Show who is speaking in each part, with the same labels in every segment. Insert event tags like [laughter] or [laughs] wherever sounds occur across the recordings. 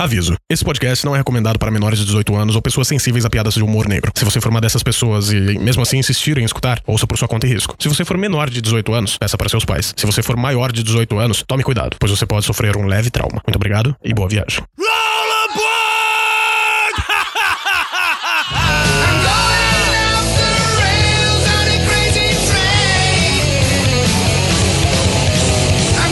Speaker 1: Aviso: esse podcast não é recomendado para menores de 18 anos ou pessoas sensíveis a piadas de humor negro. Se você for uma dessas pessoas e, mesmo assim, insistir em escutar, ouça por sua conta e risco. Se você for menor de 18 anos, peça para seus pais. Se você for maior de 18 anos, tome cuidado, pois você pode sofrer um leve trauma. Muito obrigado e boa viagem.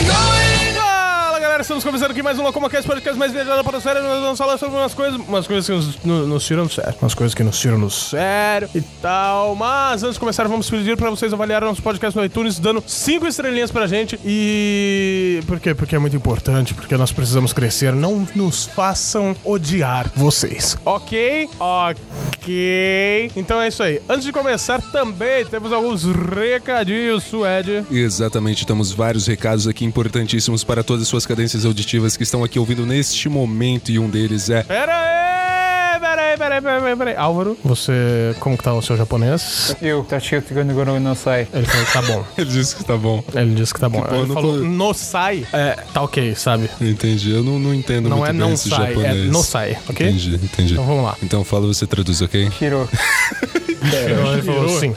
Speaker 2: Fala galera, estamos começando aqui mais um Locomacast, podcast mais viajado da série. Nós vamos falar sobre umas coisas, umas coisas que nos, no- nos tiram do sério, umas coisas que nos tiram do sério e tal. Mas antes de começar, vamos pedir pra vocês avaliarem nosso podcast no iTunes, dando cinco estrelinhas pra gente. E por quê? Porque é muito importante, porque nós precisamos crescer. Não nos façam odiar vocês, ok? Ok. Então é isso aí. Antes de começar, também temos alguns recadinhos, Suede.
Speaker 3: Exatamente, temos vários recados aqui importantíssimos para todas as suas cadências auditivas que estão aqui ouvindo neste momento e um deles é
Speaker 2: Pera aí, pera aí, pera aí, pera aí, pera aí. Álvaro, você, como que tá o seu japonês?
Speaker 4: Eu, Tachito Ganugoro no Sai.
Speaker 2: Ele falou que tá bom.
Speaker 3: ele disse que tá bom.
Speaker 2: Ele disse que tá bom.
Speaker 3: bom, eu
Speaker 2: Ele
Speaker 3: não
Speaker 2: falou,
Speaker 3: tô-
Speaker 2: no sai, é, tá ok, sabe?
Speaker 3: Entendi, eu não, não entendo
Speaker 2: Não
Speaker 3: muito
Speaker 2: é
Speaker 3: bem
Speaker 2: não
Speaker 3: esse
Speaker 2: sai,
Speaker 3: japonês.
Speaker 2: é no sai, ok?
Speaker 3: Entendi, entendi.
Speaker 2: Então vamos lá.
Speaker 3: Então fala, você traduz, ok?
Speaker 4: Hiro.
Speaker 2: Então Ele falou sim.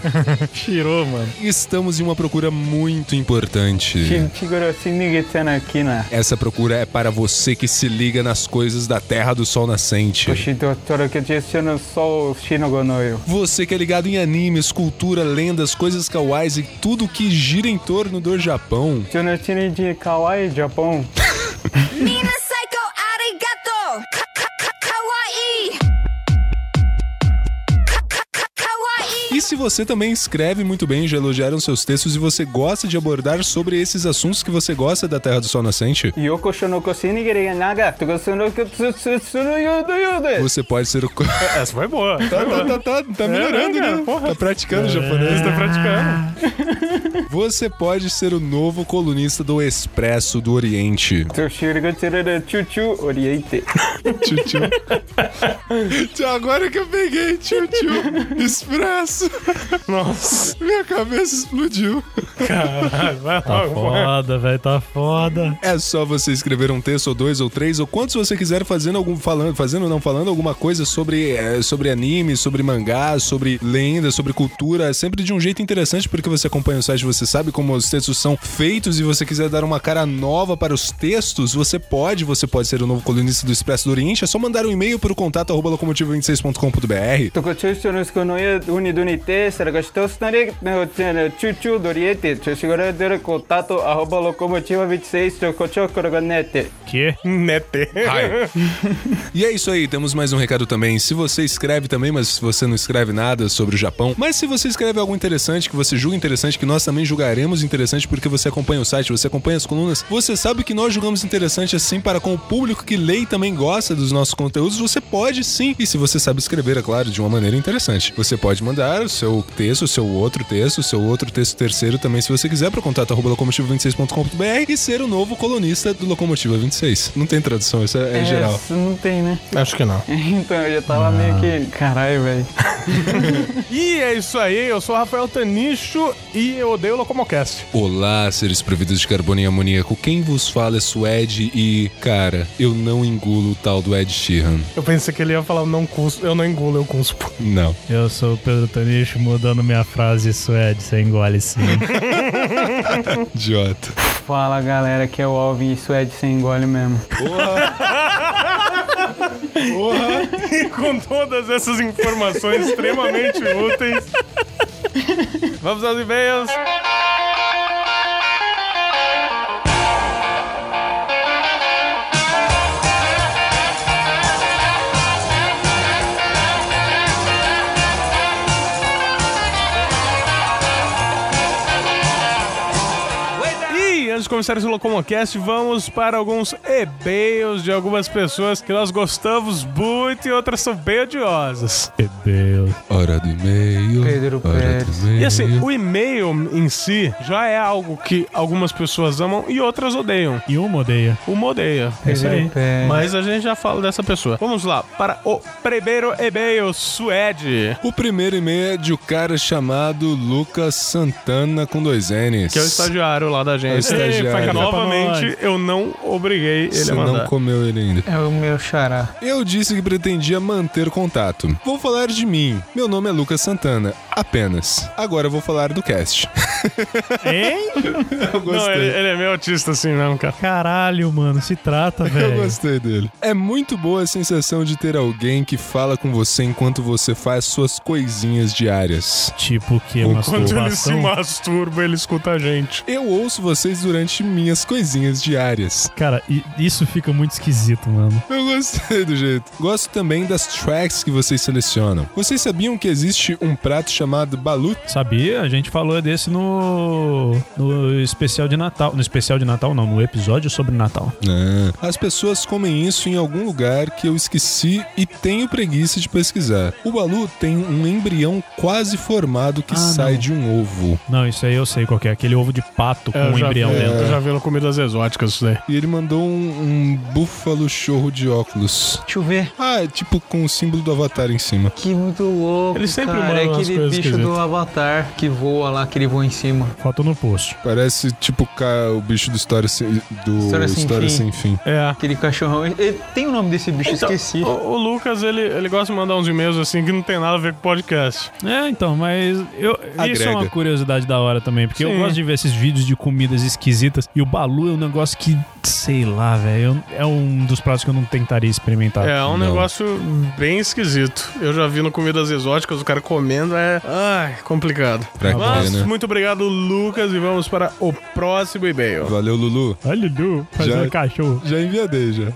Speaker 4: Hiro, mano.
Speaker 3: Estamos em uma procura muito importante.
Speaker 4: Shigoro Shinigetana Kina.
Speaker 3: Essa procura é para você que se liga nas coisas da Terra do Sol Nascente.
Speaker 4: Toshido Torokechi no Sou Shinogo no Yu.
Speaker 3: Você que é ligado em animes, cultura, lendas, coisas kawais e tudo que gira em torno do Japão.
Speaker 4: Jonathan de Kawaii, Japão.
Speaker 5: みんな最高ありがとうか、か、か、かわいいか、か、か、かわいい
Speaker 3: E se você também escreve muito bem, já elogiaram seus textos e você gosta de abordar sobre esses assuntos que você gosta da Terra do Sol Nascente,
Speaker 4: Yoko Shonoko Shinigere Naga. Tugosunoko Tsutsuru Yudo Yudo.
Speaker 3: você pode ser o. co- tá,
Speaker 2: Essa foi boa. Tá
Speaker 3: [laughs] tá, tá, tá, tá melhorando,
Speaker 2: cara,
Speaker 3: né?
Speaker 2: porra.
Speaker 3: Tá praticando japonês, tá
Speaker 2: praticando.
Speaker 3: praticando. [laughs] Você pode ser o novo colunista do Expresso do Oriente.
Speaker 4: Toshirigo Tsururu Chuchu Oriente.
Speaker 3: Tchau, tchau. Tchau, Agora que eu peguei, tchau, tchau. Expresso.
Speaker 2: Nossa,
Speaker 3: Minha cabeça explodiu.
Speaker 2: tá
Speaker 6: Foda, velho, tá foda.
Speaker 3: É só você escrever um texto, ou dois, ou três, ou quantos você quiser, fazendo algum falando, fazendo ou não falando alguma coisa sobre, eh, sobre anime, sobre mangá, sobre lenda, sobre cultura, sempre de um jeito interessante, porque você acompanha o site, você sabe como os textos são feitos, e você quiser dar uma cara nova para os textos, você pode, você pode ser o novo colunista do Expresso do Oriente, é só mandar um e-mail para o contato arroba locomotivo26.com.br.
Speaker 4: Togochushu no Suko no Yu Unidunite. Saragashitosu Nari no Chuchu Doriete. Toshigoro Dero Kotato Arroba Locomotiva 26 Tokochokorogonete.
Speaker 6: Que?
Speaker 2: Nete.
Speaker 3: E é isso aí, temos mais um recado também. Se você escreve também, mas você não escreve nada sobre o Japão, mas se você escreve algo interessante, que você julga interessante, que nós também julgaremos interessante porque você acompanha o site, você acompanha as colunas, você sabe que nós julgamos interessante assim para com o público que lê e também gosta dos nossos conteúdos, você pode sim. E se você sabe escrever, é claro, de uma maneira interessante, você pode mandar o seu texto, o seu outro texto, o seu outro texto terceiro também, se você quiser, para o contato arroba locomotiva26.com.br e ser o novo colunista do Locomotiva 26. Não tem tradução, isso é, é geral.
Speaker 4: Essa não tem, né? [laughs]
Speaker 2: Acho que não.
Speaker 4: Então, eu já
Speaker 2: Ah.
Speaker 4: tava meio que. Caralho, velho.
Speaker 2: E é isso aí, eu sou o Rafael Tanicho e eu odeio o Locomocast.
Speaker 3: Olá, seres providos de carbono e amoníaco. Quem vos fala é Suede e, cara, eu não engulo o tal do Ed Sheeran.
Speaker 2: Eu pensei que ele ia falar, não cuspo, eu não engulo, eu cuspo.
Speaker 3: Não.
Speaker 6: Eu sou o Pedro Tanicho, mudando minha frase, isso é de você engole sim.
Speaker 3: Idiota.
Speaker 4: Fala galera, que é o Alvin e Suede sem gole mesmo.
Speaker 2: com todas essas informações extremamente úteis. Vamos aos e-mails. [laughs] E Antes de começar esse Locomocast, vamos para alguns e-mails de algumas pessoas que nós gostamos muito muito e outras são bem odiosas.
Speaker 7: Meu Deus.
Speaker 3: Hora do e-mail.
Speaker 5: Pedro
Speaker 3: hora do
Speaker 5: Pérez.
Speaker 3: e-mail.
Speaker 2: E assim, o e-mail em si já é algo que algumas pessoas amam e outras odeiam.
Speaker 7: E uma odeia.
Speaker 2: Uma odeia. É isso aí.
Speaker 5: Pérez.
Speaker 2: Mas a gente já fala dessa pessoa. Vamos lá, para o primeiro e-mail, Suede.
Speaker 3: O primeiro e-mail é de um cara chamado Lucas Santana com dois N's.
Speaker 2: Que é o estagiário lá da
Speaker 3: É o
Speaker 2: gente.
Speaker 3: estagiário.
Speaker 2: Ei, faca,
Speaker 3: Pra
Speaker 2: Novamente,
Speaker 7: nós.
Speaker 2: eu não obriguei ele
Speaker 3: Você
Speaker 2: a mandar.
Speaker 3: não comeu ele ainda.
Speaker 5: É o meu xará.
Speaker 3: Eu disse que pretendia manter contato. Vou falar de mim. Meu nome é Lucas Santana. Apenas. Agora eu vou falar do cast.
Speaker 7: Hein?
Speaker 6: [laughs]
Speaker 2: Não,
Speaker 3: Eu gostei.
Speaker 2: ele, ele é meio autista assim mesmo, cara.
Speaker 7: Caralho, mano. Se trata,
Speaker 3: Eu
Speaker 7: velho.
Speaker 3: gostei dele. É muito boa a sensação de ter alguém que fala com você enquanto você faz suas coisinhas diárias.
Speaker 7: Tipo que é
Speaker 2: Quando ele se
Speaker 7: masturbação.
Speaker 2: masturba, ele escuta a gente.
Speaker 3: Eu ouço vocês durante minhas coisinhas diárias.
Speaker 7: Cara, i- isso fica muito esquisito, mano.
Speaker 3: Eu gostei do jeito. Gosto também das tracks que vocês selecionam. Vocês sabiam que existe um prato chamado balut?
Speaker 6: Sabia? A gente falou desse no, no especial de Natal. No especial de Natal, não, no episódio sobre Natal.
Speaker 3: Ah, as pessoas comem isso em algum lugar que eu esqueci e tenho preguiça de pesquisar. O balu tem um embrião quase formado que
Speaker 6: Ah,
Speaker 3: sai
Speaker 6: não.
Speaker 3: de um ovo.
Speaker 6: Não, isso aí eu sei qual que é. Aquele ovo de pato com
Speaker 2: É, eu
Speaker 6: um
Speaker 2: já
Speaker 6: embrião
Speaker 2: vi,
Speaker 6: dentro.
Speaker 2: Eu já vi no Comidas Exóticas isso daí.
Speaker 3: E ele mandou um, um búfalo chorro de óculos.
Speaker 5: Deixa eu ver.
Speaker 3: Ah, é tipo com o símbolo do avatar em cima.
Speaker 5: Que muito louco,
Speaker 2: Ele sempre
Speaker 5: cara.
Speaker 2: manda
Speaker 5: É
Speaker 2: umas
Speaker 5: aquele bicho
Speaker 2: coisas esquisitas.
Speaker 5: do Avatar que voa lá, que ele voa em cima.
Speaker 6: Foto no post.
Speaker 3: Parece tipo ca- o bicho do História Sem, do
Speaker 5: História Sem
Speaker 3: Sem
Speaker 5: Fim.
Speaker 3: Fim.
Speaker 2: É.
Speaker 5: Aquele cachorrão. Ele tem o nome desse bicho, esqueci.
Speaker 2: Então, O, o Lucas, ele, ele gosta de mandar uns e-mails assim que não tem nada a ver com podcast.
Speaker 6: É, então, mas eu, isso é
Speaker 3: Agrega.
Speaker 6: uma curiosidade da hora também, porque
Speaker 2: Sim.
Speaker 6: eu gosto de ver esses vídeos de comidas esquisitas e o balu é um negócio que, sei lá, velho, eu- é um dos pratos que eu não tentaria experimentar.
Speaker 2: É um
Speaker 3: Ah, Não.
Speaker 2: negócio bem esquisito. Eu já vi no Comidas Exóticas, o cara comendo é. Ai, complicado.
Speaker 3: Pra quê,
Speaker 2: Mas,
Speaker 3: né?
Speaker 2: muito obrigado, Lucas, e vamos para o próximo e-mail.
Speaker 3: Valeu, Lulu.
Speaker 6: Olha o Du, fazendo
Speaker 3: Já-
Speaker 6: cachorro.
Speaker 3: Já enviadei, já.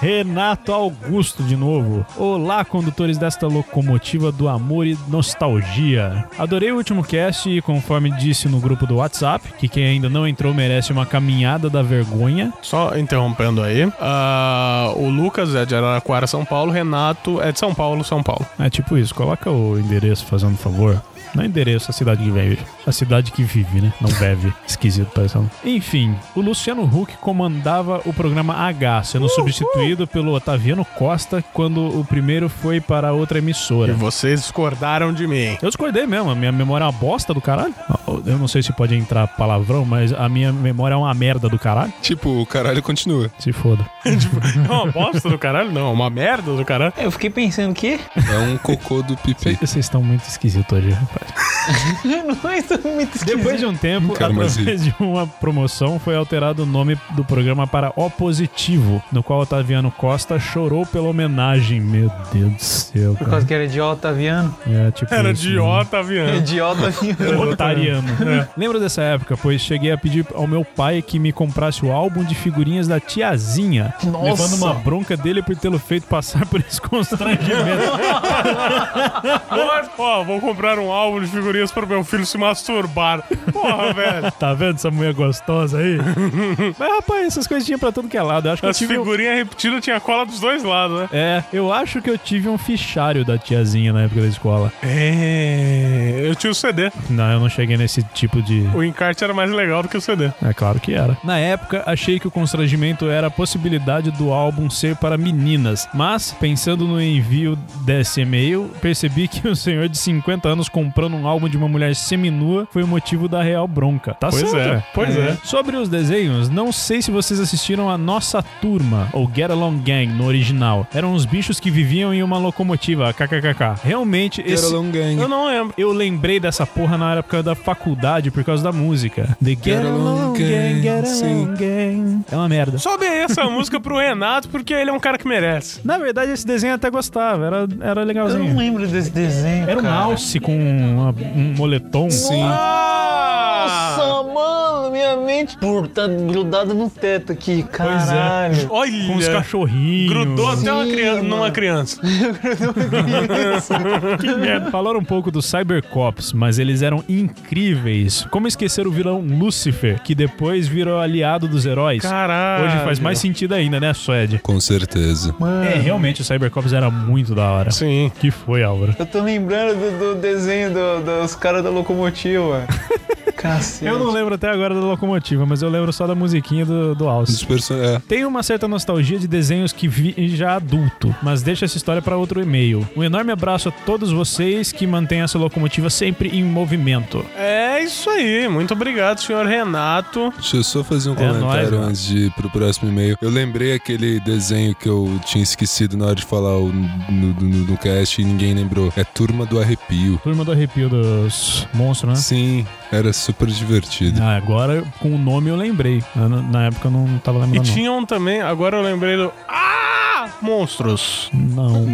Speaker 6: Renato Augusto de novo. Olá, condutores desta locomotiva do amor e nostalgia. Adorei o último cast e, conforme disse no grupo do WhatsApp, que quem ainda não entrou merece uma caminhada da vergonha.
Speaker 2: Só interrompendo aí. ah, o Lucas é de Araraquara, São Paulo. Renato é de São Paulo, São Paulo.
Speaker 6: É tipo isso, coloca o endereço fazendo favor. Não é endereço, a cidade que vive. A cidade que vive, né? Não bebe. [laughs] Esquisito, parece. um- Enfim, o Luciano Huck comandava o programa H, sendo substituído pelo Otaviano Costa quando o primeiro foi para outra
Speaker 2: E
Speaker 6: emissora.
Speaker 2: vocês discordaram de mim.
Speaker 6: Eu discordei mesmo, a minha memória é uma bosta do caralho. Ah, Eu não sei se pode entrar palavrão, mas a minha memória é uma merda do caralho.
Speaker 3: tipo, o caralho continua.
Speaker 6: Se foda.
Speaker 2: [laughs] É uma bosta do caralho? Não, é uma merda do caralho.
Speaker 5: Eu fiquei pensando que.
Speaker 3: É um cocô do pipi.
Speaker 6: Vocês estão muito esquisitos hoje, rapaz.
Speaker 5: [laughs] Não, isso é muito esquisito.
Speaker 6: Depois de um tempo,
Speaker 3: Não quero mais
Speaker 6: através de uma promoção, foi alterado o nome do programa para O Positivo, no qual Otaviano Costa chorou pela homenagem. Meu Deus do céu,
Speaker 5: Por
Speaker 6: cara.
Speaker 5: causa que era de Otaviano.
Speaker 6: É, tipo
Speaker 2: Era
Speaker 6: isso,
Speaker 2: de
Speaker 6: né?
Speaker 2: Otaviano.
Speaker 5: De Otaviano.
Speaker 6: Otariano. Lembro dessa época, pois cheguei a pedir ao meu pai que me comprasse o álbum de figurinhas da tiazinha,
Speaker 5: Nossa.
Speaker 6: levando uma bronca dele por tê-lo feito passar por esse constrangimento.
Speaker 2: Porra, Ó, vou comprar um álbum de figurinhas para meu filho se masturbar. Porra,
Speaker 6: [laughs]
Speaker 2: velho.
Speaker 6: tá vendo essa mulher gostosa aí? Mas, rapaz, essas coisas tinha pra tudo que é lado. Eu acho que
Speaker 2: As
Speaker 6: eu tive um-
Speaker 2: figurinhas repetidas tinha cola dos dois lados, né?
Speaker 6: É, eu acho que eu tive um fichário da tiazinha na época da escola.
Speaker 2: É. Eu tinha o CD.
Speaker 6: Não, eu não cheguei nesse tipo de.
Speaker 2: O encarte era mais legal do que o CD.
Speaker 6: É claro que era. Na época, achei que o constrangimento era a possibilidade do álbum ser para meninas, mas, pensando no envio desse e-mail, percebi que o senhor de 50 anos comprando um álbum de uma mulher seminua foi o motivo da real bronca. Tá
Speaker 2: Pois
Speaker 6: certo,
Speaker 2: é,
Speaker 6: né?
Speaker 2: pois é.
Speaker 6: Sobre os desenhos, não sei se vocês assistiram a Nossa Turma, ou Get Along Gang, no original. Eram uns bichos que viviam em uma locomotiva, kkkk. Realmente, esse...
Speaker 3: Carolão Gang.
Speaker 2: Eu não lembro.
Speaker 6: Eu lembrei dessa porra na época da faculdade por causa da música. The Get, Along Gang, Get
Speaker 3: sim.
Speaker 6: Along Gang. É uma merda.
Speaker 2: Sobe aí [laughs] essa música pro Renato, porque ele é um cara que merece.
Speaker 6: Na verdade, esse desenho eu até gostava, era, era
Speaker 5: Eu não
Speaker 6: legalzinho.
Speaker 5: lembro desse desenho.
Speaker 6: Era um
Speaker 5: cara.
Speaker 6: alce com uma- um moletom.
Speaker 3: Sim.
Speaker 2: Nossa!
Speaker 5: Nossa, mano, minha
Speaker 4: Exatamente. Pô, tá grudado no teto aqui,
Speaker 6: Pois é.
Speaker 4: caralho.
Speaker 2: Olha!
Speaker 6: Com os cachorrinhos.
Speaker 2: Grudou até uma
Speaker 4: Sim,
Speaker 2: criança,
Speaker 4: mano.
Speaker 2: numa criança.
Speaker 6: Que merda. Falaram um pouco dos Cybercops, mas eles eram incríveis. Como esquecer o vilão Lucifer, que depois virou aliado dos heróis?
Speaker 2: Caralho.
Speaker 6: Hoje faz mais sentido ainda, né, Suede?
Speaker 3: Com certeza.
Speaker 6: É, realmente o Cybercops era muito da hora.
Speaker 2: Sim.
Speaker 6: Que foi, Álvaro?
Speaker 4: Eu tô lembrando do, do desenho do- dos caras da
Speaker 6: [laughs]
Speaker 4: locomotiva. Cacete.
Speaker 6: Eu não lembro até agora da locomotiva, mas eu lembro só da musiquinha do, do Alce.
Speaker 3: Dos person... é.
Speaker 6: Tenho uma certa nostalgia de desenhos que vi já adulto, mas deixo essa história para outro e-mail. Um enorme abraço a todos vocês que mantêm essa locomotiva sempre em movimento.
Speaker 2: É isso aí. Muito obrigado, senhor Renato.
Speaker 3: Deixa eu só fazer um
Speaker 6: nóis,
Speaker 3: comentário
Speaker 6: mano.
Speaker 3: antes de ir pro próximo e-mail. Eu lembrei aquele desenho que eu tinha esquecido na hora de falar o- no, no, no- no cast e ninguém lembrou. É Turma do Arrepio.
Speaker 6: Turma do arrepio dos monstros, né?
Speaker 3: Sim, era super divertido.
Speaker 6: Ah, agora com o nome eu lembrei. Na, na época eu não tava
Speaker 2: E
Speaker 6: lembrando.
Speaker 2: tinham também, agora eu lembrei do. Ah! Monstros.
Speaker 6: Não. não.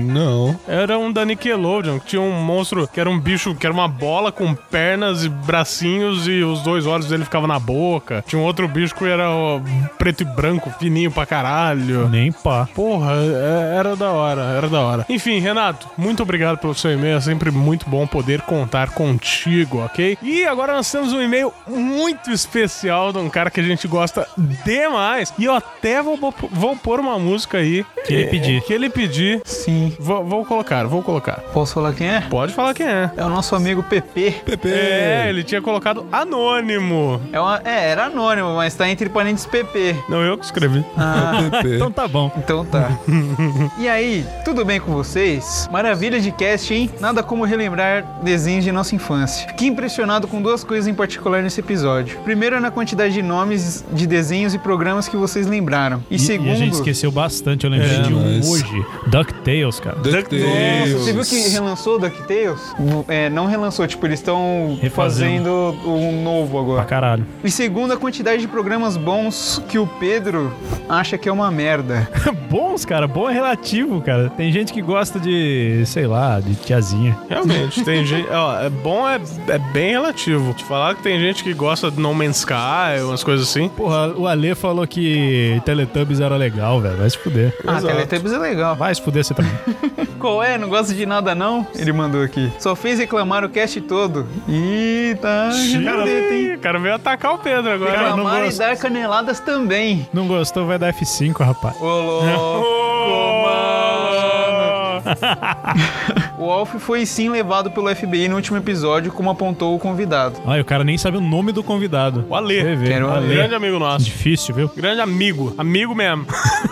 Speaker 3: Não.
Speaker 2: Era um da Nickelodeon, que tinha um monstro que era um bicho, que era uma bola com pernas e bracinhos e os dois olhos dele ficavam na boca. Tinha um outro bicho que era ó, preto e branco, fininho pra caralho.
Speaker 6: Nem pá.
Speaker 2: Porra, é- era da hora, era da hora. Enfim, Renato, muito obrigado pelo seu e-mail. É sempre muito bom poder contar contigo, ok? E agora nós temos um e-mail muito especial de um cara que a gente gosta demais. E eu até vou, bo- vou pôr uma música aí.
Speaker 6: Que ele pedir.
Speaker 2: Que ele pedir.
Speaker 4: Sim.
Speaker 2: Vou, vou colocar, vou colocar.
Speaker 4: Posso falar quem é?
Speaker 2: Pode falar quem é.
Speaker 4: É o nosso amigo Pepe.
Speaker 3: Pepe.
Speaker 2: É, ele tinha colocado anônimo.
Speaker 4: É, uma- é, era anônimo, mas tá entre parênteses Pepe.
Speaker 2: Não, eu que escrevi.
Speaker 4: Ah,
Speaker 3: Pepe.
Speaker 6: [laughs] Então tá bom.
Speaker 4: então tá. [laughs] E aí, tudo bem com vocês? Maravilha de cast, hein? Nada como relembrar desenhos de nossa infância. Fiquei impressionado com duas coisas em particular nesse episódio. Primeiro é na quantidade de nomes de desenhos e programas que vocês lembraram. E,
Speaker 6: E,
Speaker 4: segundo.
Speaker 6: e a gente esqueceu bastante. Eu lembrei
Speaker 3: É,
Speaker 6: de um
Speaker 3: mas-
Speaker 6: hoje. DuckTales, cara.
Speaker 4: Nossa, você viu
Speaker 3: DuckTales.
Speaker 4: que relançou o DuckTales? É, não relançou, tipo, eles estão
Speaker 6: Refazendo. Ah.
Speaker 4: fazendo um novo
Speaker 6: Pra
Speaker 4: agora.
Speaker 6: caralho.
Speaker 4: E segundo, a quantidade de programas bons que o Pedro acha que é uma merda.
Speaker 6: Bons, cara. Bom é relativo, cara. Tem gente que gosta de, sei lá, de tiazinha.
Speaker 2: Realmente, tem gente. Ó, é bom é, é bem relativo. Te falar que tem gente que gosta de No Man's Sky, umas coisas assim.
Speaker 6: Porra, o Ale falou que Teletubbies era legal, velho. Vai se fuder.
Speaker 4: Ah, Teletubbies é legal.
Speaker 6: Vai se fuder você também.
Speaker 4: Qual é? Não gosta de nada não? Ele mandou aqui. Só fez reclamar o cast todo. Ih, tá
Speaker 6: Uhum.
Speaker 4: cadeta, hein?
Speaker 2: Ih, O cara veio atacar o Pedro agora.
Speaker 4: Reclamar e dar caneladas também.
Speaker 6: Não gostou, vai dar F5, rapaz.
Speaker 4: Ô,
Speaker 2: [laughs]
Speaker 4: louco, mano. O Alf foi sim levado pelo FBI no último episódio, como apontou o convidado.
Speaker 6: Ai, o cara nem sabe o nome do convidado.
Speaker 2: O Alê.
Speaker 6: Você vê,
Speaker 4: Quero o
Speaker 6: Ale.
Speaker 2: Grande amigo nosso.
Speaker 6: Difícil, viu?
Speaker 2: Grande amigo. Amigo mesmo.
Speaker 6: [laughs]
Speaker 2: [laughs]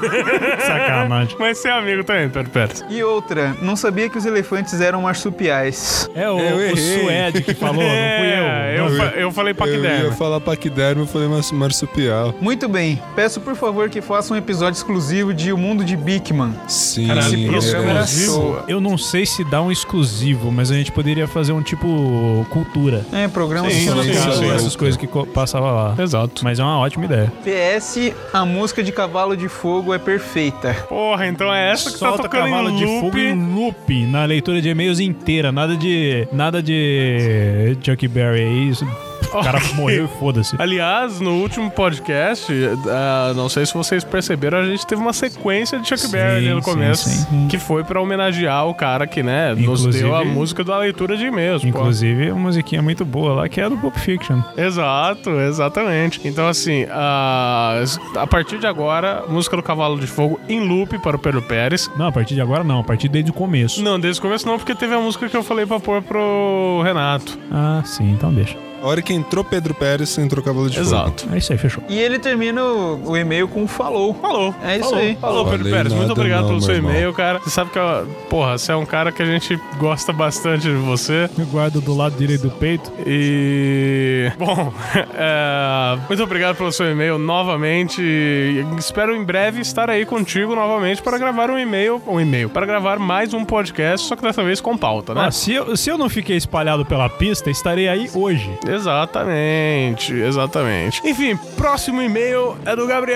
Speaker 6: Sacanagem.
Speaker 2: Mas ser amigo também, Pedro Pérez.
Speaker 4: E outra, não sabia que os elefantes eram marsupiais.
Speaker 6: É o,
Speaker 3: Eu
Speaker 6: o
Speaker 3: errei.
Speaker 6: Suede que falou,
Speaker 2: [laughs] É,
Speaker 6: não fui eu. Não.
Speaker 2: eu, fa- eu falei
Speaker 3: Eu ia
Speaker 2: paquiderma.
Speaker 3: falar paquidermo, eu falei mas- marsupial.
Speaker 4: Muito bem, peço por favor que faça um episódio exclusivo de O Mundo de Bigman.
Speaker 3: Sim,
Speaker 2: Caralho,
Speaker 3: é.
Speaker 4: programa era show.
Speaker 6: Eu não sei se dá um exclusivo, mas a gente poderia fazer um tipo cultura.
Speaker 4: É, programa
Speaker 2: Sim,
Speaker 4: sensacional.
Speaker 2: sim,
Speaker 6: Sobre
Speaker 2: sim.
Speaker 6: essas coisas que co- passava lá.
Speaker 2: Exato.
Speaker 6: Mas é uma ótima ideia.
Speaker 4: PS, a música de Cavalo de Fogo é perfeita.
Speaker 2: Porra, então é essa que tá
Speaker 6: Solta
Speaker 2: tocando
Speaker 6: cavalo
Speaker 2: em
Speaker 6: de
Speaker 2: loop.
Speaker 6: fogo em loop na leitura de e-mails inteira. Nada de. Nada de. Chuck Berry aí. isso- O cara morreu e foda-se.
Speaker 2: Aliás, no último podcast, ah, não sei se vocês perceberam, a gente teve uma sequência de Chuck
Speaker 6: Sim,
Speaker 2: Berry ali no
Speaker 6: sim,
Speaker 2: começo,
Speaker 6: sim.
Speaker 2: que foi pra homenagear o cara que, né, nos
Speaker 6: Inclusive-
Speaker 2: deu a música da leitura de e-mails, pô.
Speaker 6: Inclusive, uma musiquinha muito boa lá que é do Pulp Fiction.
Speaker 2: Exato, exatamente. Então, assim, ah, a partir de agora, música do Cavalo de Fogo em loop para o Pedro Pérez.
Speaker 6: Não, a partir de agora não, a partir desde o começo.
Speaker 2: Não, desde o começo não, porque teve a música que eu falei pra pôr pro Renato.
Speaker 6: Ah, sim, então deixa.
Speaker 3: A hora que entrou Pedro Pérez, entrou Cavalo de Fogo.
Speaker 2: Exato.
Speaker 6: É isso aí, fechou.
Speaker 4: E ele termina o, o e-mail com falou.
Speaker 2: Falou.
Speaker 4: É isso
Speaker 2: Falou.
Speaker 4: aí.
Speaker 2: Falou, Pedro
Speaker 3: Falei
Speaker 2: Pérez. Muito
Speaker 3: nada
Speaker 2: obrigado
Speaker 3: não,
Speaker 2: pelo
Speaker 3: meu
Speaker 2: seu
Speaker 3: irmão.
Speaker 2: e-mail, cara. Você sabe que, ó, porra, você é um cara que a gente gosta bastante de você.
Speaker 6: Eu guardo do lado direito do peito.
Speaker 2: E. Bom, [laughs] é, muito obrigado pelo seu e-mail novamente. E Espero em breve estar aí contigo novamente para gravar um e-mail. Um e-mail. Para gravar mais um podcast, só que dessa vez com pauta, né?
Speaker 6: Ah, se eu, se eu não fiquei espalhado pela pista, estarei aí hoje.
Speaker 2: Exatamente, exatamente. Enfim, próximo e-mail é do Gabriel.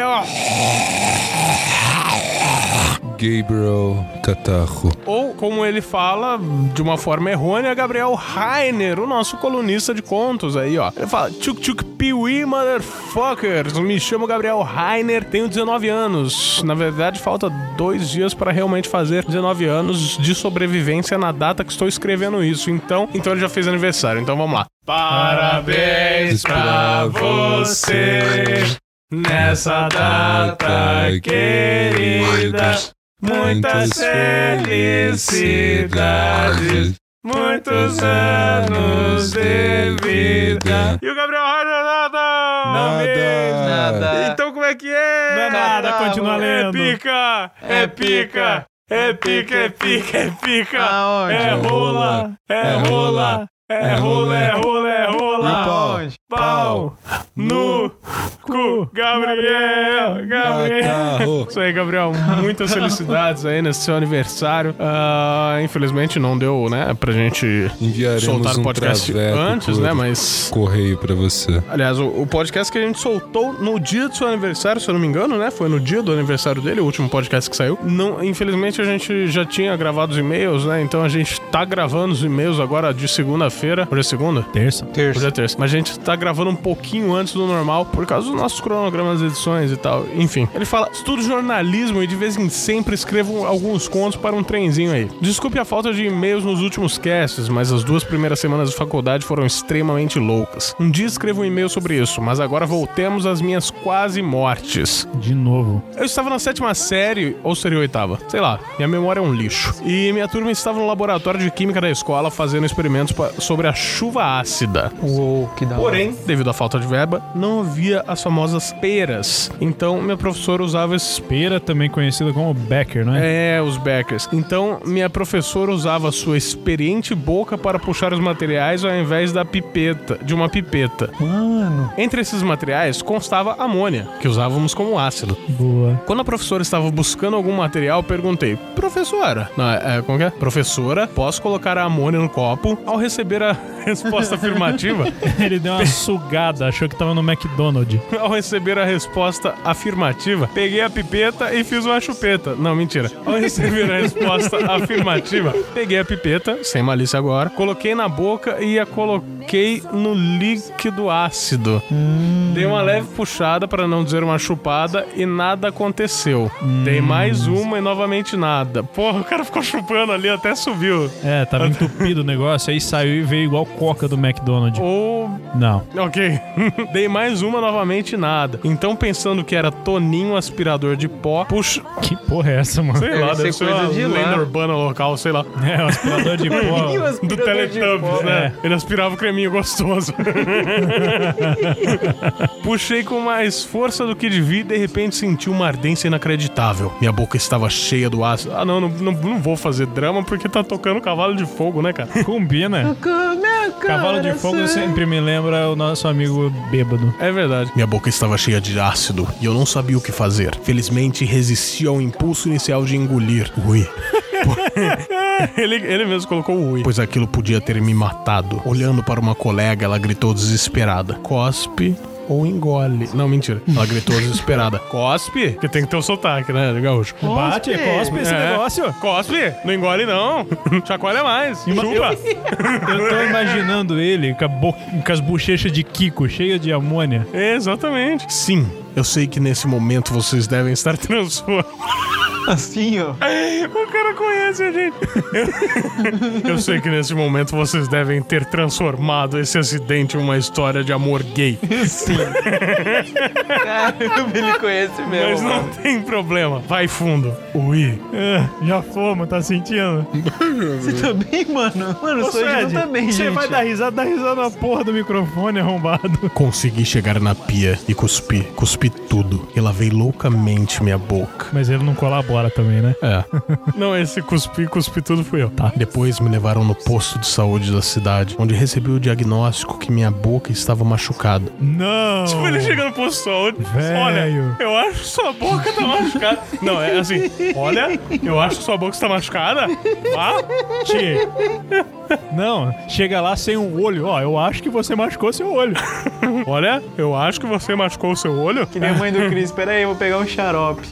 Speaker 3: Gabriel Catarro.
Speaker 2: Ou, como ele fala de uma forma errônea, Gabriel Rainer, o nosso colunista de contos aí, ó. Ele fala: Tchuk Tchuk Piwi Motherfuckers. Me chamo Gabriel Rainer, tenho 19 anos. Na verdade, falta dois dias para realmente fazer 19 anos de sobrevivência na data que estou escrevendo isso. Então, então ele já fez aniversário. Então vamos lá. Parabéns
Speaker 3: pra você
Speaker 2: nessa
Speaker 3: data querida. Muitas felicidades,
Speaker 2: muitos
Speaker 3: anos de vida.
Speaker 2: E o Gabriel Rainer nada! mesmo.
Speaker 4: Nada.
Speaker 2: Então como é que é?
Speaker 6: Não é nada, continua
Speaker 2: É
Speaker 6: lendo.
Speaker 2: pica! É pica! É pica, é pica, é pica!
Speaker 4: Aonde?
Speaker 2: É rola! É rola! É rola, é rola, é rola!
Speaker 4: Aonde?
Speaker 2: Pau no cu, Gabriel!
Speaker 3: Tá,
Speaker 2: Gabriel!
Speaker 3: Catarro.
Speaker 2: Isso aí, Gabriel. Muitas felicidades aí nesse seu aniversário. Ah, infelizmente não deu, né, pra gente
Speaker 3: Enviaremos
Speaker 2: soltar
Speaker 3: um
Speaker 2: o podcast
Speaker 3: traveco
Speaker 2: antes,
Speaker 3: por
Speaker 2: né? Mas
Speaker 3: Correio pra você.
Speaker 2: Aliás, o, o podcast que a gente soltou no dia do seu aniversário, se eu não me engano, né? Foi no dia do aniversário dele, o último podcast que saiu. Não, infelizmente a gente já tinha gravado os e-mails, né? Então a gente tá gravando os e-mails agora de segunda-feira. Hoje é segunda?
Speaker 6: Terça.
Speaker 2: Hoje é terça. Mas a gente tá gravando um pouquinho antes do normal, por causa dos nossos cronogramas, edições e tal. Enfim. Ele fala: estudo jornalismo e de vez em sempre escrevo alguns contos para um trenzinho aí. Desculpe a falta de e-mails nos últimos casts, mas as duas primeiras semanas de faculdade foram extremamente loucas. Um dia escrevo um e-mail sobre isso, mas agora voltemos às minhas quase mortes.
Speaker 6: De novo.
Speaker 2: Eu estava na sétima série, ou seria a oitava? Sei lá, minha memória é um lixo. E minha turma estava no laboratório de química da escola fazendo experimentos pa- sobre a chuva ácida.
Speaker 4: Uou, que da hora.
Speaker 2: Porém, devido à falta de verba, não havia as famosas peras. Então, minha professora usava esses
Speaker 6: Pera, também conhecida como Becker, não é?
Speaker 2: é, os backers. Então, minha professora usava sua experiente boca para puxar os materiais ao invés da pipeta, de uma pipeta.
Speaker 4: Mano.
Speaker 2: Entre esses materiais constava amônia, que usávamos como ácido.
Speaker 6: Boa. [laughs]
Speaker 2: Quando a professora estava buscando algum material, perguntei: Professora, não, é, é, como que é? Professora, posso colocar a amônia no copo? Ao receber a [laughs] resposta afirmativa,
Speaker 6: Ele deu uma sugada, achou que tava no McDonald's.
Speaker 2: Ao receber a resposta afirmativa, peguei a pipeta e fiz uma chupeta. Não, mentira. Ao receber a resposta afirmativa, peguei a pipeta, sem malícia agora, coloquei na boca e a coloquei no líquido ácido. Dei uma leve puxada para não dizer uma chupada e nada aconteceu. Dei mais uma e novamente nada. Porra, o cara ficou chupando ali até subiu.
Speaker 6: É, [laughs] tava entupido o negócio, aí saiu e veio igual coca do McDonald's.
Speaker 2: Ou
Speaker 6: Não.
Speaker 2: Ok. [laughs] Dei mais uma novamente e nada. Então, pensando que era Toninho aspirador de pó, puxa,
Speaker 6: Que porra é essa, mano?
Speaker 2: sei
Speaker 4: Deve
Speaker 2: lá,
Speaker 4: ser
Speaker 2: deve ser
Speaker 4: coisa
Speaker 2: uma
Speaker 4: de lá.
Speaker 2: lenda urbana local, sei
Speaker 4: [laughs]
Speaker 2: lá.
Speaker 6: É, o aspirador [laughs] de pó.
Speaker 2: Do Teletubbies, né?
Speaker 4: É.
Speaker 2: Ele aspirava o creminho
Speaker 4: [laughs]
Speaker 2: gostoso. Puxei com mais força do que devia e de repente senti uma ardência inacreditável. Minha boca estava cheia do ácido. Ah, não, não, não, não vou fazer drama porque tá tocando cavalo de fogo, né, cara?
Speaker 6: Combina.
Speaker 4: é
Speaker 6: Cavalo de fogo sempre me lembra o nosso amigo bêbado.
Speaker 2: É verdade. Minha boca estava cheia de ácido e eu não sabia o que fazer. Felizmente, resisti ao impulso inicial de engolir. Ui. [laughs] ele, ele mesmo colocou o ui. Pois aquilo podia ter me matado. Olhando para uma colega, ela gritou desesperada: Cospe ou engole. Não, mentira. Ela gritou desesperada: [laughs] Cospe? Que tem que ter o sotaque, né, gaúcho?
Speaker 6: Bate, cospe esse
Speaker 2: É.
Speaker 6: negócio.
Speaker 2: Cospe? Não engole, não. [laughs] Chacoalha mais. Chupa.
Speaker 6: Eu tô imaginando ele com, a bo- com as bochechas de Kiko, cheia de amônia.
Speaker 2: Exatamente. Sim. Eu sei que nesse momento vocês devem estar [laughs] transformados.
Speaker 4: Assim, ó.
Speaker 2: [laughs] O cara conhece a gente. [laughs] Eu, eu sei que nesse momento vocês devem ter transformado esse acidente em uma história de amor gay.
Speaker 4: Sim. Caramba, ele conhece mesmo.
Speaker 2: Mas [laughs] não tem problema. Vai fundo. Ui.
Speaker 6: [laughs] já fomos, tá sentindo?
Speaker 4: Você também, mano? Mano, o Sanji não tá bem, gente.
Speaker 6: você vai dar risada, dá risada na porra do microfone arrombado.
Speaker 2: Consegui chegar na pia e cuspi. Cuspi tudo. E lavei loucamente minha boca.
Speaker 6: Mas ele não colabora também, né?
Speaker 2: É. Não, esse cuspi, cuspi tudo fui eu. Tá. Depois me levaram no posto de saúde da cidade, onde recebi o diagnóstico que minha boca estava machucada. [laughs]
Speaker 6: Não!
Speaker 2: Tipo, ele chega no posto de saúde.
Speaker 6: Velho.
Speaker 2: Olha, eu acho que sua boca tá machucada. Não, é assim. Olha, eu acho que sua boca está machucada. Ah,
Speaker 6: Che. Não, chega lá sem um olho. Ó, eu acho que você machucou seu olho.
Speaker 2: Olha, eu acho que você machucou o seu olho.
Speaker 4: Que nem a mãe do Chris, peraí, eu vou pegar um xarope.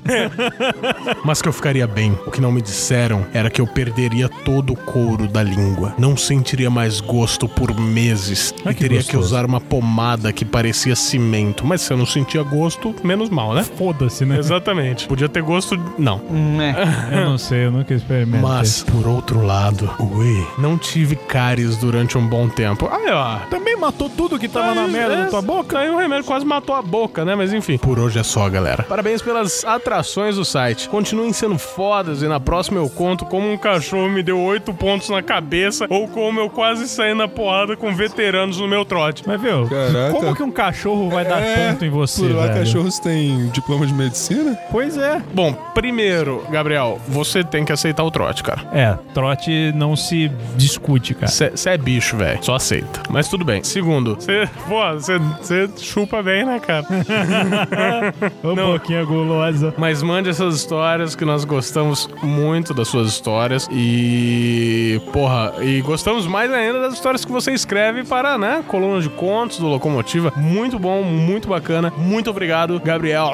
Speaker 2: Mas que eu ficaria bem. O que não me disseram era que eu perderia todo o couro da língua. Não sentiria mais gosto por meses.
Speaker 6: Ah,
Speaker 2: e
Speaker 6: que
Speaker 2: teria que
Speaker 6: gostoso.
Speaker 2: usar uma pomada que parecia cimento. Mas se eu não sentia gosto, menos mal, né?
Speaker 6: Foda-se,
Speaker 2: [laughs]
Speaker 6: né?
Speaker 2: Exatamente. Podia ter gosto. Não.
Speaker 4: Hum, é.
Speaker 6: Eu não sei, eu nunca experimentei.
Speaker 2: Mas, por outro lado, ui, não tive cáries durante um bom tempo. Aí, ó.
Speaker 6: Também matou tudo que tava na
Speaker 2: Aí,
Speaker 6: merda
Speaker 2: é,
Speaker 6: da tua boca?
Speaker 2: Aí o remédio quase matou a boca, né? Mas enfim. Por hoje é só, galera. Parabéns pelas atrações do site. Continuem sendo fodas e na próxima eu conto como um cachorro me deu oito pontos na cabeça ou como eu quase saí na porrada com veteranos no meu trote.
Speaker 6: Mas, viu,
Speaker 3: Caraca.
Speaker 6: como que um cachorro vai dar
Speaker 3: É,
Speaker 6: ponto em você,
Speaker 3: Por lá,
Speaker 6: velho?
Speaker 3: cachorros têm diploma de medicina?
Speaker 6: Pois é.
Speaker 2: Bom, primeiro, Gabriel, você tem que aceitar o trote, cara.
Speaker 6: É, trote não se discute, cara.
Speaker 2: Você é bicho, velho. Só aceita. Mas tudo bem. Segundo, você. Pô, você chupa bem, né, cara?
Speaker 6: Ô, boquinha gulosa.
Speaker 2: Mas mande essas histórias que nós gostamos muito das suas histórias e porra, e gostamos mais ainda das histórias que você escreve para, né, coluna de contos do Locomotiva. Muito bom, muito bacana. Muito obrigado, Gabriel.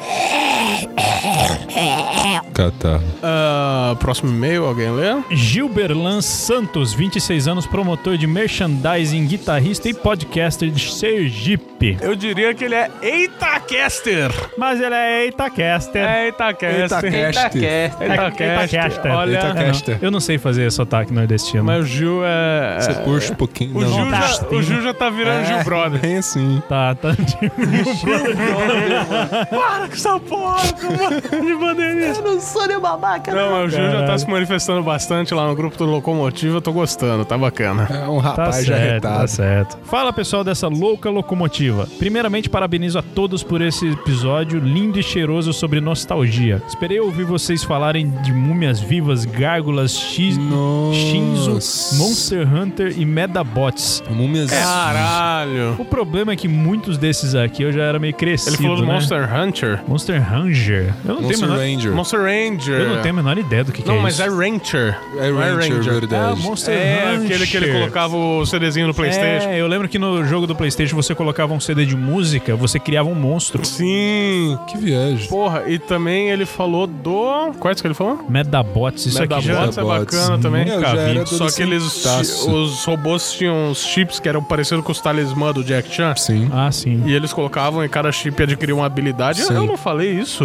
Speaker 3: Catar.
Speaker 2: Ah, próximo e-mail, alguém lê?
Speaker 6: Gilberlan Santos, 26 anos, promotor de merchandising, guitarrista e podcaster de Sergipe.
Speaker 2: Eu diria que ele é Eitacaster.
Speaker 6: Mas ele é Eitacaster.
Speaker 2: É
Speaker 4: Tá
Speaker 2: Eitacaster.
Speaker 4: Eita,
Speaker 2: Eitacaster.
Speaker 6: Eitacaster.
Speaker 2: Olha,
Speaker 6: É, não.
Speaker 3: Eitacaster.
Speaker 6: Eu não sei fazer esse sotaque nordestino.
Speaker 2: mas o Gil é
Speaker 3: Você puxa um pouquinho.
Speaker 2: o
Speaker 3: não.
Speaker 2: Gil, já,
Speaker 6: Nordestino.
Speaker 2: o Gil já tá virando Gil Brother.
Speaker 3: Bem assim.
Speaker 6: Tá, tá.
Speaker 2: Para com [laughs] essa porra, com de bandeirinha. Eu não sou nem babaca, Não, o Gil já tá
Speaker 6: Caralho.
Speaker 2: se manifestando bastante lá no grupo do Locomotiva. Eu tô gostando, tá bacana.
Speaker 3: É um rapaz
Speaker 6: Tá
Speaker 3: já
Speaker 6: certo,
Speaker 3: retado.
Speaker 6: tá certo. Fala pessoal dessa louca locomotiva. Primeiramente, parabenizo a todos por esse episódio lindo e cheiroso sobre nostalgia. Esperei ouvir vocês falarem de múmias vivas, gárgulas, X, Shinzo, Monster Hunter e Medabots.
Speaker 3: Múmias.
Speaker 2: Caralho.
Speaker 6: O problema é que muitos desses aqui eu já era meio crescido.
Speaker 2: Ele falou do
Speaker 6: né?
Speaker 2: Monster Hunter?
Speaker 6: Monster Ranger. Eu não
Speaker 3: Monster
Speaker 6: tenho a menor...
Speaker 3: Ranger.
Speaker 2: Monster Ranger.
Speaker 6: Eu não tenho a menor ideia do que, que
Speaker 2: Não,
Speaker 6: é
Speaker 2: mas
Speaker 6: isso.
Speaker 2: é Rancher.
Speaker 3: É
Speaker 2: Não
Speaker 3: Ranger,
Speaker 6: Ah,
Speaker 3: verdade.
Speaker 6: Monster
Speaker 2: É,
Speaker 6: Hunter.
Speaker 2: aquele que ele colocava o CDzinho no Playstation.
Speaker 6: É, eu lembro que no jogo do Playstation você colocava um CD de música, você criava um monstro.
Speaker 2: Sim.
Speaker 3: Que viagem.
Speaker 2: Porra, e também ele falou do... Quais que ele falou?
Speaker 6: Medabots, isso aqui já...
Speaker 2: Medabots é bacana também.
Speaker 3: Eu
Speaker 6: Nunca
Speaker 3: já
Speaker 6: vi.
Speaker 3: era
Speaker 2: Só que eles,
Speaker 3: adolescentaço.
Speaker 2: os robôs tinham os chips que eram parecidos com os talismã do Jack Chan.
Speaker 3: Sim.
Speaker 6: Ah, sim.
Speaker 2: E eles colocavam e cada chip adquiria uma habilidade. Eu-
Speaker 3: Sim.
Speaker 2: Eu não falei isso.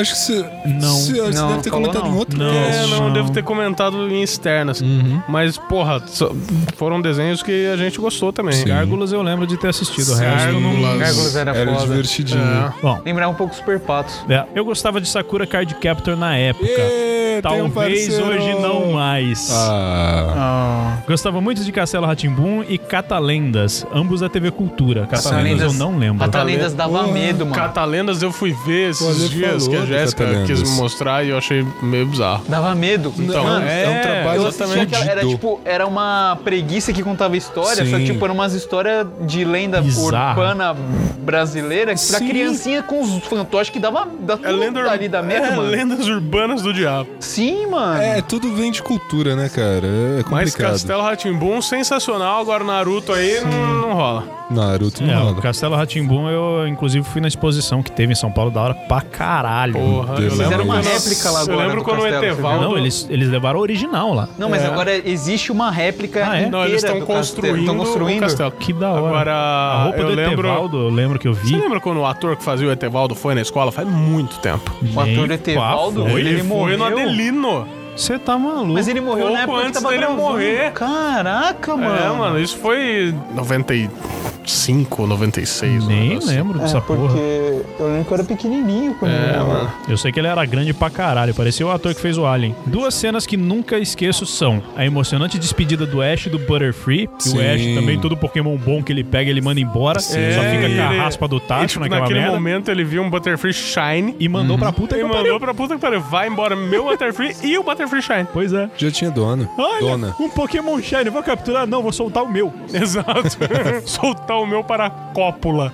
Speaker 3: Acho que você.
Speaker 6: Não.
Speaker 3: Você, você
Speaker 4: Não,
Speaker 3: deve ter
Speaker 4: falou
Speaker 3: comentado
Speaker 4: não.
Speaker 3: em outro
Speaker 6: Não.
Speaker 3: cast.
Speaker 2: É, não,
Speaker 6: não.
Speaker 2: devo ter comentado em externas. Mas, porra, só- foram desenhos que a gente gostou também.
Speaker 3: Sim.
Speaker 6: Gárgulas eu lembro de ter assistido. o resto eu não-
Speaker 2: Gárgulas.
Speaker 4: Gárgulas era,
Speaker 3: Era
Speaker 4: foda.
Speaker 3: divertidinho.
Speaker 2: É.
Speaker 6: Bom,
Speaker 4: Lembrar um pouco dos Super Patos.
Speaker 6: é, eu gostava de Sakura Card Captor na época.
Speaker 3: Ê, tem um
Speaker 6: Talvez
Speaker 3: parceiro.
Speaker 6: hoje não mais.
Speaker 3: Ah.
Speaker 6: Gostava muito de Castelo Ratimbum e Catalendas, ambos da TV Cultura. Catalendas eu
Speaker 4: Catalendas-
Speaker 6: não lembro.
Speaker 4: Catalendas dava medo, mano.
Speaker 2: Catalendas Ah, tá, eu fui ver esses
Speaker 3: Olha,
Speaker 2: dias
Speaker 3: falou
Speaker 2: que a
Speaker 3: do
Speaker 2: Jéssica
Speaker 3: Catalendas.
Speaker 2: quis me mostrar e eu achei meio bizarro.
Speaker 4: Dava medo.
Speaker 2: Então,
Speaker 4: mano,
Speaker 2: é,
Speaker 3: um trabalho
Speaker 2: eu-
Speaker 4: Só que ela- era
Speaker 3: fudido.
Speaker 4: tipo, era uma preguiça que contava história, só que
Speaker 3: Sim.
Speaker 4: tipo, era umas histórias de lenda
Speaker 6: Bizarro.
Speaker 4: urbana brasileira pra
Speaker 3: Sim.
Speaker 4: criancinha com os fantoches que dava da
Speaker 2: É lenda ur-
Speaker 4: ali da merda,
Speaker 2: é,
Speaker 4: mano.
Speaker 2: lendas urbanas do diabo.
Speaker 4: Sim, mano.
Speaker 3: É, tudo vem de cultura, né, cara? É
Speaker 2: Mas
Speaker 3: complicado.
Speaker 2: Castelo Ratimbum, sensacional. Agora o Naruto aí não, não rola.
Speaker 3: Naruto
Speaker 6: É,
Speaker 3: não
Speaker 6: o
Speaker 3: rola.
Speaker 6: Castelo Ratimbum eu inclusive fui na exposição que teve em São Paulo da hora pra caralho.
Speaker 2: Porra, eu
Speaker 3: Desenho.
Speaker 2: lembro.
Speaker 3: Fizeram uma
Speaker 2: quando-
Speaker 4: réplica lá
Speaker 2: Eu
Speaker 4: agora
Speaker 2: lembro
Speaker 4: do
Speaker 2: quando o
Speaker 4: castelo, você viu?
Speaker 2: Etevaldo.
Speaker 6: Não, eles, eles levaram a original lá.
Speaker 4: Não, mas
Speaker 2: É.
Speaker 4: agora existe uma réplica
Speaker 6: Ah, é?
Speaker 4: inteira
Speaker 2: Não, eles
Speaker 4: estão
Speaker 2: estão construindo,
Speaker 4: Estão
Speaker 2: o
Speaker 4: construindo.
Speaker 2: castelo.
Speaker 6: Que da hora.
Speaker 2: Agora,
Speaker 6: a roupa
Speaker 2: eu
Speaker 6: do
Speaker 2: lembro...
Speaker 6: Etevaldo, eu lembro que eu
Speaker 2: Você
Speaker 6: vi.
Speaker 2: lembra quando o ator que fazia o Etevaldo foi na escola? Faz muito tempo.
Speaker 4: O ator
Speaker 6: Gente,
Speaker 4: Etevaldo,
Speaker 6: qual foi?
Speaker 4: ele,
Speaker 2: Ele foi
Speaker 4: morreu.
Speaker 2: no Adelino.
Speaker 6: Você tá maluco.
Speaker 4: Mas ele morreu
Speaker 2: Pouco
Speaker 4: na época
Speaker 2: antes
Speaker 4: que tava
Speaker 2: dele
Speaker 4: gravando.
Speaker 2: morrer.
Speaker 4: Caraca, mano.
Speaker 2: É, mano, isso foi 95, 96. um
Speaker 6: Nem né?
Speaker 2: negócio
Speaker 6: lembro dessa porra.
Speaker 4: É, eu lembro que eu era pequenininho quando
Speaker 2: É,
Speaker 4: ele morreu.
Speaker 6: Eu sei que ele era grande pra caralho, parecia o ator que fez o Alien. Duas cenas que nunca esqueço são a emocionante despedida do Ash e do Butterfree, que o
Speaker 3: Sim.
Speaker 6: Ash também, todo Pokémon bom que ele pega, ele manda embora, só fica
Speaker 2: ele-
Speaker 6: com a raspa do
Speaker 2: assim. E,
Speaker 6: Tacho né,
Speaker 2: tipo,
Speaker 6: naquela
Speaker 2: naquele
Speaker 6: é merda,
Speaker 2: momento ele viu um Butterfree Shine
Speaker 6: e mandou pra puta
Speaker 2: e
Speaker 6: que
Speaker 2: mandou
Speaker 6: pariu.
Speaker 2: pra puta que pariu. Vai embora meu Butterfree e o Butterfree Shine. [laughs]
Speaker 6: Pois é.
Speaker 3: Já tinha dono.
Speaker 6: Olha,
Speaker 3: Dona.
Speaker 6: um Pokémon Shine, vou capturar? Não, vou soltar o meu. [laughs]
Speaker 2: Exato. [laughs] Soltar o o meu para a cópula.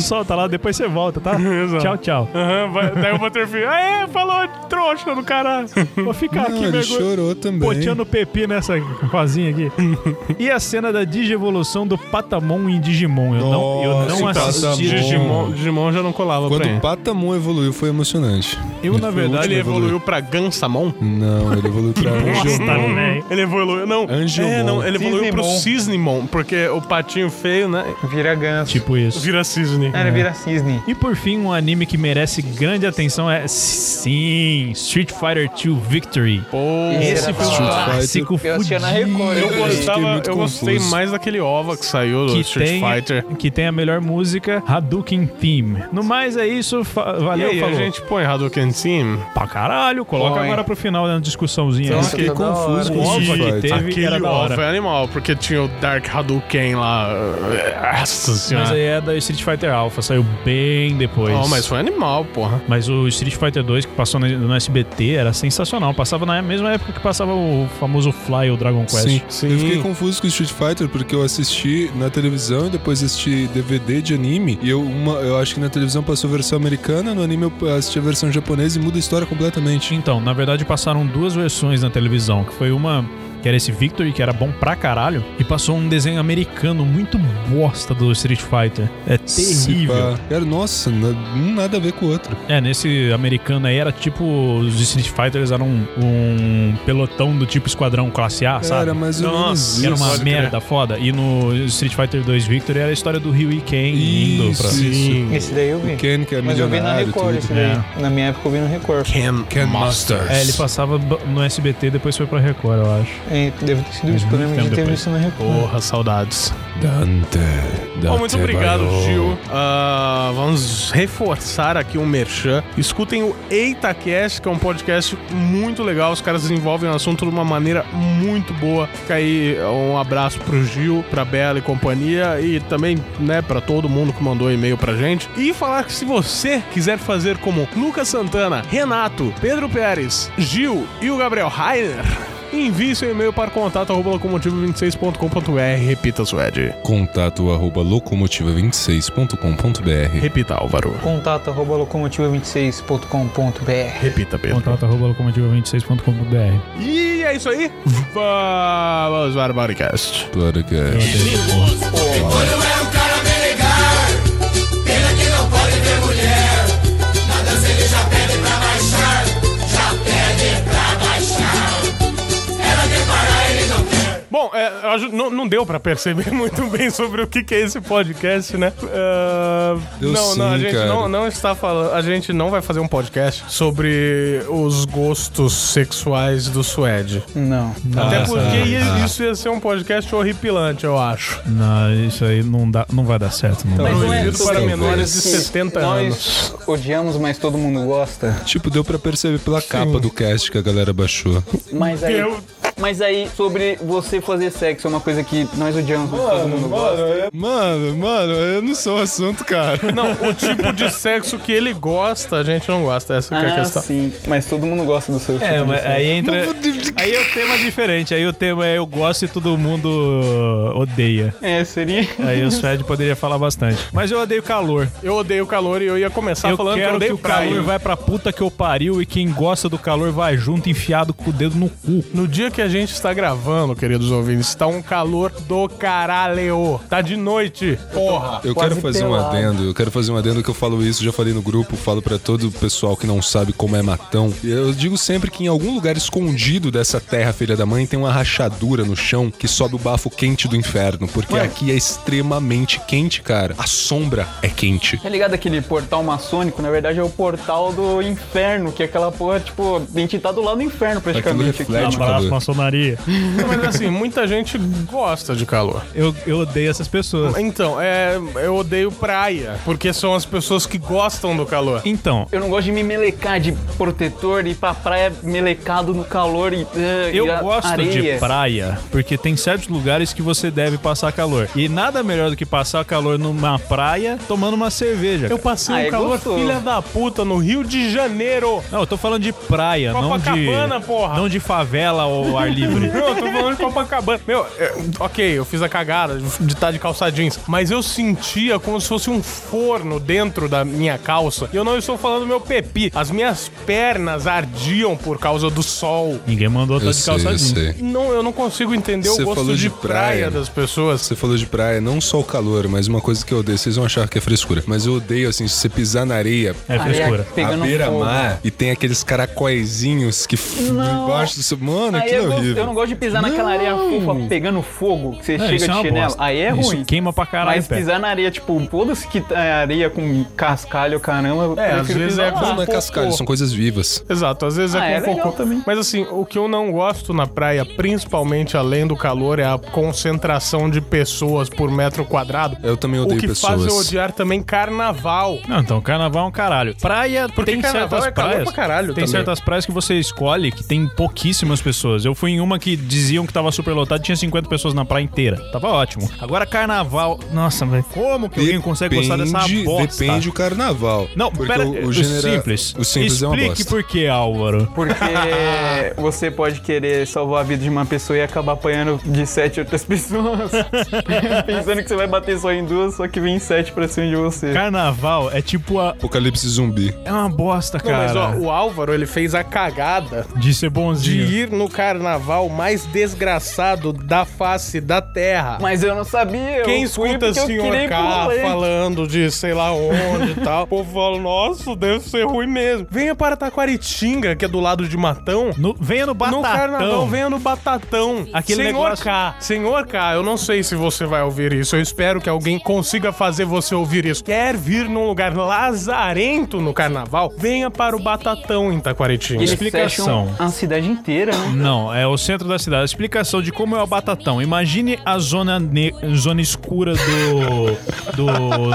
Speaker 6: Solta lá, depois você volta, tá? Tchau, tchau.
Speaker 2: Aham, vai- daí o Butterfield. Aê, falou trouxa do caralho.
Speaker 6: Vou ficar
Speaker 3: Não,
Speaker 6: aqui
Speaker 3: ele
Speaker 6: mergulho.
Speaker 3: chorou também.
Speaker 6: Poteando pepi nessa
Speaker 3: [laughs]
Speaker 6: cozinha aqui. e a cena da digievolução do Patamon em Digimon. Eu não, eu não
Speaker 3: Nossa,
Speaker 6: assisti.
Speaker 3: Patamon.
Speaker 2: Digimon, Digimon já não colava
Speaker 3: Quando
Speaker 2: pra mim.
Speaker 3: o Patamon evoluiu, foi emocionante.
Speaker 6: Eu, na verdade,
Speaker 3: Ele
Speaker 2: Ele
Speaker 3: evoluiu.
Speaker 2: evoluiu pra Gansamon?
Speaker 3: Não, ele evoluiu pra
Speaker 6: [laughs]
Speaker 3: Angelmon.
Speaker 6: né?
Speaker 2: Ele evoluiu. Não,
Speaker 3: Angelmon.
Speaker 2: é, não ele evoluiu pro
Speaker 4: Cisnemon.
Speaker 2: Cisnemon, porque o patinho feio, né?
Speaker 4: Vira ganso.
Speaker 6: Tipo isso.
Speaker 2: Vira cisne.
Speaker 4: Ah, ele vira cisne.
Speaker 6: E por fim, um anime que merece grande atenção é sim, Street Fighter 2 Victory. Esse foi um
Speaker 3: Street
Speaker 6: clássico
Speaker 5: Eu assistia na
Speaker 6: fudido
Speaker 5: Record.
Speaker 2: Eu gostava,
Speaker 3: Fiquei
Speaker 2: eu
Speaker 3: muito
Speaker 2: gostei
Speaker 3: confuso.
Speaker 2: mais daquele ova que saiu do
Speaker 6: que
Speaker 2: Street
Speaker 6: tem,
Speaker 2: Fighter.
Speaker 6: que tem a melhor música Hadouken Theme. No mais é isso, fa-
Speaker 2: E
Speaker 6: valeu,
Speaker 2: aí, a
Speaker 6: falou.
Speaker 2: gente põe Hadouken Team.
Speaker 6: Pra caralho, coloca
Speaker 4: Põe.
Speaker 6: agora pro final da discussãozinha.
Speaker 3: Eu
Speaker 6: aí.
Speaker 2: Nossa,
Speaker 3: fiquei
Speaker 5: tá da
Speaker 3: confuso
Speaker 5: hora.
Speaker 3: Então, com o
Speaker 6: Ih,
Speaker 3: Street Fighter.
Speaker 6: teve- era
Speaker 2: Aquele
Speaker 6: da
Speaker 2: ova
Speaker 6: hora.
Speaker 2: é animal, porque tinha o Dark Hadouken lá. Nossa
Speaker 6: Mas
Speaker 2: senhora.
Speaker 6: aí é da Street Fighter Alpha, saiu bem depois.
Speaker 2: Ah. Não, mas foi animal, porra.
Speaker 6: Mas o Street Fighter 2 que passou na- no SBT era sensacional. Passava na mesma época que passava o famoso Fly ou Dragon Quest.
Speaker 3: Sim.
Speaker 2: Sim.
Speaker 3: Eu fiquei confuso com Street Fighter porque eu assisti na televisão e depois assisti DVD de anime. E eu, uma, eu acho que na televisão passou a versão americana, no anime eu assisti a versão japonesa e muda a história completamente.
Speaker 6: Então, na verdade, passaram duas versões na televisão, que foi uma que era esse Victory, que era bom pra caralho, e passou um desenho americano muito bosta do Street Fighter. É terrível.
Speaker 3: Se pá. Cara, nossa, na- um nada a ver com o outro.
Speaker 6: É, nesse americano aí era tipo. Os Street Fighters eram um, um pelotão do tipo Esquadrão Classe A, sabe?
Speaker 3: Cara, mais ou
Speaker 2: Nossa,
Speaker 3: menos
Speaker 6: Que era uma
Speaker 3: isso.
Speaker 6: merda foda. E no Street Fighter 2 Victory era a história do Ryu e Ken indo pra.
Speaker 3: Isso, isso.
Speaker 4: Esse daí eu vi.
Speaker 3: Ken, que é
Speaker 4: Mas eu vi na
Speaker 3: milionário.
Speaker 4: Record esse
Speaker 3: tudo.
Speaker 4: daí. Na minha época eu vi no Record.
Speaker 2: Ken,
Speaker 3: Ken Masters.
Speaker 6: É, ele passava b- no SBT, depois foi pra Record, eu acho.
Speaker 4: É, deve ter sido isso,
Speaker 6: Mas
Speaker 4: porque eu
Speaker 6: muito
Speaker 4: lembro de
Speaker 6: tempo
Speaker 4: ter
Speaker 6: depois.
Speaker 4: visto na Record.
Speaker 2: Porra, saudades.
Speaker 3: Dante.
Speaker 2: Bom, muito obrigado, Gil. Ah, vamos reforçar aqui um merchan. Escutem o EitaCast, que é um podcast muito legal. Os caras desenvolvem o assunto de uma maneira muito boa. Fica aí um abraço pro Gil, pra Bela e companhia. E também, né, pra todo mundo que mandou e-mail pra gente. E falar que se você quiser fazer como Lucas Santana, Renato, Pedro Pérez, Gil e o Gabriel Rainer, envie seu e-mail para contato.locomotivo26.com.br. Repita, Suede.
Speaker 3: Contato arroba locomotiva26.com.br.
Speaker 2: Repita, Álvaro.
Speaker 4: Contato arroba locomotiva26.com.br.
Speaker 2: Repita, Pedro.
Speaker 6: Contato arroba locomotiva26.com.br.
Speaker 2: E é isso aí. Vamos para o podcast.
Speaker 3: Claro que é.
Speaker 2: Bom, é, eu acho- não, não deu pra perceber [laughs] muito bem sobre o que, que é esse podcast, né? Ah,
Speaker 3: Deu
Speaker 2: não,
Speaker 3: sim,
Speaker 2: não, a gente
Speaker 3: cara.
Speaker 2: não, não está falando. A gente não vai fazer um podcast sobre os gostos sexuais do Suede.
Speaker 4: Não.
Speaker 2: Até porque ia- isso ia ser um podcast horripilante, eu acho.
Speaker 6: Não, isso aí não, dá, não vai dar certo.
Speaker 3: Tá
Speaker 6: Não
Speaker 4: Mas
Speaker 6: dá.
Speaker 4: não é assim.
Speaker 2: Proibido para
Speaker 4: sobre
Speaker 2: menores de
Speaker 4: coisas que
Speaker 2: 70
Speaker 4: nós odiamos, mas todo mundo gosta.
Speaker 3: Tipo, deu pra perceber pela capa do cast que a galera baixou.
Speaker 4: Mas aí...
Speaker 2: Eu-
Speaker 4: Mas aí, sobre você fazer sexo, é uma coisa que nós odiamos, mas todo mundo gosta.
Speaker 3: Mano, mano, eu não sou o assunto, cara.
Speaker 2: Não, o tipo de sexo que ele gosta, a gente não gosta. Essa que é a
Speaker 4: Ah,
Speaker 2: questão.
Speaker 4: sim. Mas todo mundo gosta do seu
Speaker 6: É,
Speaker 4: tipo de
Speaker 6: mas
Speaker 4: sexo.
Speaker 6: aí entra. Aí o tema é diferente. Aí o tema é eu gosto e todo mundo odeia.
Speaker 4: É, seria...
Speaker 6: Aí o Fred poderia falar bastante. Mas eu odeio calor.
Speaker 2: Eu odeio o calor e eu ia começar tá
Speaker 6: eu
Speaker 2: falando que eu
Speaker 6: quero que,
Speaker 2: odeio
Speaker 6: o calor
Speaker 2: praia.
Speaker 6: vai pra puta que eu pariu e quem gosta do calor vai junto enfiado com o dedo no cu.
Speaker 2: No dia que a gente está gravando, queridos ouvintes, está um calor do caralho. Tá de noite. Porra.
Speaker 3: Eu
Speaker 4: Quase
Speaker 3: quero fazer um
Speaker 4: pelado.
Speaker 3: adendo, eu quero fazer um adendo que eu falo isso, já falei no grupo, falo pra todo o pessoal que não sabe como é matão. Eu digo sempre que em algum lugar escondido dessa terra, filha da mãe, tem uma rachadura no chão que sobe o bafo quente do inferno, porque aqui é extremamente quente, cara. A sombra é quente.
Speaker 4: Tá ligado aquele portal maçônico? Na verdade é o portal do inferno, que é aquela porra, tipo, a gente tá do lado do inferno
Speaker 3: Aquilo
Speaker 4: praticamente. aqui.
Speaker 3: reflete,
Speaker 6: Abraço,
Speaker 3: cara.
Speaker 6: maçonaria.
Speaker 2: Mas assim, muita gente gosta de calor.
Speaker 6: Eu, eu odeio essas pessoas.
Speaker 2: Então, é, eu odeio praia, porque são as pessoas que gostam do calor.
Speaker 6: Então,
Speaker 4: Eu não gosto de me melecar de protetor, de ir pra praia melecado no calor e. eh,
Speaker 6: Eu
Speaker 4: e a-
Speaker 6: gosto
Speaker 4: areia.
Speaker 6: de praia, porque tem certos lugares que você deve passar calor. E nada melhor do que passar calor numa praia tomando uma cerveja.
Speaker 2: Eu passei
Speaker 4: Ah,
Speaker 2: um
Speaker 4: é
Speaker 2: calor
Speaker 4: gostoso.
Speaker 2: filha da puta no Rio de Janeiro.
Speaker 6: Não, eu tô falando de praia, não de.
Speaker 2: Copacabana, porra.
Speaker 6: Não de favela ou
Speaker 3: [laughs]
Speaker 6: ar livre.
Speaker 2: Não, eu tô falando de Copacabana. Meu, é, ok, eu fiz a cagada de estar de calça jeans, mas eu sentia como se fosse um forno dentro da minha calça. E eu não estou falando do meu pepi. As minhas pernas ardiam por causa do sol.
Speaker 6: Ninguém mandou tá
Speaker 3: Eu
Speaker 6: de calça
Speaker 3: sei, eu
Speaker 6: jeans.
Speaker 3: sei.
Speaker 2: Não, eu não consigo entender
Speaker 3: Você
Speaker 2: o gosto
Speaker 3: falou
Speaker 2: de,
Speaker 3: de praia,
Speaker 2: praia
Speaker 3: né?
Speaker 2: das pessoas.
Speaker 3: Você falou de praia, não só o calor, mas uma coisa que eu odeio. Vocês vão achar que é frescura. Mas eu odeio, assim, se você pisar na areia,
Speaker 6: É frescura.
Speaker 3: à
Speaker 4: Pegando fogo.
Speaker 3: beira-mar, e tem aqueles caracóizinhos que f- [laughs] embaixo do seu... Mano, aquilo
Speaker 4: Aí Ah, eu,
Speaker 3: é
Speaker 4: gosto-
Speaker 3: horrível.
Speaker 4: eu não gosto de pisar naquela areia fofa pegando fogo, que você
Speaker 6: Não,
Speaker 4: chega
Speaker 6: isso é
Speaker 4: de
Speaker 6: uma
Speaker 4: chinelo.
Speaker 6: bosta.
Speaker 4: Aí é
Speaker 6: Isso
Speaker 4: ruim.
Speaker 6: queima pra caralho
Speaker 4: Mas
Speaker 6: o pé.
Speaker 4: pisar na areia, tipo, todos que é, areia com cascalho, caramba, eu
Speaker 2: É, às
Speaker 4: prefiro
Speaker 2: vezes
Speaker 4: pisar
Speaker 2: é
Speaker 6: Ah,
Speaker 4: lá.
Speaker 3: Não, não é
Speaker 2: Cocô.
Speaker 3: cascalho, são coisas vivas.
Speaker 2: Exato, às vezes
Speaker 4: Ah,
Speaker 2: é
Speaker 4: é
Speaker 2: com
Speaker 4: legal
Speaker 2: cocô.
Speaker 4: também.
Speaker 2: Mas assim, o que eu não gosto na praia, principalmente além do calor, é a concentração de pessoas por metro quadrado.
Speaker 3: Eu também odeio
Speaker 2: o que faz
Speaker 3: pessoas.
Speaker 2: eu odiar também carnaval.
Speaker 6: Não, então carnaval é um caralho. Praia tem
Speaker 2: carnaval
Speaker 6: certas
Speaker 2: é calor
Speaker 6: praias.
Speaker 2: pra caralho
Speaker 6: tem
Speaker 2: também.
Speaker 6: certas praias que você escolhe que tem pouquíssimas pessoas. Eu fui em uma que diziam que tava super lotada, tinha 50 pessoas na praia inteira. Tava ótimo. Agora carnaval, nossa, velho, como que alguém consegue gostar dessa
Speaker 3: Depende-
Speaker 6: bosta?
Speaker 3: Depende o carnaval.
Speaker 6: Não,
Speaker 3: porque
Speaker 6: pera,
Speaker 3: o,
Speaker 6: o
Speaker 3: o genera-
Speaker 6: simples.
Speaker 3: O simples é uma
Speaker 6: Explique
Speaker 3: bosta.
Speaker 6: por que, Álvaro.
Speaker 2: [laughs]
Speaker 4: Porque você pode querer salvar a vida de uma pessoa e acabar apanhando de sete
Speaker 2: [laughs]
Speaker 4: outras pessoas. Pensando que você vai bater só em duas, só que vem sete pra cima de você.
Speaker 6: Carnaval é tipo a...
Speaker 3: Apocalipse zumbi.
Speaker 6: É uma bosta,
Speaker 2: Não,
Speaker 6: cara.
Speaker 2: mas ó, o Álvaro, ele fez a cagada
Speaker 6: De ser
Speaker 2: de
Speaker 6: bonzinho.
Speaker 2: ir no carnaval mais desgraçado da face da terra.
Speaker 4: Mas eu não sabia. eu
Speaker 2: Quem
Speaker 4: fui
Speaker 2: escuta
Speaker 4: porque eu queria
Speaker 2: senhor
Speaker 4: ir pro
Speaker 2: K
Speaker 4: rolê.
Speaker 2: falando de sei lá onde e
Speaker 4: [laughs]
Speaker 2: tal, o povo fala, nossa, deve ser ruim mesmo. Venha para Taquaritinga, que é do lado de Matão,
Speaker 6: No- venha no batatão.
Speaker 2: No carnaval venha no batatão.
Speaker 6: Aquele
Speaker 2: Senhor
Speaker 6: negócio-
Speaker 2: K. Senhor K, eu não sei se você vai ouvir isso. Eu espero que alguém consiga fazer você ouvir isso. Quer vir num lugar lazarento no carnaval? Venha para o batatão em Taquaritinga.
Speaker 4: Eles
Speaker 6: Explicação.
Speaker 4: fecham a cidade inteira, né?
Speaker 6: Não, é o centro da cidade. A explicação de como é o Batatão. Imagine a zona, ne- zona escura do,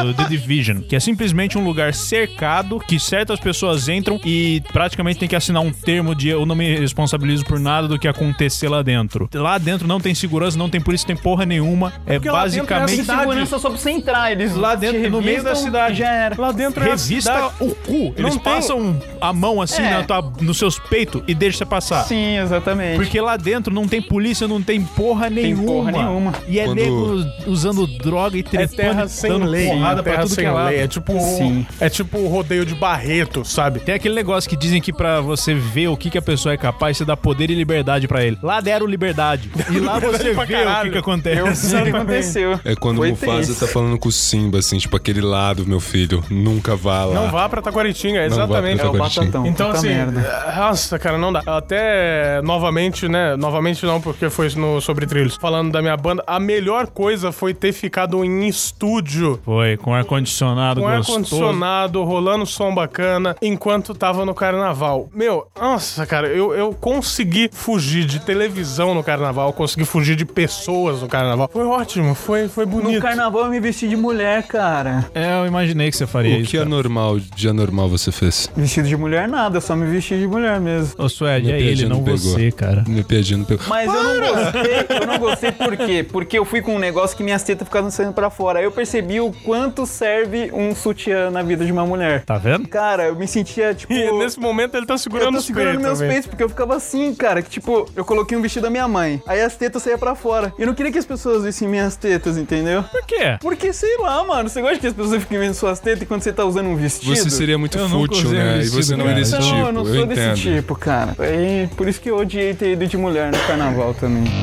Speaker 6: do The Division, que é simplesmente um lugar cercado que certas pessoas entram e praticamente tem que assinar um termo de eu não me responsabilizo por nada do que acontecer lá dentro. Lá dentro não tem segurança, não tem polícia, tem porra nenhuma. É
Speaker 2: Porque lá dentro é a
Speaker 6: basicamente.
Speaker 4: Tem segurança só pra você entrar. Eles
Speaker 6: Lá
Speaker 4: te
Speaker 6: dentro, no meio da
Speaker 4: revistam,
Speaker 6: cidade.
Speaker 4: Já era.
Speaker 2: Lá dentro é a
Speaker 6: Revista
Speaker 2: cidade-
Speaker 6: o cu. Eles
Speaker 2: tem-
Speaker 6: passam a mão assim
Speaker 4: É.
Speaker 6: na tua, nos seus peitos e deixam você
Speaker 2: assim,
Speaker 6: passar.
Speaker 4: Sim, exatamente.
Speaker 6: Porque lá dentro não tem polícia, não tem porra nenhuma.
Speaker 4: porra nenhuma.
Speaker 6: E é
Speaker 3: Quando-
Speaker 6: nego usando droga e
Speaker 2: É
Speaker 6: trepando,
Speaker 2: terra
Speaker 6: e
Speaker 2: sem
Speaker 6: dando
Speaker 2: lei.
Speaker 6: porrada
Speaker 2: É
Speaker 6: pra
Speaker 2: terra
Speaker 6: tudo que é
Speaker 2: sem
Speaker 6: lado.
Speaker 2: lei. É tipo, o,
Speaker 4: Sim.
Speaker 2: é tipo o rodeio de Barreto, sabe?
Speaker 6: Tem aquele negócio que dizem que pra você ver o que, que a pessoa é capaz, você dá poder e liberdade pra ele. Lá deram liberdade. E lá você
Speaker 2: pra
Speaker 6: vê o que,
Speaker 2: caralho.
Speaker 6: que acontece.
Speaker 4: Eu sei É o que aconteceu.
Speaker 3: É quando o
Speaker 4: Foi
Speaker 3: Mufasa
Speaker 4: triste.
Speaker 3: tá falando com o Simba, assim, tipo, aquele lado, meu filho, nunca vá lá.
Speaker 2: Não vá para Taquaritinga,
Speaker 3: Não vá pra
Speaker 2: exatamente.
Speaker 4: É o
Speaker 3: Agora sim.
Speaker 4: batatão.
Speaker 2: Então,
Speaker 4: puta
Speaker 2: assim,
Speaker 4: merda.
Speaker 2: nossa, cara, não dá. Até novamente, né? Novamente não, porque foi no Sobre Trilhos. Falando da minha banda, a melhor coisa foi ter ficado em estúdio.
Speaker 6: Foi, com ar-condicionado
Speaker 2: Com
Speaker 6: gostoso.
Speaker 2: ar-condicionado, rolando som bacana, enquanto tava no carnaval. Meu, nossa, cara, eu, eu consegui fugir de televisão no carnaval, consegui fugir de pessoas no carnaval. Foi ótimo, foi, foi bonito.
Speaker 4: No carnaval eu me vesti de mulher, cara.
Speaker 6: É, eu imaginei que você faria
Speaker 3: O
Speaker 6: isso.
Speaker 3: que
Speaker 6: cara.
Speaker 3: anormal de anormal você fez?
Speaker 4: Vestido de mulher nada, eu só me vesti de mulher mesmo.
Speaker 6: Ô, Suede,
Speaker 3: Minha
Speaker 6: é ele,
Speaker 3: piadinha
Speaker 6: não
Speaker 3: não pegou.
Speaker 6: você, cara.
Speaker 3: Me pedindo pelo.
Speaker 4: Mas eu não gostei, eu não gostei por quê? Porque eu fui com um negócio que minhas tetas ficavam saindo pra fora. Aí eu percebi o quanto serve um sutiã na vida de uma mulher.
Speaker 6: Tá vendo?
Speaker 4: Cara, [laughs] eu me sentia, tipo...
Speaker 2: E nesse momento ele tá
Speaker 4: Eu
Speaker 2: segurando
Speaker 4: tô
Speaker 2: os
Speaker 4: segurando
Speaker 2: peitos.
Speaker 4: meus
Speaker 2: velho.
Speaker 4: peitos porque eu ficava assim, cara. Que tipo, eu coloquei um vestido da minha mãe. Aí as tetas saíam pra fora. E eu não queria que as pessoas vissem minhas tetas, entendeu?
Speaker 6: Por quê?
Speaker 4: Porque sei lá, mano. Você gosta que as pessoas fiquem vendo suas tetas quando você tá usando um vestido?
Speaker 3: Você seria muito
Speaker 6: Eu nunca
Speaker 3: fútil,
Speaker 6: usei um
Speaker 3: né?
Speaker 6: vestido,
Speaker 3: e você não
Speaker 6: cara.
Speaker 3: é desse
Speaker 4: Não,
Speaker 3: tipo.
Speaker 4: eu não sou desse
Speaker 3: entendo.
Speaker 4: tipo, cara. Aí, por isso que eu odiei ter ido de mulher no carnaval também.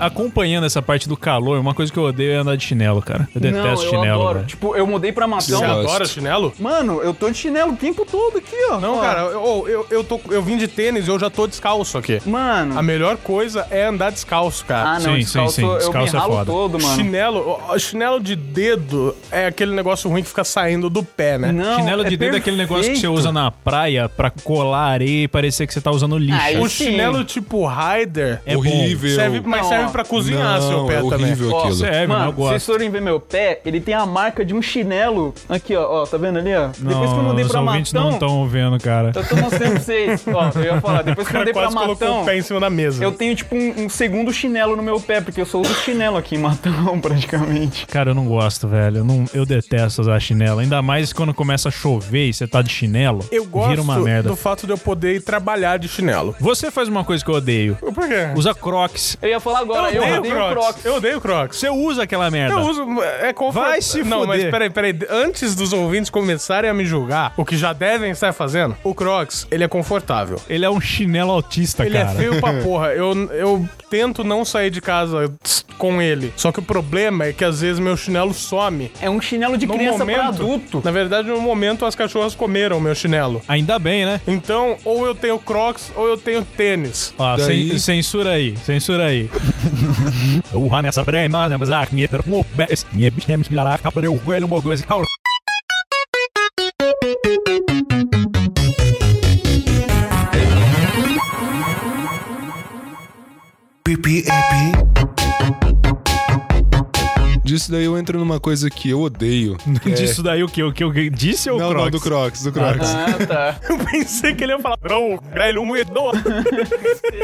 Speaker 6: Acompanhando essa parte do calor, uma coisa que eu odeio é andar de chinelo, cara. Eu detesto
Speaker 4: não, eu
Speaker 6: chinelo, né?
Speaker 4: adoro.
Speaker 6: velho.
Speaker 4: Tipo, eu mudei pra Matão.
Speaker 2: Você
Speaker 3: Eu gosto.
Speaker 2: adora chinelo?
Speaker 4: Mano, eu tô de chinelo o tempo todo aqui, ó.
Speaker 2: Não,
Speaker 4: Ó.
Speaker 2: cara, eu, eu, eu, tô, eu vim de tênis e eu já tô descalço aqui.
Speaker 4: Mano.
Speaker 2: A melhor coisa é andar descalço, cara.
Speaker 4: Ah, não,
Speaker 6: Sim, sim,
Speaker 4: descalço,
Speaker 6: sim,
Speaker 4: eu
Speaker 6: descalço
Speaker 4: me
Speaker 6: é
Speaker 4: ralo
Speaker 6: foda.
Speaker 4: todo, Ah, mano.
Speaker 2: Chinelo, ó, chinelo de dedo é aquele negócio ruim que fica saindo do pé, né?
Speaker 4: Não,
Speaker 6: Chinelo de dedo é aquele negócio que você
Speaker 4: perfeito.
Speaker 6: usa na praia pra colar areia e parecer que você tá usando lixo.
Speaker 4: Ah,
Speaker 2: O
Speaker 4: sim.
Speaker 2: chinelo tipo Rider
Speaker 6: É bom.
Speaker 3: Horrível.
Speaker 2: serve, mas
Speaker 4: Não,
Speaker 2: serve pra cozinhar seu pé
Speaker 3: é
Speaker 2: também.
Speaker 3: horrível
Speaker 5: Ó,
Speaker 3: aquilo.
Speaker 6: Serve, mas eu
Speaker 5: Mano,
Speaker 6: gosto.
Speaker 5: vocês forem ver meu pé, ele tem a marca de um chinelo. Aqui, ó, ó, tá vendo ali, ó? Depois que eu
Speaker 6: Não,
Speaker 5: mandei
Speaker 6: os
Speaker 5: pra
Speaker 6: ouvintes não
Speaker 5: Matão.
Speaker 6: estão vendo, cara.
Speaker 4: Tá
Speaker 5: Eu tô mostrando pra vocês. Ó, eu ia falar, depois que eu mandei pra
Speaker 2: Quase colocou
Speaker 5: Matão.
Speaker 2: o pé em cima da mesa.
Speaker 5: Eu tenho tipo um, um segundo chinelo no meu pé, porque eu só uso chinelo aqui em Matão, [laughs] praticamente.
Speaker 6: Cara, eu não gosto, velho. Eu, não- eu detesto usar chinelo. Ainda mais quando começa a chover e você tá de chinelo.
Speaker 2: Eu gosto
Speaker 6: Vira uma merda.
Speaker 2: do fato de eu poder ir trabalhar de chinelo.
Speaker 6: Você faz uma coisa que eu odeio.
Speaker 2: Por quê?
Speaker 6: Usa crocs.
Speaker 5: Eu ia falar agora, eu, eu odeio Crocs.
Speaker 2: Eu odeio Crocs.
Speaker 6: Você usa aquela merda.
Speaker 2: Eu uso. É conforto.
Speaker 6: Vai se
Speaker 2: Não, mas
Speaker 6: fuder.
Speaker 2: peraí, peraí. Antes dos ouvintes começarem a me julgar, o que já devem estar fazendo, o Crocs, ele é confortável.
Speaker 6: Ele é um chinelo autista,
Speaker 2: Ele
Speaker 6: cara.
Speaker 2: é feio [laughs] pra porra. Eu, eu tento não sair de casa tss, com ele. Só que o problema é que às vezes meu chinelo some.
Speaker 5: É um chinelo de
Speaker 2: No
Speaker 5: criança pra
Speaker 2: momento.
Speaker 5: adulto.
Speaker 2: Na verdade, no momento as cachorras comeram meu chinelo.
Speaker 6: Ainda bem, né?
Speaker 2: Então, ou eu tenho Crocs ou eu tenho tênis. [laughs]
Speaker 6: Ó,
Speaker 3: Daí-
Speaker 6: cen- censura aí,
Speaker 3: [laughs]
Speaker 6: censura aí. O Hanessa Breman,
Speaker 3: né,
Speaker 6: mas
Speaker 3: ah,
Speaker 6: a minha performance, minha bicha me espirará, cabreu,
Speaker 3: um
Speaker 6: velho, uma coisa, cara.
Speaker 3: Disso daí eu entro numa coisa que eu odeio. que é-
Speaker 6: [laughs] Disso daí o que? O que eu disse ou o
Speaker 3: Não,
Speaker 6: Crocs?
Speaker 3: não, do Crocs, do Crocs.
Speaker 5: Ah, tá.
Speaker 2: Eu pensei que ele ia falar, não, velho, um moedor.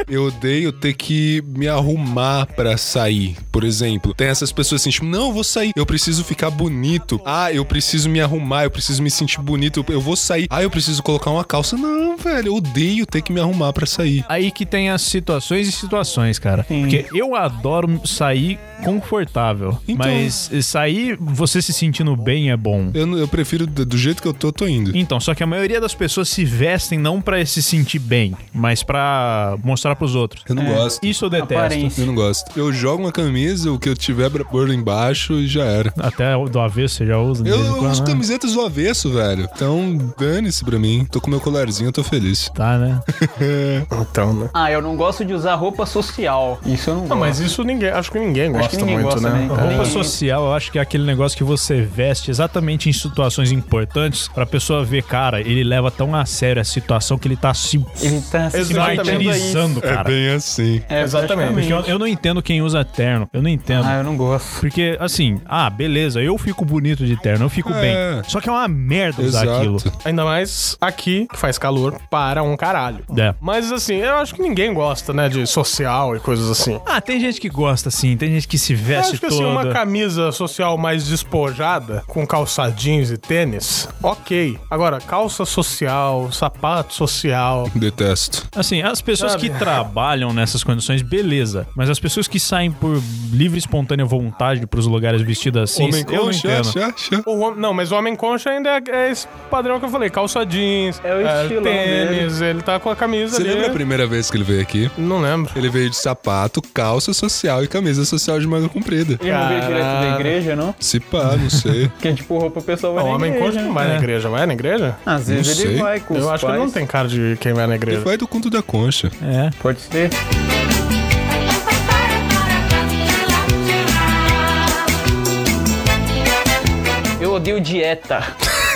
Speaker 3: Eu odeio ter que me arrumar pra sair, por exemplo. Tem essas pessoas assim, tipo, não, eu vou sair, eu preciso ficar bonito. Ah, eu preciso me arrumar, eu preciso me sentir bonito, eu vou sair. Ah, eu preciso colocar uma calça. Não, velho, eu odeio ter que me arrumar pra sair.
Speaker 6: Aí que tem as situações e situações, cara. Porque eu adoro sair confortável.
Speaker 3: Então-
Speaker 6: Mas sair você se sentindo bem é bom.
Speaker 3: Eu, não- eu prefiro, do do jeito que eu tô, eu tô indo.
Speaker 6: Então, só que a maioria das pessoas se vestem não pra se sentir bem, mas pra mostrar pros outros.
Speaker 3: Eu não gosto.
Speaker 6: Isso eu detesto.
Speaker 5: Aparência.
Speaker 3: Eu não gosto. Eu jogo uma camisa, o que eu tiver pra pôr embaixo e já era.
Speaker 6: Até o do avesso você já usa. de
Speaker 3: Eu,
Speaker 6: vez em
Speaker 3: eu
Speaker 6: quando,
Speaker 3: uso
Speaker 6: né?
Speaker 3: camisetas do avesso, velho. Então, dane-se pra mim. Tô com meu colarzinho, eu tô feliz.
Speaker 6: Tá, né?
Speaker 2: Então, né?
Speaker 5: [laughs] Ah, eu não gosto de usar roupa social. Isso eu não gosto.
Speaker 2: Não, mas isso ninguém, acho que ninguém gosta
Speaker 5: ninguém
Speaker 2: muito,
Speaker 5: gosta,
Speaker 2: né?
Speaker 5: né, cara?
Speaker 6: Roupa
Speaker 5: Sim.
Speaker 6: social, eu acho que é aquele negócio que você veste exatamente em situações importantes pra pessoa ver, cara, ele leva tão a sério a situação que ele tá se
Speaker 5: Ele tá se
Speaker 2: Exatamente.
Speaker 5: submetendo a isso.
Speaker 6: martirizando, cara.
Speaker 3: bem assim.
Speaker 5: É,
Speaker 2: Exatamente.
Speaker 6: Porque eu,
Speaker 5: praticamente.
Speaker 6: eu não entendo quem usa terno. Eu não entendo.
Speaker 4: é.
Speaker 5: Ah, eu não gosto.
Speaker 6: Porque, assim, ah, beleza, eu fico bonito de terno, eu fico
Speaker 3: É.
Speaker 6: bem. Só que é uma merda usar aquilo.
Speaker 3: Exato.
Speaker 2: Ainda mais aqui, que faz calor para um caralho.
Speaker 6: É.
Speaker 2: Mas assim, eu acho que ninguém gosta, né, de social e coisas assim.
Speaker 6: Ah, tem gente que gosta, sim. Tem gente que se
Speaker 2: Eu
Speaker 6: veste
Speaker 2: acho que assim,
Speaker 6: toda.
Speaker 2: uma camisa social mais despojada, com calçadinhos e tênis, ok. Agora, calça social, sapato social.
Speaker 3: Detesto.
Speaker 6: Assim, as pessoas
Speaker 2: Sabe?
Speaker 6: que trabalham nessas condições, beleza. Mas as pessoas que saem por livre e espontânea vontade pros lugares vestidas assim,
Speaker 3: Homem
Speaker 6: eu não
Speaker 3: concha,
Speaker 6: entendo.
Speaker 3: acha, acha.
Speaker 2: O hom- não, mas o homem concha ainda é, é esse padrão que eu falei: calça jeans,
Speaker 5: É o estilão
Speaker 2: tênis, ele tá com a camisa
Speaker 3: Você
Speaker 2: ali.
Speaker 3: lembra a primeira vez que ele veio aqui?
Speaker 2: Não lembro.
Speaker 3: Ele veio de sapato, calça social e camisa social de manga comprida.
Speaker 5: Ele não veio direto da igreja, não?
Speaker 3: Se pá, não sei.
Speaker 5: Porque, tipo, roupa pessoal vai
Speaker 2: O
Speaker 5: na
Speaker 2: homem
Speaker 5: igreja,
Speaker 2: concha
Speaker 5: né?
Speaker 2: não vai na igreja, vai na igreja?
Speaker 5: Às vezes
Speaker 3: Não
Speaker 5: ele
Speaker 3: sei.
Speaker 5: vai com os
Speaker 2: eu acho que
Speaker 5: pais.
Speaker 2: não tem cara de quem vai na
Speaker 3: Ele
Speaker 2: igreja.
Speaker 3: vai do conto da concha.
Speaker 6: É.
Speaker 5: Pode ser. Eu odeio dieta.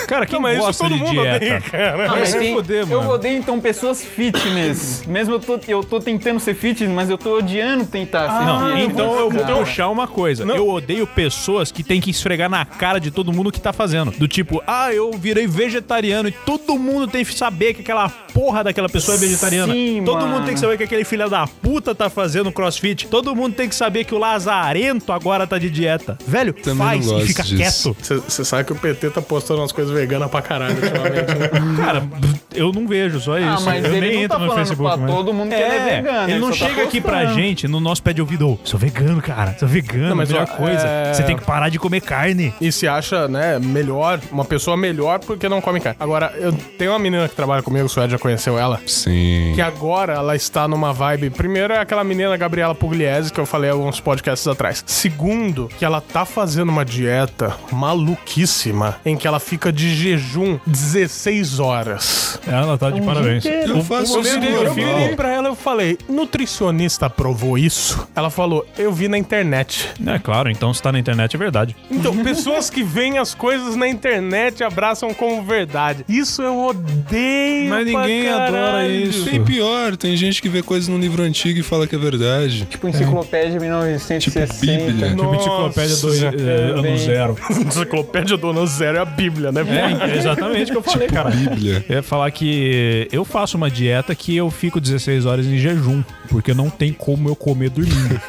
Speaker 6: Cara, quem
Speaker 2: mas isso
Speaker 6: gosta
Speaker 2: todo
Speaker 6: de
Speaker 2: mundo
Speaker 6: dieta?
Speaker 2: odeia, cara.
Speaker 5: Ah,
Speaker 6: se
Speaker 5: tem-
Speaker 6: fuder, mano.
Speaker 5: Eu odeio, então, pessoas
Speaker 6: [coughs]
Speaker 5: fitness. Mesmo eu tô, eu tô tentando ser fitness, mas eu tô odiando tentar ser
Speaker 6: Não,
Speaker 5: fitness.
Speaker 6: então eu vou
Speaker 5: Cara. Ah,
Speaker 6: puxar uma coisa. Eu odeio pessoas que têm que esfregar na cara de todo mundo que tá fazendo. Do tipo, ah, eu virei vegetariano e todo mundo tem que saber que aquela porra daquela pessoa é vegetariana.
Speaker 5: Sim,
Speaker 6: todo
Speaker 5: mano.
Speaker 6: mundo tem que saber que aquele filho da puta tá fazendo crossfit. Todo mundo tem que saber que o Lazarento agora tá de dieta. Velho,
Speaker 3: Também
Speaker 6: faz
Speaker 3: não
Speaker 6: e
Speaker 3: gosto
Speaker 6: fica
Speaker 3: disso.
Speaker 6: quieto.
Speaker 2: Você sabe que o PT tá postando umas coisas veganas pra caralho ultimamente, né?
Speaker 6: Cara, eu não vejo, só isso.
Speaker 5: Ah, mas
Speaker 6: eu
Speaker 5: ele não
Speaker 6: nem
Speaker 5: tá
Speaker 6: entro no
Speaker 5: falando
Speaker 6: Facebook.
Speaker 5: pra
Speaker 6: mas-
Speaker 5: todo mundo que ele é vegano.
Speaker 6: Ele não
Speaker 5: só tá
Speaker 6: chega aqui pra
Speaker 5: postando.
Speaker 6: gente no nosso pé de ouvido. "Ô, Sou vegano, cara. Sou vegano,
Speaker 2: Não, mas
Speaker 6: melhor
Speaker 2: ó,
Speaker 6: coisa.
Speaker 2: é-
Speaker 6: Você tem que parar de comer carne.
Speaker 2: E se acha, né, melhor, uma pessoa melhor porque não come carne. Agora, eu tenho uma menina que trabalha comigo, o Suede já conheceu ela.
Speaker 3: Sim.
Speaker 2: Que agora ela está numa vibe. Primeiro é aquela menina Gabriela Pugliese, que eu falei alguns podcasts atrás. Segundo, que ela tá fazendo uma dieta maluquíssima em que ela fica de de jejum 16 horas.
Speaker 6: Ela tá de parabéns. Um-
Speaker 3: Eu faço
Speaker 2: Eu
Speaker 3: isso
Speaker 2: virei, eu virei pra ela e falei, nutricionista aprovou isso? Ela falou, eu vi na internet.
Speaker 6: É claro, então se tá na internet é verdade.
Speaker 2: Então, pessoas que veem as coisas na internet abraçam como verdade. Isso eu odeio.
Speaker 6: Mas
Speaker 2: pra
Speaker 6: ninguém
Speaker 2: caralho.
Speaker 6: adora isso.
Speaker 3: Tem pior, tem gente que vê coisas num livro antigo e fala que é verdade.
Speaker 4: Tipo
Speaker 6: né?
Speaker 4: enciclopédia de
Speaker 3: Tipo
Speaker 4: 1960.
Speaker 3: Bíblia.
Speaker 6: Tipo enciclopédia do eh, ano
Speaker 4: Bem.
Speaker 6: zero.
Speaker 2: [laughs] Enciclopédia do ano zero é a Bíblia, né?
Speaker 6: É, exatamente o que eu falei,
Speaker 3: Tipo,
Speaker 6: cara.
Speaker 3: Bíblia.
Speaker 6: É falar que eu faço uma dieta que eu fico 16 horas em jejum, porque não tem como eu comer dormindo.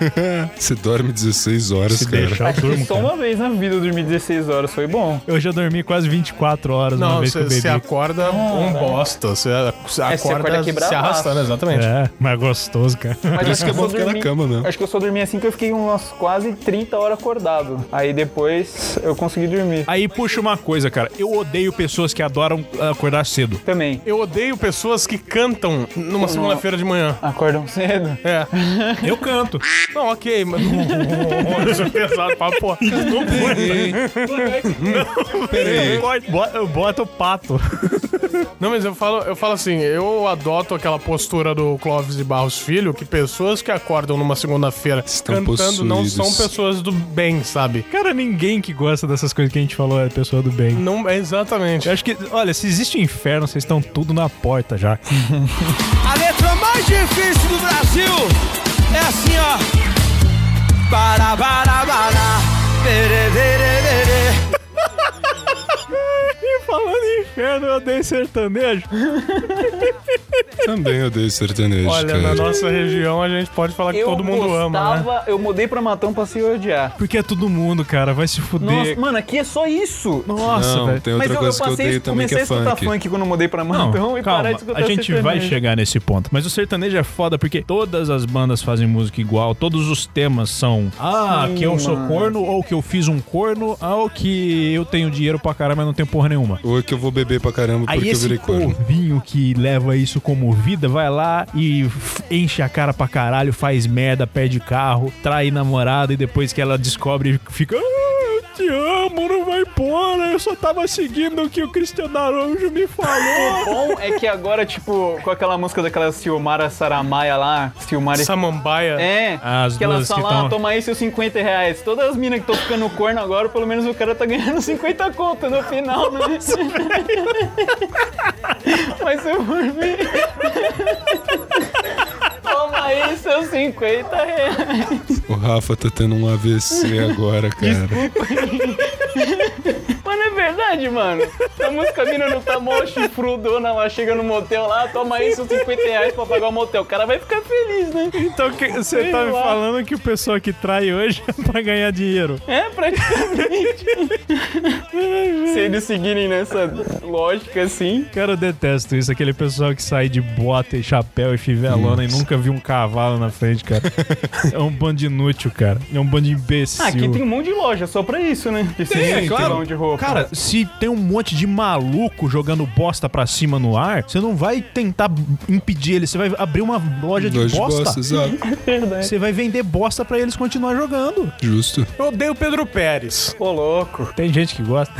Speaker 3: Você dorme 16 horas,
Speaker 6: Se
Speaker 3: cara.
Speaker 6: deixar, eu durmo,
Speaker 5: um
Speaker 4: Só
Speaker 6: cara.
Speaker 5: é?
Speaker 4: uma vez na vida eu dormi 16 horas, foi bom.
Speaker 6: Eu já dormi quase 24 horas uma
Speaker 2: Não,
Speaker 6: vez que eu
Speaker 2: você
Speaker 6: bebi.
Speaker 2: acorda um bosta. É, Você acorda,
Speaker 4: acorda quebradaço.
Speaker 2: se arrastando, exatamente.
Speaker 6: É, mas gostoso, cara.
Speaker 4: Mas
Speaker 3: isso que é bom ficar na cama mesmo.
Speaker 4: Acho que eu só dormi assim que eu fiquei umas quase 30 horas acordado. Aí depois eu consegui dormir
Speaker 6: Aí puxa uma coisa, cara. Eu odeio pessoas que adoram ah, acordar cedo.
Speaker 4: também.
Speaker 2: Eu odeio pessoas que cantam numa segunda-feira de manhã.
Speaker 4: Acordam cedo.
Speaker 2: É.
Speaker 6: Eu canto.
Speaker 2: Não, ok, [laughs] mas. Isso é pesado pra [laughs] porra. Não pode.
Speaker 3: Peraí.
Speaker 6: Bota- Eu boto o pato. [laughs]
Speaker 2: Não, mas eu falo, eu falo assim, eu adoto aquela postura do Clóvis de Barros Filho, que pessoas que acordam numa segunda-feira
Speaker 3: Estão
Speaker 2: cantando não
Speaker 3: possuídos.
Speaker 2: são pessoas do bem, sabe?
Speaker 6: Cara, ninguém que gosta dessas coisas que a gente falou é pessoa do bem.
Speaker 2: Não, é exatamente.
Speaker 6: Eu acho que, olha, se existe um inferno, vocês estão tudo na porta já. [laughs]
Speaker 8: A letra mais difícil do Brasil é assim, ó. Bará, bará, bará. Berê, berê, berê.
Speaker 6: E falando em inferno, eu odeio sertanejo.
Speaker 3: Também odeio sertanejo,
Speaker 6: é.
Speaker 2: Olha, na
Speaker 3: cara.
Speaker 2: nossa região a gente pode falar que
Speaker 4: Eu
Speaker 2: todo mundo ama, né?
Speaker 4: gostava, Eu mudei pra Matão pra se odiar.
Speaker 6: Porque é todo mundo, cara, vai se
Speaker 4: Nossa,
Speaker 6: fuder.
Speaker 4: mano, aqui é só isso.
Speaker 6: Nossa,
Speaker 3: não,
Speaker 6: velho.
Speaker 3: tem outra
Speaker 4: Mas eu, eu
Speaker 3: coisa que eu
Speaker 4: passei,
Speaker 3: odeio também que
Speaker 4: comecei a
Speaker 3: é
Speaker 4: escutar
Speaker 3: funk.
Speaker 4: funk. quando eu mudei pra Matão Então, e
Speaker 6: calma,
Speaker 4: parar de escutar
Speaker 6: a gente vai
Speaker 4: sertanejo.
Speaker 6: chegar nesse ponto. Mas o sertanejo é foda porque todas as bandas fazem música igual, todos os temas são ah, que eu sou corno, ou que eu fiz um corno, ah, ou que eu tenho dinheiro pra caramba, mas não tenho porra nenhuma.
Speaker 3: Ou é que eu vou beber pra caramba
Speaker 6: Aí
Speaker 3: porque eu
Speaker 6: esse
Speaker 3: virei corno.
Speaker 6: povinho que leva isso como vida vai lá e f- enche a cara pra caralho, faz merda, perde carro, trai namorada e depois que ela descobre fica. "Ah, eu Te amo, não vai embora. Eu só tava seguindo o que o Cristiano Araújo
Speaker 4: [laughs]
Speaker 6: me falou.
Speaker 4: bom é que agora, tipo, com aquela música daquela Silmara Saramaia lá, Silmara...
Speaker 2: Samambaia.
Speaker 4: É,
Speaker 6: As
Speaker 4: que elas
Speaker 6: duas que
Speaker 4: falam,
Speaker 6: tão-
Speaker 4: ah, toma aí seus 50 reais. Todas as minas que estão ficando corno agora, pelo menos o cara tá ganhando 50 conto no final, né? [laughs] Mas se eu for ver... Toma aí seus 50 reais.
Speaker 3: O Rafa tá tendo um
Speaker 6: [laughs]
Speaker 3: AVC agora, cara.
Speaker 4: Mas não é verdade, mano. A música a mina não tá mó chifrudona lá, chega no motel lá, toma aí seus 50 reais pra pagar o motel. O cara vai ficar feliz, né?
Speaker 6: Então que- você tá me
Speaker 4: lá.
Speaker 6: falando que o pessoal que trai hoje [laughs] é pra ganhar dinheiro.
Speaker 4: É, praticamente. Se eles seguirem nessa lógica, assim.
Speaker 6: Cara, eu detesto isso. Aquele pessoal que sai de bota e chapéu e fivelona e nunca viu um cavalo na frente, [laughs] cara. é um bando de inútil, cara. É um bando de imbecil.
Speaker 4: Ah, aqui tem um monte de loja só pra isso, né? Que tem,
Speaker 6: é claro.
Speaker 4: de roupa.
Speaker 6: Cara, se tem um monte de maluco jogando bosta pra cima no ar, você não vai tentar impedir ele. Você vai abrir uma loja de né?
Speaker 3: Dois
Speaker 6: bosta.
Speaker 3: bostas, ó.
Speaker 4: verdade.
Speaker 6: Você vai vender bosta pra eles continuar jogando.
Speaker 3: Justo.
Speaker 2: Eu odeio o Pedro Pérez.
Speaker 4: Ô, louco.
Speaker 6: Tem gente que gosta.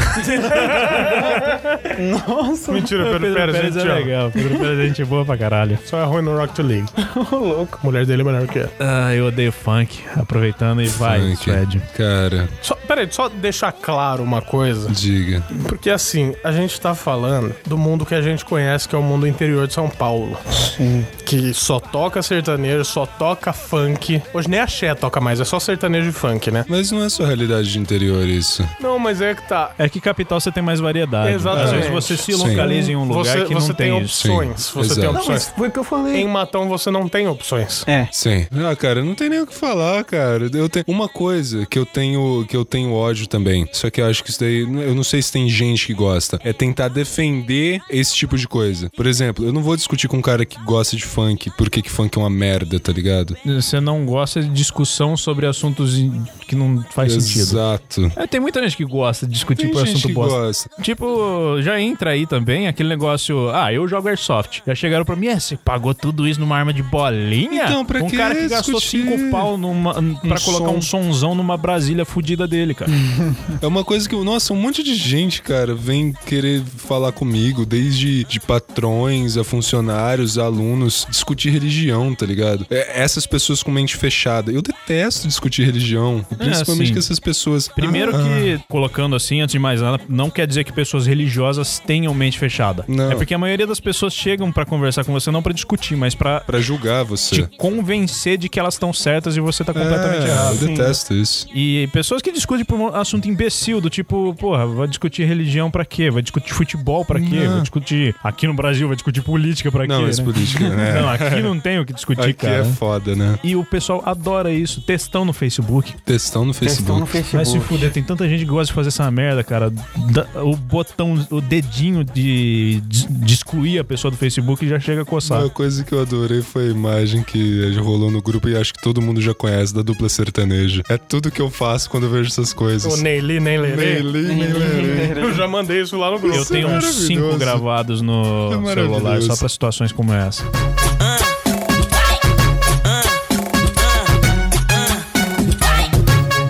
Speaker 4: Nossa,
Speaker 2: Mentira, Pedro, Pérez, a gente
Speaker 6: é
Speaker 2: ama.
Speaker 6: legal. Pedro Pérez é gente boa pra caralho.
Speaker 2: Só é ruim no Rock to League.
Speaker 4: ô, louco.
Speaker 2: A mulher dele é melhor que eu.
Speaker 6: Ah, eu odeio funk. Aproveitando e vai,
Speaker 3: Funk.
Speaker 6: Fred.
Speaker 3: Cara,
Speaker 2: Só, peraí, só deixar claro uma coisa.
Speaker 3: diga.
Speaker 2: Porque assim, a gente tá falando do mundo que a gente conhece, que é o mundo interior de São Paulo. Sim. Que só toca sertanejo, só toca funk. Hoje nem axé toca mais, é só sertanejo e funk, né?
Speaker 3: Mas não é só realidade de interior isso.
Speaker 2: Não, mas é que tá.
Speaker 6: É que capital você tem mais variedade.
Speaker 2: Exatamente.
Speaker 6: Às vezes você se
Speaker 3: Sim.
Speaker 6: localiza em um lugar
Speaker 2: você
Speaker 6: que
Speaker 2: você
Speaker 6: não
Speaker 2: tem,
Speaker 6: tem, isso.
Speaker 2: opções.
Speaker 3: Sim,
Speaker 2: Você tem um
Speaker 3: exato.
Speaker 2: opções.
Speaker 4: foi o que eu falei.
Speaker 2: Em Matão você não tem opções.
Speaker 3: Sim. Ah, cara, não tem nem o que falar, cara. Eu tenho uma coisa que eu tenho que eu tenho ódio também. Só que eu acho que isso daí, eu não sei se tem gente que gosta. É tentar defender esse tipo de coisa. Por exemplo, eu não vou discutir com um cara que gosta de funk, por que, que funk é uma merda, tá ligado?
Speaker 6: Você não gosta de discussão sobre assuntos in- que não faz sentido.
Speaker 3: Exato.
Speaker 6: É, tem muita gente que gosta de discutir
Speaker 3: Tem
Speaker 6: por
Speaker 3: gente
Speaker 6: é assunto
Speaker 3: que
Speaker 6: bosta.
Speaker 3: gosta.
Speaker 6: Tipo, já entra aí também aquele negócio, ah, eu jogo Airsoft. Já chegaram pra mim, é, você pagou tudo isso numa arma de bolinha?
Speaker 3: Então, pra
Speaker 6: um
Speaker 3: que
Speaker 6: cara que gastou
Speaker 3: discutir?
Speaker 6: cinco pau numa, pra colocar um sonzão numa Brasília fudida dele, cara.
Speaker 3: É uma coisa que, nossa, um monte de gente, cara, vem querer falar comigo, desde de patrões a funcionários, a alunos, discutir religião, tá ligado? É, essas pessoas com mente fechada. Eu detesto discutir religião, principalmente
Speaker 6: assim,
Speaker 3: com essas pessoas.
Speaker 6: Primeiro
Speaker 3: Ah,
Speaker 6: que, colocando assim, antes de mais nada, não quer dizer que pessoas religiosas tenham mente fechada.
Speaker 3: Não.
Speaker 6: É porque a maioria das pessoas chegam pra conversar com você não pra discutir, mas pra
Speaker 3: Pra julgar
Speaker 6: te
Speaker 3: você.
Speaker 6: convencer de que elas estão certas e você tá Tipo, completamente
Speaker 3: É,
Speaker 6: errado.
Speaker 3: eu detesto isso.
Speaker 6: E pessoas que discutem por um assunto imbecil, do tipo, porra, vai discutir religião pra quê? Vai discutir futebol pra quê? Vai discutir. Aqui no Brasil, vai discutir política pra
Speaker 3: Não,
Speaker 6: quê?
Speaker 3: mas
Speaker 6: né?
Speaker 3: política, né?
Speaker 6: Não, aqui não tem o que discutir,
Speaker 3: Aqui
Speaker 6: cara.
Speaker 3: é foda, né?
Speaker 6: E o pessoal adora isso. Textão no Facebook.
Speaker 3: Textão no
Speaker 5: Estão no
Speaker 3: Facebook.
Speaker 6: Vai se
Speaker 5: Facebook.
Speaker 6: fuder, tem tanta gente que gosta de fazer essa merda, cara. Da- o botão, o dedinho de, de, de excluir a pessoa do Facebook já chega a coçar.
Speaker 3: Uma coisa que eu adorei foi a imagem que rolou no grupo e acho que todo mundo já conhece, da dupla sertaneja. É tudo que eu faço quando eu vejo essas coisas.
Speaker 2: O Neili, nem lerei.
Speaker 3: Neili, Neili.
Speaker 2: Eu já mandei isso lá no grupo.
Speaker 6: Eu tenho uns
Speaker 3: é maravilhoso.
Speaker 6: cinco gravados
Speaker 3: Isso
Speaker 6: no
Speaker 3: é
Speaker 6: celular
Speaker 3: maravilhoso.
Speaker 6: só pra situações como essa.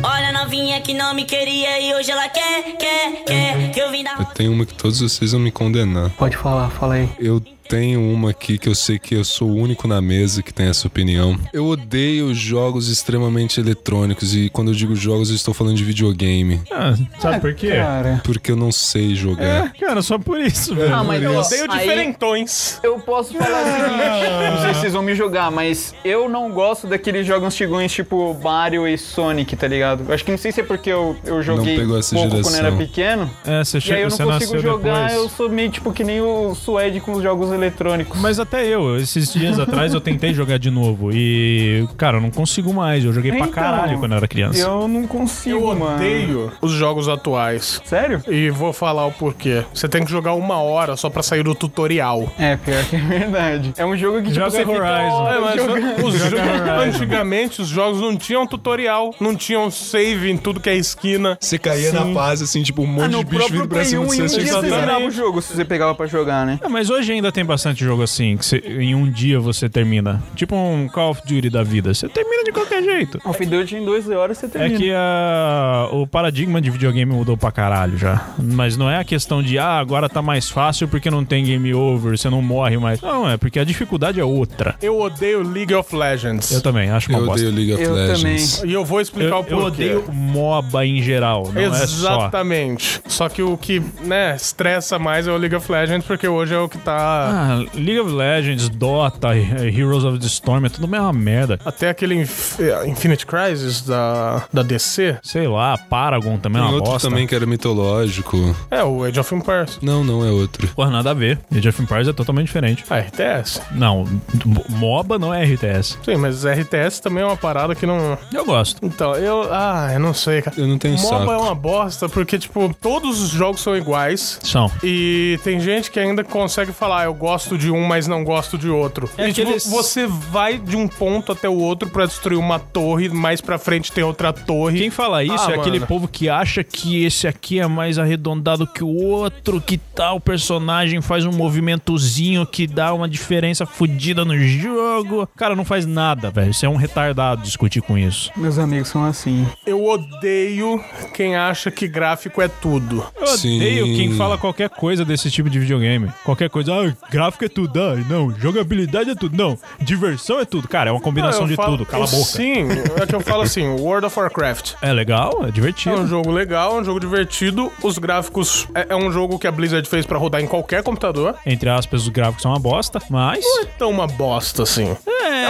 Speaker 9: Olha a novinha que não me queria e hoje ela quer, quer, quer que eu vim da
Speaker 3: Eu tenho uma que todos vocês vão me condenar.
Speaker 4: Pode falar, fala aí.
Speaker 3: Eu tenho uma aqui que eu sei que eu sou o único na mesa que tem essa opinião. Eu odeio jogos extremamente eletrônicos e quando eu digo jogos eu estou falando de videogame,
Speaker 6: Ah,
Speaker 5: É,
Speaker 6: É? sabe por quê?
Speaker 4: Cara.
Speaker 3: porque eu não sei jogar.
Speaker 6: Cara, só por
Speaker 3: É.
Speaker 6: isso, velho.
Speaker 4: Ah, mas eu
Speaker 2: Tenho diferentões.
Speaker 4: Eu posso falar o seguinte,
Speaker 5: Não sei se vocês vão me julgar, mas eu não gosto daqueles jogos antigões tipo Mario e Sonic, tá ligado? Eu acho que não sei se é porque eu, eu joguei
Speaker 3: pegou essa
Speaker 5: pouco quando
Speaker 3: geração.
Speaker 5: era pequeno.
Speaker 6: É,
Speaker 5: E
Speaker 6: você,
Speaker 5: aí
Speaker 6: chega,
Speaker 5: eu
Speaker 6: você
Speaker 5: não consigo
Speaker 6: nasceu
Speaker 5: jogar,
Speaker 6: depois.
Speaker 5: eu sou meio tipo que nem o Suede com os jogos eletrônicos.
Speaker 6: Mas até eu,
Speaker 5: [laughs]
Speaker 6: esses dias atrás eu tentei jogar de novo e, cara, eu não consigo mais. Eu joguei
Speaker 5: Então,
Speaker 6: pra caralho quando eu era criança.
Speaker 5: Eu não consigo,
Speaker 2: Eu
Speaker 5: mano.
Speaker 2: odeio os jogos atuais.
Speaker 5: Sério?
Speaker 2: E vou falar o porquê. Você tem que jogar uma hora só pra sair do tutorial.
Speaker 5: É, pior que é verdade. É um jogo que
Speaker 6: Joga
Speaker 5: tipo, você
Speaker 6: Horizon.
Speaker 5: fica...
Speaker 2: É, mas os jo- [laughs]
Speaker 6: Horizon.
Speaker 2: antigamente os jogos não tinham tutorial, não tinham save em tudo que é esquina.
Speaker 3: Você caía na paz, assim, tipo, um monte de bicho vindo pra cima de você.
Speaker 5: um dia
Speaker 3: você
Speaker 5: você
Speaker 3: fica-
Speaker 5: zerava o jogo se você pegava pra jogar, né?
Speaker 6: É, mas hoje ainda tem bastante jogo assim, que você- em um dia você termina. Tipo um Call of Duty da vida. Você termina de qualquer jeito.
Speaker 5: Off Duty em 12 horas você
Speaker 6: É
Speaker 5: termina.
Speaker 6: que a- o paradigma de videogame mudou pra caralho já. Mas não é a questão de, ah, agora tá mais fácil porque não tem game over, você não morre mais. Não, é porque a dificuldade é outra.
Speaker 2: Eu odeio League of Legends.
Speaker 6: Eu também, acho uma
Speaker 3: Eu
Speaker 6: bosta.
Speaker 3: odeio League of
Speaker 5: Eu
Speaker 3: Legends.
Speaker 2: E eu vou explicar o
Speaker 6: Eu,
Speaker 2: porquê.
Speaker 6: eu odeio MOBA em geral, não é só.
Speaker 2: Exatamente. Só que o que, né, estressa mais é o League of Legends, porque hoje é o que tá.
Speaker 6: Ah, League of Legends, Dota, He- Heroes of the Storm, é tudo a mesma merda.
Speaker 2: Até aquele Inf- eh, Infinite Crisis da, da DC.
Speaker 6: Sei lá, Paragon também é
Speaker 3: Tem
Speaker 6: uma
Speaker 3: outro
Speaker 6: bosta.
Speaker 3: também que era mitológico.
Speaker 2: É, o Age of Empires.
Speaker 3: Não, não é outro.
Speaker 6: Porra, nada a ver. Age of Empires é totalmente diferente.
Speaker 2: Ah, RTS.
Speaker 6: Não, m- MOBA não é RTS.
Speaker 2: Sim, mas RTS também é uma parada que não.
Speaker 6: Eu gosto.
Speaker 2: Então, eu. Ah, eu não sei, cara.
Speaker 3: Eu não tenho
Speaker 2: MOBA
Speaker 3: saco.
Speaker 2: é uma bosta, porque, tipo, todos os jogos são iguais.
Speaker 6: São.
Speaker 2: E tem gente que ainda consegue falar, eu gosto de um, mas não gosto de outro.
Speaker 6: É
Speaker 2: e,
Speaker 6: aqueles-
Speaker 2: tipo, você vai de um ponto até o outro pra destruir uma torre, mais pra frente tem outra torre.
Speaker 6: Quem fala isso
Speaker 2: Ah,
Speaker 6: é aquele
Speaker 2: mano.
Speaker 6: povo que acha que esse aqui é mais arredondado que o outro, que tal personagem faz um movimentozinho que dá uma diferença fodida no jogo. Cara, não faz nada, velho. Você é um retardado discutir com isso.
Speaker 4: Meus amigos são assim.
Speaker 2: Eu odeio quem acha que gráfico é tudo.
Speaker 6: Eu odeio
Speaker 3: Sim.
Speaker 6: quem fala qualquer coisa desse tipo de videogame. Qualquer coisa, ah, gráfico é tudo, ah, não, jogabilidade é tudo, não, diversão é tudo. Cara, é uma combinação
Speaker 2: Eu
Speaker 6: de
Speaker 2: falo-
Speaker 6: tudo, cala a
Speaker 2: eu-
Speaker 6: boca.
Speaker 2: Sim, é que eu falo assim, World of Warcraft.
Speaker 6: É legal, é
Speaker 2: É um
Speaker 6: divertido.
Speaker 2: jogo legal, é um jogo divertido. Os gráficos. É, é um jogo que a Blizzard fez pra rodar em qualquer computador.
Speaker 6: Entre aspas, os gráficos são uma bosta, mas.
Speaker 2: Não é tão uma bosta assim. É,
Speaker 6: né?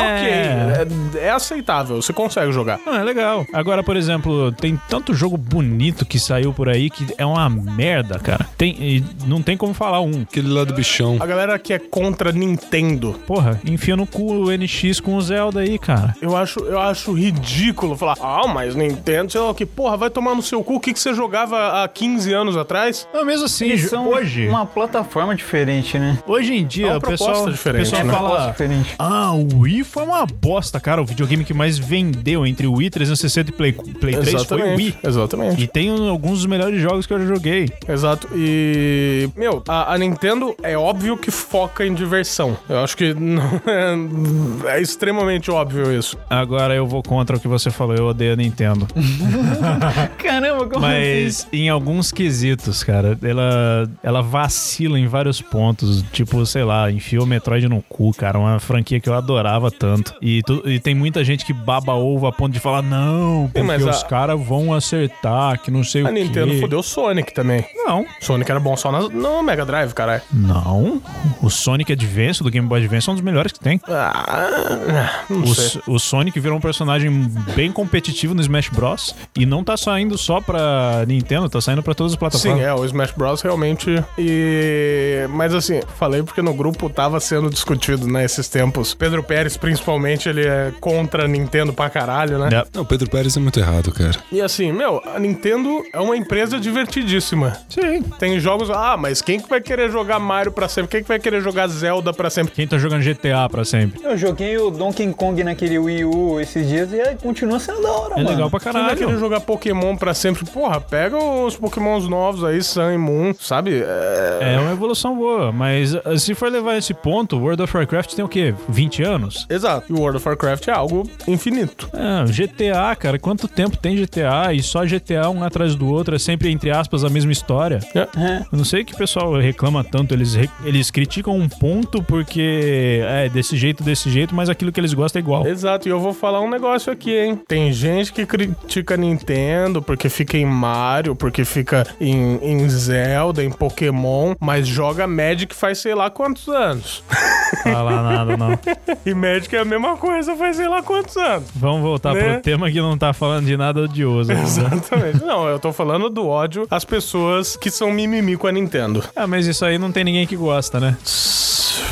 Speaker 2: ok. É, é aceitável, você consegue jogar.
Speaker 6: Não, é legal. Agora, por exemplo, tem tanto jogo bonito que saiu por aí que é uma merda, cara. cara. Tem, e não tem como falar um.
Speaker 3: Aquele lá do bichão.
Speaker 2: A galera que é contra Nintendo,
Speaker 6: Porra, enfia no cu o NX com o Zelda aí, cara.
Speaker 2: eu acho, eu acho ridículo falar, ah, mas Nintendo, sei lá o que, porra, vai tomar no seu cu o que, que você jogava há 15 anos atrás?
Speaker 6: Não, mesmo assim,
Speaker 4: Eles são
Speaker 6: hoje.
Speaker 4: uma plataforma diferente, né?
Speaker 6: Hoje em dia,
Speaker 2: É uma
Speaker 6: o pessoal,
Speaker 2: proposta diferente,
Speaker 6: o pessoal
Speaker 2: né?
Speaker 4: Proposta
Speaker 6: fala.
Speaker 4: diferente.
Speaker 6: Ah, o Wii foi uma bosta, cara. O videogame que mais vendeu entre o Wii 360 e Play, Play 3 foi o Wii.
Speaker 2: Exatamente.
Speaker 6: E tem um- alguns dos melhores jogos que eu já joguei.
Speaker 2: Exato. E, meu, a, a Nintendo é óbvio que foca em diversão. Eu acho que [laughs] não é, é extremamente óbvio isso.
Speaker 6: Agora eu vou contra o que você falou, eu odeio a Nintendo.
Speaker 4: [laughs] Caramba, como assim?
Speaker 6: Mas em alguns quesitos, cara, ela, ela vacila em vários pontos. Tipo, sei lá, enfiou Metroid no cu, cara. Uma franquia que eu adorava tanto. E, tu- e tem muita gente que baba ovo a ponto de falar, não, porque
Speaker 2: mas a-
Speaker 6: os caras vão acertar, que não sei
Speaker 2: A
Speaker 6: o quê.
Speaker 2: Nintendo fodeu o Sonic também.
Speaker 6: Não,
Speaker 2: Sonic era bom só na, no Mega Drive, caralho.
Speaker 6: não. O Sonic Advance, do Game Boy Advance, é um dos melhores que tem.
Speaker 2: Ah, não
Speaker 6: O,
Speaker 2: sei.
Speaker 6: S- o Sonic virou um personagem bem competitivo no Smash Bros. E não tá saindo só pra Nintendo, tá saindo pra todas as plataformas.
Speaker 2: Sim, é, o Smash Bros realmente. E. Mas assim, falei porque no grupo tava sendo discutido, né, esses tempos. Pedro Pérez, principalmente, ele é contra a Nintendo pra caralho, né?
Speaker 6: É.
Speaker 3: Não, Pedro Pérez é muito errado, cara.
Speaker 2: E assim, meu, a Nintendo é uma empresa divertidíssima.
Speaker 6: Sim.
Speaker 2: Tem jogos, ah, mas quem que vai querer jogar Mario pra sempre? Quem que vai querer jogar Zelda pra sempre?
Speaker 6: Quem tá jogando GTA pra sempre.
Speaker 4: Eu joguei o Donkey Kong naquele Wii U esses dias e aí continua sendo da hora,
Speaker 6: É
Speaker 4: mano.
Speaker 6: legal pra
Speaker 2: Quem vai querer
Speaker 6: caralho.
Speaker 2: jogar Pokémon pra sempre? Porra, pega os Pokémons novos aí, Sun e Moon, sabe? É,
Speaker 6: É uma evolução boa, mas ah, se for levar esse ponto, World of Warcraft tem o quê? 20 anos?
Speaker 2: Exato. E World of Warcraft é algo infinito.
Speaker 6: É, GTA, cara, quanto tempo tem GTA e só GTA um atrás do outro é sempre, entre aspas, a mesma história?
Speaker 4: É.
Speaker 6: Eu não sei que o pessoal reclama tanto, eles, re- eles criticam um ponto porque é desse jeito, desse jeito, mas aquilo que eles gostam é igual.
Speaker 2: Exato, e eu vou falar um negócio aqui, hein? Tem gente que critica a Nintendo porque fica em Mario, porque fica em, em Zelda, em Pokémon, mas joga Magic faz sei lá quantos anos. [laughs]
Speaker 6: Fala nada, não.
Speaker 2: E Magic é a mesma coisa faz sei lá quantos anos.
Speaker 6: [laughs]
Speaker 2: [laughs]
Speaker 6: Vamos voltar
Speaker 2: Né?
Speaker 6: pro tema que não tá falando de nada odioso. né?
Speaker 2: Exatamente. Não, eu tô falando do ódio às pessoas que são mimimi com a Nintendo.
Speaker 6: Ah, mas isso aí não tem ninguém que gosta, né?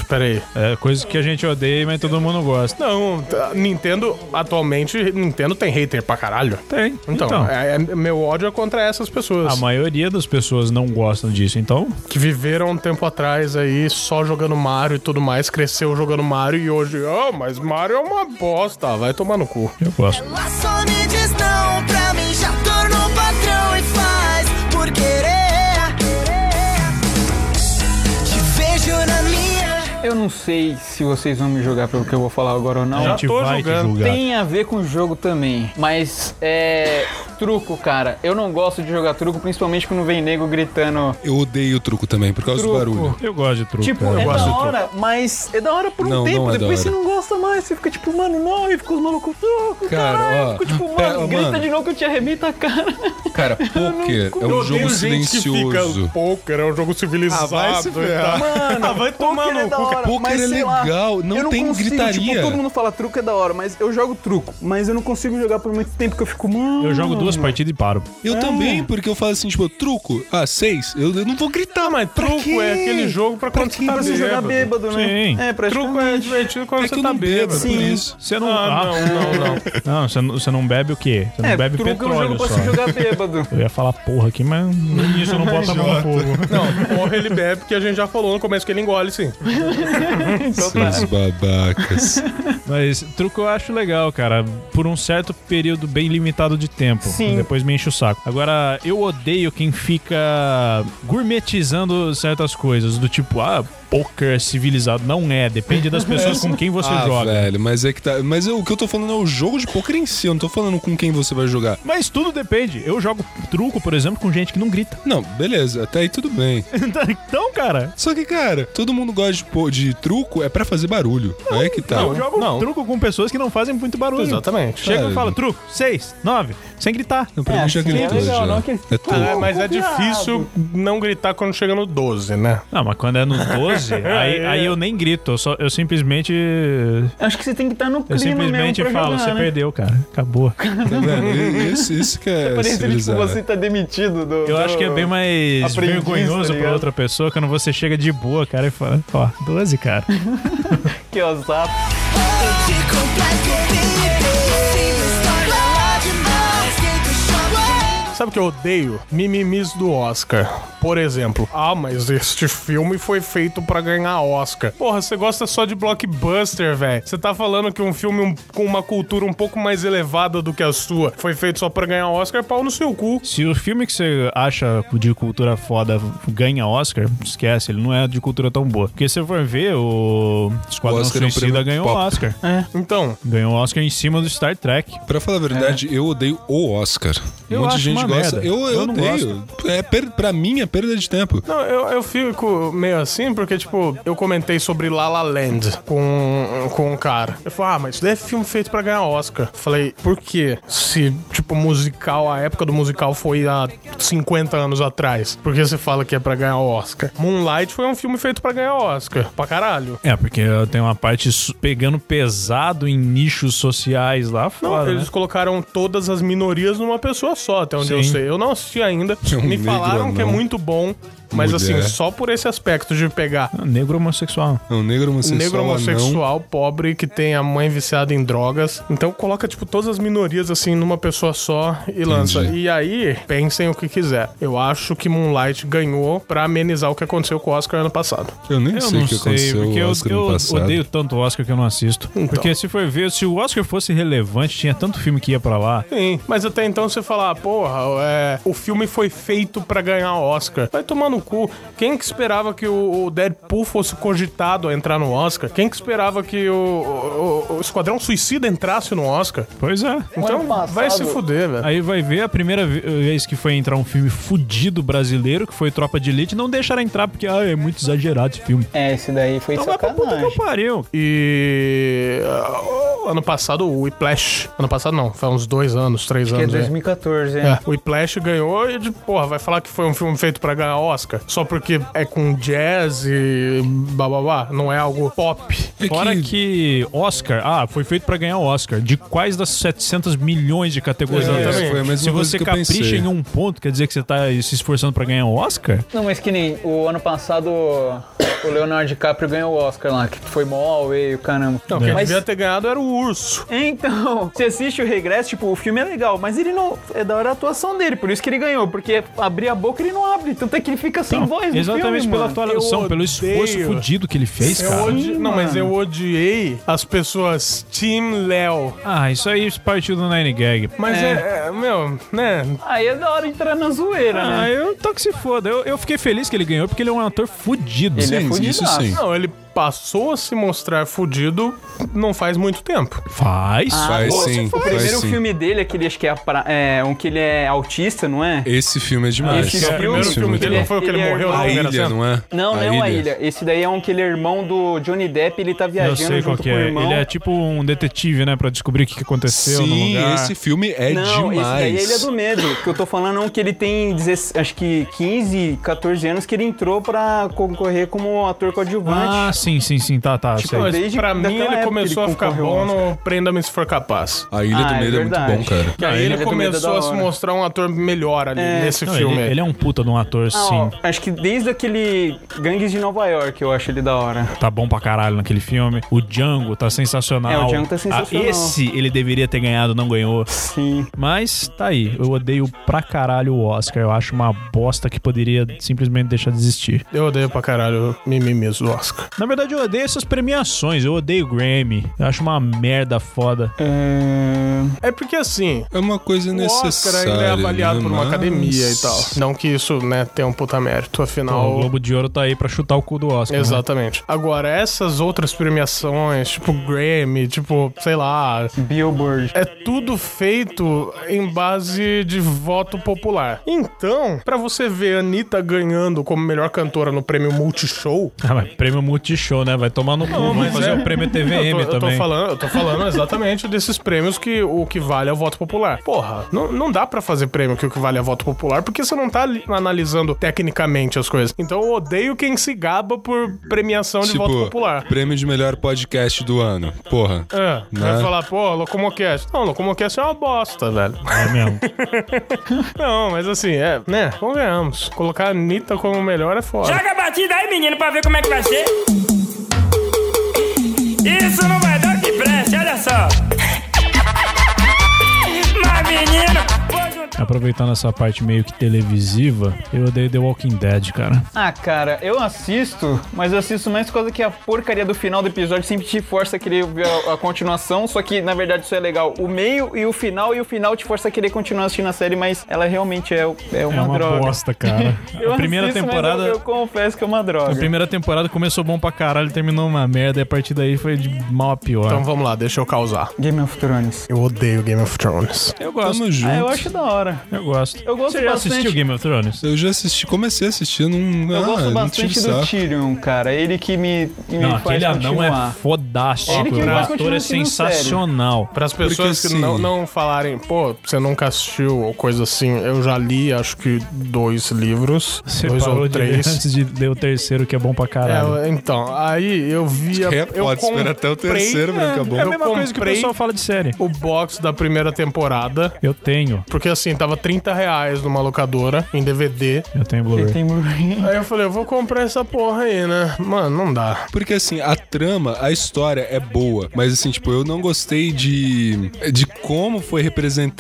Speaker 2: Pera aí.
Speaker 6: É coisa que a gente odeia, mas todo mundo gosta.
Speaker 2: Não, a Nintendo, atualmente, Nintendo tem hater pra caralho.
Speaker 6: Tem.
Speaker 2: Então,
Speaker 6: Então, Ah,
Speaker 2: é- é- meu ódio é contra essas pessoas
Speaker 6: a maioria das pessoas não gostam disso, então
Speaker 2: que viveram um tempo atrás aí só jogando Mario e tudo mais, cresceu jogando Mario e hoje, ah, mas Mario é uma bosta, vai tomar no cu.
Speaker 6: eu gosto.
Speaker 10: Ela só me diz não pra mim, já tornou padrão e faz por querer. Te vejo na minha.
Speaker 4: Eu não sei se vocês vão me julgar pelo que eu vou falar agora ou não.
Speaker 6: a gente
Speaker 2: tô
Speaker 6: vai
Speaker 2: julgando.
Speaker 6: te julgar.
Speaker 4: Tem a ver com o jogo também, mas é. Truco, cara. Eu não gosto de jogar truco, principalmente quando vem nego gritando.
Speaker 3: Eu odeio o truco também, por causa do
Speaker 4: Truco.
Speaker 6: [laughs]
Speaker 3: barulho.
Speaker 6: Eu gosto de truque.
Speaker 4: Tipo,
Speaker 6: cara.
Speaker 4: é da hora, mas é da hora por um
Speaker 3: Não,
Speaker 4: tempo.
Speaker 3: não é da
Speaker 4: Depois você
Speaker 3: hora.
Speaker 4: não gosta mais, você fica tipo, mano, não, e fica os malucos truco,
Speaker 3: Cara,
Speaker 4: caralho.
Speaker 3: ó,
Speaker 4: Fico tipo, mano,
Speaker 3: pera,
Speaker 4: grita
Speaker 3: mano.
Speaker 4: de novo que eu te arrebento a cara.
Speaker 3: Cara, poker é um jogo silencioso.
Speaker 2: poker, é um jogo civilizado. é. [laughs]
Speaker 4: Mano,
Speaker 2: Ah, vai tomar
Speaker 4: poker
Speaker 2: no
Speaker 4: é da
Speaker 2: cu,
Speaker 4: hora,
Speaker 3: poker
Speaker 4: mas
Speaker 3: é
Speaker 4: sei lá,
Speaker 3: legal, não
Speaker 4: eu
Speaker 3: tem
Speaker 4: consigo,
Speaker 3: gritaria.
Speaker 4: Tipo, todo mundo fala truco é da hora, mas eu jogo truco, mas eu não consigo jogar por muito tempo que eu fico, mano.
Speaker 6: Eu jogo duas partidas e paro.
Speaker 3: Eu também, porque eu falo assim, tipo, truco, ah, seis, eu, eu não vou gritar, mas
Speaker 2: Truco é aquele jogo pra quando você tá
Speaker 4: Pra você jogar
Speaker 2: bêbado.
Speaker 4: bêbado, né?
Speaker 6: Sim.
Speaker 2: Truco é
Speaker 4: É, praticamente.
Speaker 2: divertido quando
Speaker 3: É que
Speaker 2: você
Speaker 3: eu
Speaker 2: tá
Speaker 3: não bebo,
Speaker 2: bêbado.
Speaker 3: por isso.
Speaker 6: Você não.
Speaker 2: Ah,
Speaker 6: Ah,
Speaker 2: não, não, não.
Speaker 6: não, você não, você não bebe o quê? Você não
Speaker 4: É,
Speaker 6: bebe
Speaker 4: truco é um jogo
Speaker 6: petróleo
Speaker 4: pra
Speaker 6: só.
Speaker 4: você jogar
Speaker 6: [laughs]
Speaker 4: bêbado.
Speaker 6: Eu ia falar porra aqui, mas isso eu não boto a mão no fogo.
Speaker 2: [laughs] Não, porra, ele bebe, que a gente já falou no começo que ele engole, sim.
Speaker 4: Então tá.
Speaker 3: Seus
Speaker 6: [laughs]
Speaker 3: babacas.
Speaker 6: Mas truco eu acho legal, cara. Por um certo período bem limitado de tempo.
Speaker 4: Sim.
Speaker 6: Depois me enche o saco. Agora, eu odeio quem fica gourmetizando certas coisas. Do tipo, ah, poker é civilizado. Não é. Depende das pessoas com
Speaker 4: [laughs]
Speaker 6: quem você
Speaker 3: ah,
Speaker 6: joga.
Speaker 3: velho, mas é que tá... Mas eu- o que eu tô falando é o jogo de poker em si, eu não tô falando com quem você vai jogar.
Speaker 6: Mas tudo depende. Eu jogo truco, por exemplo, com gente que não grita. [laughs]
Speaker 3: Não, beleza, até aí tudo bem.
Speaker 6: então, cara,
Speaker 3: Só que, cara, todo mundo gosta de, po- de truco, é pra fazer barulho. Aí que tá.
Speaker 6: eu jogo
Speaker 2: não.
Speaker 6: truco com pessoas que não fazem muito barulho.
Speaker 2: Exatamente.
Speaker 6: Chega e
Speaker 3: É.
Speaker 6: fala, truco, seis, nove, sem gritar.
Speaker 3: Não, pra
Speaker 4: É,
Speaker 3: mim já
Speaker 4: assim, é
Speaker 3: gritou
Speaker 4: legal,
Speaker 3: já.
Speaker 4: não que-
Speaker 3: É truco.
Speaker 2: mas é difícil não gritar quando chega no 12, né?
Speaker 6: Não, mas quando é no 12, [laughs] 12. aí, aí eu nem grito, eu, só, eu simplesmente.
Speaker 4: Acho que você tem que estar no
Speaker 6: Eu
Speaker 4: clima
Speaker 6: simplesmente
Speaker 4: mesmo pra
Speaker 6: falo,
Speaker 4: jogar,
Speaker 6: você
Speaker 4: né?
Speaker 6: perdeu, cara. Acabou.
Speaker 3: Tá vendo? Isso, isso que é
Speaker 4: Parece que tipo,
Speaker 3: civilizado.
Speaker 4: você tá demitido do...
Speaker 6: né? Eu
Speaker 4: do-
Speaker 6: acho que é bem mais
Speaker 4: aprendiz, tá
Speaker 6: vergonhoso
Speaker 4: ligado?
Speaker 6: pra outra pessoa quando você chega de boa, cara, e fala, ó, 12, cara.
Speaker 4: Que é o zap.
Speaker 2: Sabe o que eu odeio? Mimimis do Oscar. Por exemplo, ah, mas este filme foi feito pra ganhar Oscar. Porra, você gosta só de blockbuster, velho. Você tá falando que um filme um- com uma cultura um pouco mais elevada do que a sua foi feito só pra ganhar Oscar, pau no seu cu.
Speaker 6: Se o filme que você acha de cultura foda ganha Oscar, esquece, ele não é de cultura tão boa. Porque se você for ver, o Esquadrão
Speaker 3: O Oscar é um
Speaker 6: Suicida
Speaker 3: prêmio
Speaker 6: ganhou
Speaker 3: pop.
Speaker 6: Oscar.
Speaker 4: É.
Speaker 2: Então,
Speaker 6: Ganhou Oscar em cima do Star Trek.
Speaker 3: Pra falar a verdade, eu odeio o Oscar. Um
Speaker 6: Eu
Speaker 3: monte de
Speaker 6: acho
Speaker 3: gente
Speaker 6: uma
Speaker 3: gosta.
Speaker 6: merda.
Speaker 3: Eu, eu,
Speaker 6: Eu não
Speaker 3: odeio. É, per- pra mim é perda de tempo.
Speaker 2: não, eu, eu fico meio assim, porque, tipo, eu comentei sobre La La Land com, com um cara. Ele falou, ah, mas isso daí é filme feito pra ganhar Oscar. Eu Falei, por quê? Se, tipo, musical, a época do musical foi há 50 anos atrás. Por que você fala que é pra ganhar Oscar? Moonlight foi um filme feito pra ganhar Oscar. Pra caralho.
Speaker 6: É, porque tem uma parte su- pegando pesado em nichos sociais lá
Speaker 2: Não,
Speaker 6: fora.
Speaker 2: eles
Speaker 6: né?
Speaker 2: colocaram todas as minorias numa pessoa só, até onde
Speaker 6: Sim.
Speaker 2: eu sei. Eu não assisti ainda.
Speaker 3: É um
Speaker 2: Me
Speaker 3: negro
Speaker 2: falaram que é
Speaker 3: anão.
Speaker 2: muito bom. Mas
Speaker 3: Mulher.
Speaker 2: assim, só por esse aspecto de pegar
Speaker 6: Ah, Negro homossexual.
Speaker 3: É um negro
Speaker 2: Um
Speaker 3: homossexual.
Speaker 2: negro
Speaker 3: anão.
Speaker 2: homossexual, pobre, que tem a mãe viciada em drogas. Então coloca, tipo, todas as minorias, assim, numa pessoa só e lança. E aí, pensem o que quiser. Eu acho que Moonlight ganhou pra amenizar o que aconteceu com o Oscar ano passado.
Speaker 3: Eu nem
Speaker 6: Eu
Speaker 3: sei
Speaker 6: não
Speaker 3: o que
Speaker 6: sei,
Speaker 3: aconteceu
Speaker 6: porque
Speaker 3: no
Speaker 6: eu,
Speaker 3: Oscar
Speaker 6: eu
Speaker 3: no passado. Então.
Speaker 6: odeio tanto o Oscar que eu não assisto. Porque se for ver, se o Oscar fosse relevante, tinha tanto filme que ia pra lá.
Speaker 2: Sim, mas até então você falar, porra, é, o filme foi feito pra ganhar Oscar. Vai tomar no cu. Quem que esperava que o, o Deadpool fosse cogitado a entrar no Oscar? Quem que esperava que o, o- o Esquadrão Suicida entrasse no Oscar?
Speaker 6: Pois é.
Speaker 2: Então vai se fuder, velho.
Speaker 6: Aí vai ver a primeira ve- vez que foi entrar um filme fudido brasileiro, que foi Tropa de Elite, não deixaram entrar porque ah, é muito exagerado esse filme.
Speaker 5: É, esse daí foi
Speaker 6: Então vai pra puta que eu
Speaker 5: sacanagem.
Speaker 6: pariu.
Speaker 2: E ah, ano passado o Whiplash, ano passado não, foi uns dois anos, três
Speaker 5: Que é
Speaker 2: anos. aí.
Speaker 5: 2014, é.
Speaker 2: É, o Whiplash ganhou e, de, porra, vai falar que foi um filme feito pra ganhar Oscar só porque é com jazz e blá blá blá, não é algo pop.
Speaker 3: É
Speaker 6: Fora
Speaker 3: que-
Speaker 6: que... Oscar, ah, foi feito pra ganhar o Oscar. De quais das 700 milhões de categorias?
Speaker 2: É,
Speaker 6: ela tem?
Speaker 2: foi a
Speaker 3: mesma
Speaker 6: Se
Speaker 3: coisa
Speaker 6: você
Speaker 3: que eu
Speaker 6: capricha
Speaker 3: pensei.
Speaker 6: em um ponto, quer dizer que você tá se esforçando pra ganhar o Oscar?
Speaker 5: Não, mas que nem o ano passado o Leonardo DiCaprio ganhou o Oscar lá, que foi mó e o caramba.
Speaker 2: Não, quem
Speaker 5: Mas-
Speaker 2: devia ter ganhado era o Urso.
Speaker 4: Então, [laughs] você assiste o Regresso, tipo, o filme é legal, mas ele não... É da hora a atuação dele, por isso que ele ganhou, porque abrir a boca ele não abre, tanto é que ele fica sem
Speaker 6: Não,
Speaker 4: voz no
Speaker 6: Então, exatamente
Speaker 4: filme,
Speaker 6: pela
Speaker 4: mano.
Speaker 6: atuação,
Speaker 2: Eu
Speaker 6: pelo esforço
Speaker 2: odeio.
Speaker 6: fudido que ele fez, cara.
Speaker 2: Eu odi- Não, mas
Speaker 5: mano.
Speaker 2: eu odiei as pessoas Team Léo.
Speaker 6: Ah, isso aí partiu do Nine Gag.
Speaker 2: Mas é- é, meu, né?
Speaker 4: Aí é da hora entrar na zoeira,
Speaker 6: Ah,
Speaker 4: né?
Speaker 6: eu tô que se foda. Eu, eu fiquei feliz que ele ganhou porque ele é um ator fudido.
Speaker 5: Ele é
Speaker 3: Sim, isso
Speaker 5: fudidaço.
Speaker 3: sim.
Speaker 2: Não, ele passou a se mostrar fudido não faz muito tempo.
Speaker 6: Faz.
Speaker 5: Ah,
Speaker 3: Faz sim,
Speaker 5: O
Speaker 3: faz
Speaker 5: primeiro
Speaker 3: sim.
Speaker 5: filme dele, aquele acho que é, a pra- é um que ele é autista, não é?
Speaker 3: Esse filme é demais.
Speaker 5: Esse
Speaker 3: Esse
Speaker 5: filme-
Speaker 2: O primeiro filme dele não foi o que ele,
Speaker 5: Ele é-
Speaker 2: morreu na
Speaker 3: A
Speaker 2: primeira
Speaker 3: ilha,
Speaker 2: cena?
Speaker 3: não é?
Speaker 5: Não, não é a ilha. Esse daí é um que ele é irmão do Johnny Depp, ele tá viajando
Speaker 6: Eu sei
Speaker 5: junto
Speaker 6: qual que
Speaker 5: com o
Speaker 6: é.
Speaker 5: irmão.
Speaker 6: Ele é tipo um detetive, né? Pra descobrir o que que aconteceu no
Speaker 3: Sim,
Speaker 6: lugar.
Speaker 3: esse filme é
Speaker 5: Não,
Speaker 3: demais.
Speaker 5: esse daí ele é do medo. O que eu tô falando é um que ele tem 16 acho que 15, 14 anos que ele entrou pra concorrer como ator coadjuvante.
Speaker 6: Ah, sim, sim, sim. Tá,
Speaker 5: Tipo
Speaker 6: tá. sei.
Speaker 2: Não, mas
Speaker 5: Desde
Speaker 2: pra
Speaker 5: daquela
Speaker 2: mim
Speaker 5: época
Speaker 2: ele
Speaker 5: ele
Speaker 2: começou a ficar
Speaker 5: concorreu
Speaker 2: bom
Speaker 5: ao
Speaker 2: no Prenda-me se for capaz.
Speaker 3: A Ilha
Speaker 5: Ah,
Speaker 3: do
Speaker 5: é
Speaker 3: Medo é, muito
Speaker 5: verdade.
Speaker 3: bom, cara.
Speaker 2: Que aí ele,
Speaker 5: Ilha do Medo é
Speaker 2: começou
Speaker 5: da
Speaker 2: a se
Speaker 5: hora.
Speaker 2: mostrar um ator melhor ali nesse
Speaker 6: Não,
Speaker 2: filme.
Speaker 6: ele, ele é um puta de um ator,
Speaker 5: Ah, ó,
Speaker 6: sim.
Speaker 5: acho que desde aquele Gangues de Nova York eu acho ele da hora.
Speaker 6: Tá bom pra caralho naquele filme. O Django tá sensacional.
Speaker 5: É, o Django tá sensacional.
Speaker 6: Ah, esse ele deveria ter ganhado, não ganhou.
Speaker 5: Sim.
Speaker 6: Mas tá aí. Eu odeio pra caralho o Oscar. Eu acho uma bosta que poderia simplesmente deixar de existir.
Speaker 2: Eu odeio pra caralho mimimis do Oscar.
Speaker 6: Na verdade, eu odeio essas premiações. Eu odeio Grammy. Eu acho uma merda foda.
Speaker 2: É porque assim,
Speaker 3: É uma coisa
Speaker 2: o Oscar
Speaker 3: necessária.
Speaker 2: ainda é avaliado
Speaker 3: né?
Speaker 2: por uma
Speaker 3: Mas-
Speaker 2: academia e tal. Não que isso, né, tenha um puta mérito, afinal...
Speaker 6: O Globo de Ouro tá aí pra chutar o cu do Oscar. né?
Speaker 2: Exatamente. Agora, essas outras premiações, tipo Grammy, tipo, sei lá,
Speaker 5: Billboard.
Speaker 2: É tudo feito em base de voto popular. Então, pra você ver a Anitta ganhando como melhor cantora no prêmio Multishow,
Speaker 6: Ah, mas prêmio show, né? Vai tomar no cu. Vamos fazer o prêmio TVM
Speaker 2: é. eu tô, eu tô
Speaker 6: também.
Speaker 2: falando, eu tô falando exatamente desses prêmios que o que vale é o voto popular. Porra, não, não dá pra fazer prêmio que o que vale é voto popular, porque você não tá ali analisando tecnicamente as coisas. Então eu odeio quem se gaba por premiação
Speaker 3: Tipo,
Speaker 2: de voto popular.
Speaker 3: prêmio de melhor podcast do ano. Porra.
Speaker 2: É,
Speaker 3: Né?
Speaker 2: vai falar, pô, Locomocast. Não, Locomocast é uma bosta, velho.
Speaker 6: É mesmo.
Speaker 2: Não, mas assim, é, né? Convenhamos. Colocar a Anitta como melhor é foda.
Speaker 11: Joga a batida aí, menino, pra ver como é que vai ser. Isso não vai dar o que preste, é olha só. Mas, menino, vou juntar.
Speaker 6: Aproveitando essa parte meio que televisiva, eu odeio The Walking Dead, cara.
Speaker 4: Ah, cara, eu assisto, mas eu assisto mais por causa que a porcaria do final do episódio sempre te força a querer ver a, a continuação, só que na verdade isso é legal. O meio e o final, e o final te força a querer continuar assistindo a série, mas ela realmente é, é uma,
Speaker 6: é uma
Speaker 4: droga.
Speaker 6: bosta, cara.
Speaker 4: [laughs] Eu
Speaker 6: a primeira
Speaker 4: assisto, mas
Speaker 6: temporada.
Speaker 4: eu, eu confesso que é uma droga.
Speaker 6: A primeira temporada começou bom pra caralho, terminou uma merda, e a partir daí foi de mal a pior.
Speaker 2: Então vamos lá, deixa eu causar.
Speaker 4: Game of Thrones.
Speaker 2: Eu odeio Game of Thrones.
Speaker 6: eu gosto.
Speaker 3: Tamo junto.
Speaker 4: Ah, eu
Speaker 3: eu,
Speaker 4: acho da hora.
Speaker 6: Eu gosto.
Speaker 4: Eu gosto
Speaker 6: Você já
Speaker 4: bastante.
Speaker 6: assistiu Game of Thrones?
Speaker 3: já assisti, comecei a assistir, não.
Speaker 4: Eu
Speaker 3: ah,
Speaker 4: gosto
Speaker 3: não tive
Speaker 4: bastante do
Speaker 3: saco.
Speaker 4: Tyrion, cara. Ele que me, me
Speaker 6: Não,
Speaker 4: faz
Speaker 6: aquele anão é
Speaker 4: continuar. Ele
Speaker 6: fodástico.
Speaker 4: que
Speaker 6: O
Speaker 4: faz
Speaker 6: ator
Speaker 4: continuar
Speaker 6: é
Speaker 4: assistindo série.
Speaker 6: sensacional.
Speaker 2: Para as pessoas
Speaker 3: Porque,
Speaker 2: que não,
Speaker 3: assim-
Speaker 2: não falarem, pô, você nunca assistiu ou coisa assim, eu já li acho que dois livros,
Speaker 6: Você
Speaker 2: dois
Speaker 6: parou
Speaker 2: ou
Speaker 6: de ler
Speaker 2: três.
Speaker 6: [laughs] antes de ler o terceiro, que é bom pra caralho.
Speaker 2: É, então, aí eu via.
Speaker 3: É,
Speaker 2: eu
Speaker 3: pode esperar
Speaker 2: comprei-
Speaker 3: até o terceiro pra ficar bom.
Speaker 2: É a mesma coisa que o pessoal
Speaker 6: fala de série.
Speaker 2: o box da primeira temporada.
Speaker 6: Eu tenho.
Speaker 2: Porque assim, tava 30 reais numa locadora em DVD.
Speaker 6: Eu tenho Blu-ray.
Speaker 4: Tem Blu-ray.
Speaker 2: Aí eu falei, eu vou comprar essa porra aí, né? Mano, não dá.
Speaker 3: Porque assim, a trama, a história é boa, mas assim, tipo, eu não gostei de de como foi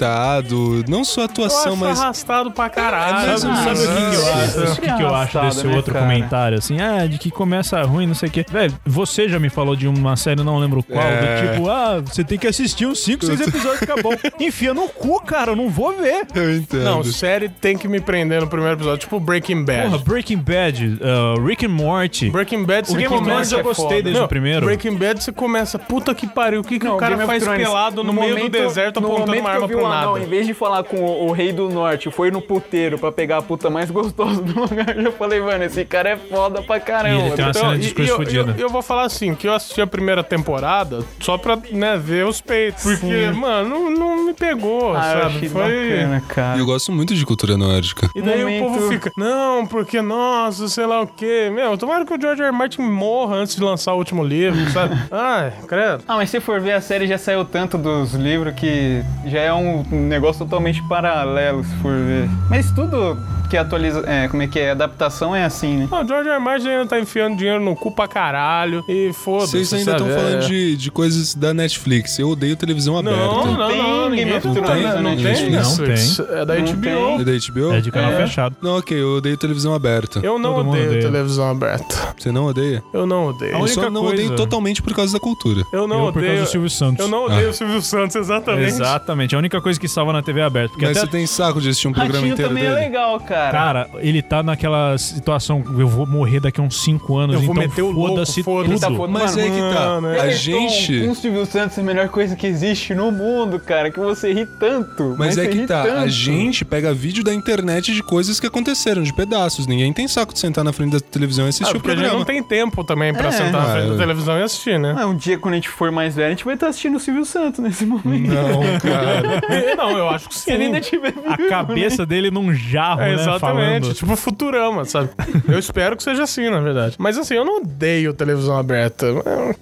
Speaker 3: representado, não só a atuação, mas
Speaker 2: arrastado pra
Speaker 3: É
Speaker 2: caralho.
Speaker 3: mais
Speaker 6: Ah, Sabe,
Speaker 3: ou
Speaker 6: sabe o que, que eu
Speaker 3: Ah,
Speaker 6: acho,
Speaker 4: isso
Speaker 6: o que, que eu acho
Speaker 4: é
Speaker 6: desse
Speaker 4: engraçado,
Speaker 6: outro
Speaker 4: né, cara?
Speaker 6: comentário? Assim, ah, de que começa ruim, não sei o quê. Velho, você já me falou de uma série, não lembro qual,
Speaker 3: É.
Speaker 6: do tipo, ah, você tem que assistir uns 5, 6 episódios
Speaker 2: [laughs]
Speaker 6: que acabou. Enfia no cu, cara, eu não vou ver.
Speaker 3: eu entendo.
Speaker 2: Não, série tem que me prender no primeiro episódio, tipo Breaking Bad.
Speaker 6: Porra, Breaking Bad, ah, Rick and Morty.
Speaker 2: Breaking Bad, você
Speaker 6: Game of
Speaker 2: começa,
Speaker 6: Thrones eu
Speaker 2: é
Speaker 6: gostei
Speaker 2: foda.
Speaker 6: desde o
Speaker 2: Não,
Speaker 6: primeiro.
Speaker 2: Breaking Bad, você começa, puta que pariu, o que, que
Speaker 4: Não,
Speaker 2: o cara
Speaker 4: Game of
Speaker 2: faz
Speaker 4: Thrones.
Speaker 2: pelado no, meio
Speaker 4: momento-
Speaker 2: do deserto
Speaker 4: no
Speaker 2: apontando
Speaker 4: momento
Speaker 2: uma
Speaker 4: que eu
Speaker 2: arma
Speaker 4: vi
Speaker 2: pro
Speaker 4: o anão,
Speaker 2: nada?
Speaker 4: em vez de falar com o, o rei do norte, foi no puteiro pra pegar a puta mais [laughs] gostosa do lugar. Eu falei, mano, esse cara é foda pra
Speaker 6: E
Speaker 4: caramba.
Speaker 6: ele tem uma
Speaker 2: Então,
Speaker 6: cena
Speaker 2: e-
Speaker 6: de
Speaker 2: e
Speaker 6: cruz
Speaker 2: eu, eu,
Speaker 6: fodida.
Speaker 2: eu vou falar assim, que eu assisti a primeira temporada só pra, né, ver os peitos. Porque, mano, não, não me pegou,
Speaker 4: Ah, eu
Speaker 2: sabe?
Speaker 4: achei
Speaker 2: Foi...
Speaker 4: bacana, cara.
Speaker 3: Eu gosto muito de cultura nórdica.
Speaker 2: E daí
Speaker 4: Momento.
Speaker 2: o povo fica, não, porque, nossa, sei lá o quê. Meu, tomara que o George R. R. Martin morra antes de lançar o último livro, [laughs] sabe? Ai, credo.
Speaker 4: Ah, mas se for ver a série já saiu tanto dos livros que já é um negócio totalmente paralelo, se for ver. Mas tudo que atualiza, é, como é que é, adaptação é assim, né?
Speaker 2: Não, o George R. R. Martin ainda tá enfiando dinheiro no cu pra caralho. E foda-se.
Speaker 3: Vocês ainda estão
Speaker 2: sabe? É.
Speaker 3: falando de, de coisas da Netflix. Eu odeio televisão
Speaker 2: Não,
Speaker 3: aberta.
Speaker 2: não,
Speaker 4: tem
Speaker 2: não,
Speaker 4: Game
Speaker 2: ninguém
Speaker 4: of
Speaker 2: tá
Speaker 4: Thrones
Speaker 2: falando,
Speaker 4: na
Speaker 2: não tem
Speaker 3: Netflix.
Speaker 6: né? Não
Speaker 2: Netflix. É da
Speaker 4: Não
Speaker 2: HBO.
Speaker 4: tem.
Speaker 3: É da HBO?
Speaker 6: É de canal
Speaker 2: É.
Speaker 6: fechado.
Speaker 3: Não, ok, eu odeio televisão aberta.
Speaker 2: Eu não
Speaker 6: Todo mundo
Speaker 2: odeio
Speaker 6: odeia.
Speaker 2: televisão aberta.
Speaker 3: Você não odeia?
Speaker 2: Eu não odeio.
Speaker 6: A
Speaker 3: Eu
Speaker 6: única
Speaker 3: só não
Speaker 6: coisa-
Speaker 3: odeio totalmente por causa da cultura.
Speaker 2: Eu não
Speaker 6: Eu, por causa
Speaker 2: odeio.
Speaker 6: do Silvio Santos. Ah.
Speaker 2: Eu não odeio o Silvio Santos, exatamente.
Speaker 6: Exatamente, é a única coisa que salva na TV aberta. Porque
Speaker 3: Mas
Speaker 6: até
Speaker 3: você tem saco de assistir um programa
Speaker 4: Ratinho
Speaker 3: inteiro
Speaker 4: também
Speaker 3: dele?
Speaker 4: é legal, cara.
Speaker 6: Cara, ele tá naquela situação, eu vou morrer daqui a uns 5 anos,
Speaker 2: Eu vou
Speaker 6: então
Speaker 2: meter o louco,
Speaker 6: foda-se
Speaker 2: foda-se.
Speaker 6: tudo.
Speaker 4: Tá foda-
Speaker 3: Mas
Speaker 4: Mano,
Speaker 3: é que tá.
Speaker 2: mano,
Speaker 3: A
Speaker 4: Eles
Speaker 3: gente.
Speaker 4: são Um Silvio Santos é a melhor coisa que existe no mundo, cara. Que você ri tanto.
Speaker 3: Mas é
Speaker 4: você
Speaker 3: que
Speaker 4: ri
Speaker 3: tá, a
Speaker 4: tanto.
Speaker 3: gente pega vídeo da internet de coisas que aconteceram, de pedaços. Ninguém tem saco de sentar na frente da televisão e
Speaker 2: Ah,
Speaker 3: assistir o
Speaker 6: Tipo,
Speaker 2: porque a gente
Speaker 3: programa.
Speaker 2: não tem tempo também pra
Speaker 4: É.
Speaker 2: sentar na frente
Speaker 3: Ah,
Speaker 2: da
Speaker 3: é.
Speaker 2: televisão e assistir, né?
Speaker 4: Ah, um dia quando a gente for mais velho, a gente vai estar assistindo o Silvio Santos nesse momento.
Speaker 3: Não, cara.
Speaker 6: É.
Speaker 2: Não, eu acho que sim.
Speaker 4: Ele [laughs] ainda tiver
Speaker 6: [laughs] A cabeça dele num jarro,
Speaker 2: É,
Speaker 6: né?
Speaker 2: exatamente,
Speaker 6: falando.
Speaker 2: tipo Futurama, sabe? Eu espero que seja assim, na verdade. Mas assim, eu não odeio televisão aberta.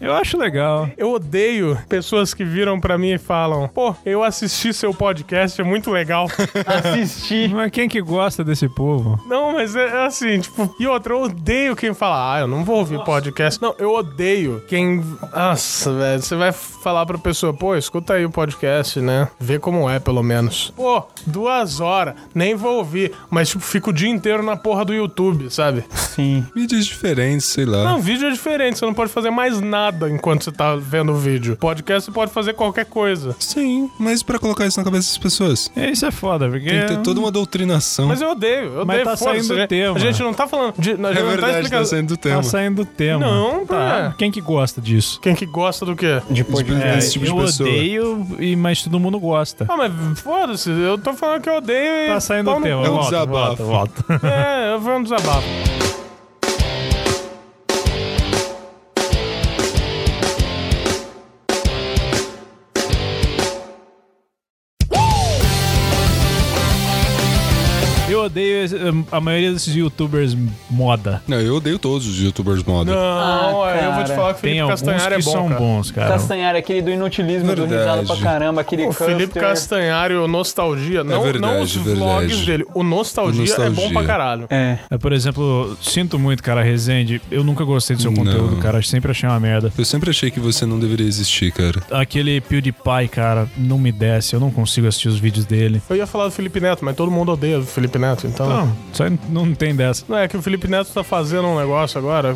Speaker 6: Eu acho legal.
Speaker 2: Eu odeio pessoas que viram pra mim e falam: pô, eu assisti seu podcast, é muito legal.
Speaker 4: assistir.
Speaker 6: Mas quem que gosta desse povo?
Speaker 2: Não, mas é é assim, tipo. E outra, eu odeio quem fala, ah, eu não vou ouvir podcast. Não, eu odeio quem. Nossa, velho, você vai falar pra pessoa, pô, escuta aí o podcast, né? Vê como é, pelo menos. Pô, duas horas, nem vou ouvir, mas, tipo, fico o dia inteiro na porra do YouTube, sabe?
Speaker 4: Sim.
Speaker 3: Mídias diferentes, sei lá.
Speaker 2: Não, vídeo é diferente, você não pode fazer mais nada enquanto você tá vendo o vídeo. Podcast você pode fazer qualquer coisa.
Speaker 3: Sim, mas pra colocar isso na cabeça das pessoas?
Speaker 6: É, Isso é foda, porque.
Speaker 3: Tem que ter toda uma doutrinação.
Speaker 2: Mas eu odeio, eu odeio.
Speaker 6: Mas tá
Speaker 2: foda-se,
Speaker 6: saindo do
Speaker 2: né?
Speaker 6: tema.
Speaker 2: A gente não tá falando de... A gente
Speaker 3: É
Speaker 2: não tá
Speaker 3: verdade, tá
Speaker 2: explicando...
Speaker 3: saindo do tema.
Speaker 6: Tá saindo do tema.
Speaker 2: Não,
Speaker 6: tá.
Speaker 2: tá.
Speaker 6: Quem que gosta disso? É,
Speaker 2: Quem que gosta do quê?
Speaker 3: de podcast. Desse tipo de
Speaker 6: eu
Speaker 3: pessoa.
Speaker 6: odeio, e- mas todo mundo gosta.
Speaker 2: Ah, mas foda-se, eu tô falando que eu odeio e...
Speaker 6: Tá saindo
Speaker 2: pau
Speaker 6: do
Speaker 2: no-
Speaker 6: tema.
Speaker 3: É um
Speaker 6: volta, [laughs]
Speaker 3: desabafo.
Speaker 6: Volta, volta.
Speaker 2: É, eu vou um desabafo.
Speaker 6: eu odeio esse- eh, a maioria desses youtubers moda.
Speaker 3: Não, eu odeio todos os youtubers moda.
Speaker 2: Não,
Speaker 5: Ah,
Speaker 2: é, eu vou te
Speaker 5: cara.
Speaker 2: falar que o
Speaker 6: Tem
Speaker 2: Felipe
Speaker 6: alguns
Speaker 2: Castanhar
Speaker 6: que
Speaker 2: é bom.
Speaker 6: são
Speaker 2: cara.
Speaker 6: bons, cara.
Speaker 5: Castanhar, aquele do inutilismo, do
Speaker 3: Verdade.
Speaker 5: risado pra caramba, aquele
Speaker 2: O Felipe
Speaker 5: Custer.
Speaker 2: Castanhari, o Nostalgia, não, não
Speaker 3: É verdade,
Speaker 2: os
Speaker 3: verdade.
Speaker 2: vlogs dele. O nostalgia,
Speaker 3: O Nostalgia.
Speaker 2: é bom pra caralho.
Speaker 5: É.
Speaker 6: É, por exemplo, sinto muito, cara, Rezende. Eu nunca gostei do seu conteúdo,
Speaker 3: Não.
Speaker 6: cara. Eu sempre achei uma merda.
Speaker 3: Eu sempre achei que você não deveria existir, cara.
Speaker 6: Aquele PewDiePie, cara, não me desce. Eu não consigo assistir os vídeos dele.
Speaker 2: Eu ia falar do Felipe Neto, mas todo mundo odeia o Felipe Neto, então.
Speaker 6: Não, só não tem dessa.
Speaker 2: Não, é que o Felipe Neto tá fazendo um negócio agora.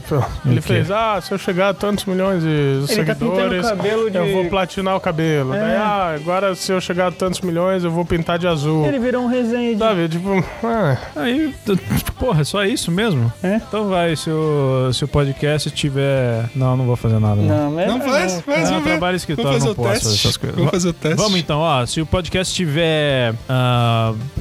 Speaker 2: Ele
Speaker 6: O quê?
Speaker 2: fez, ah, se eu chegar a tantos milhões de
Speaker 5: Ele tá pintando o
Speaker 2: seguidores,
Speaker 5: cabelo de... É.
Speaker 2: eu vou platinar o cabelo. Daí, ah, agora se eu chegar a tantos milhões, eu vou pintar de azul.
Speaker 5: Ele virou um resenha de...
Speaker 3: Tá
Speaker 2: Sabe, tipo, ah,
Speaker 6: Aí, t- [laughs] porra, só isso mesmo?
Speaker 5: É.
Speaker 6: Então vai, se o, se o podcast tiver. Não, não vou fazer nada. Não,
Speaker 5: Não, mas...
Speaker 4: é,
Speaker 3: Não faz, faz,
Speaker 6: não eu
Speaker 3: vamos ver.
Speaker 6: trabalho em
Speaker 3: Vamos
Speaker 6: escritório,
Speaker 3: fazer
Speaker 6: não
Speaker 3: o
Speaker 6: posso fazer essas
Speaker 3: teste.
Speaker 6: coisas.
Speaker 3: Vamos
Speaker 6: Va-
Speaker 3: fazer o teste.
Speaker 6: Vamos então, ó. Se o podcast tiver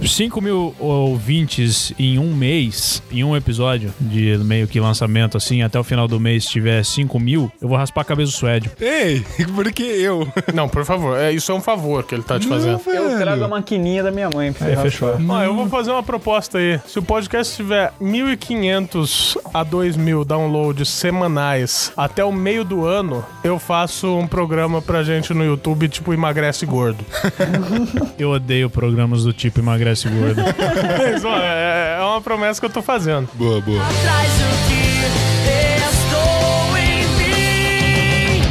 Speaker 6: 5 mil ouvintes em um mês, em um episódio de meio que lançamento, assim, até o final do mês tiver 5 mil, eu vou raspar a cabeça do suédio.
Speaker 3: Ei, por que eu?
Speaker 2: não, por favor, é, isso é um favor que ele tá te fazendo.
Speaker 5: Eu trago a maquininha da minha mãe pra você raspar.
Speaker 2: Ó, eu vou fazer uma proposta aí. Se o podcast tiver 1.500 a 2.000 downloads semanais até o meio do ano, eu faço um programa pra gente no YouTube, tipo Emagrece Gordo. [laughs]
Speaker 6: Eu odeio programas do tipo emagrece gordo.
Speaker 2: Mas, ó, é, é uma promessa que eu tô fazendo.
Speaker 3: Boa, boa.
Speaker 11: Traz o que estou em mim.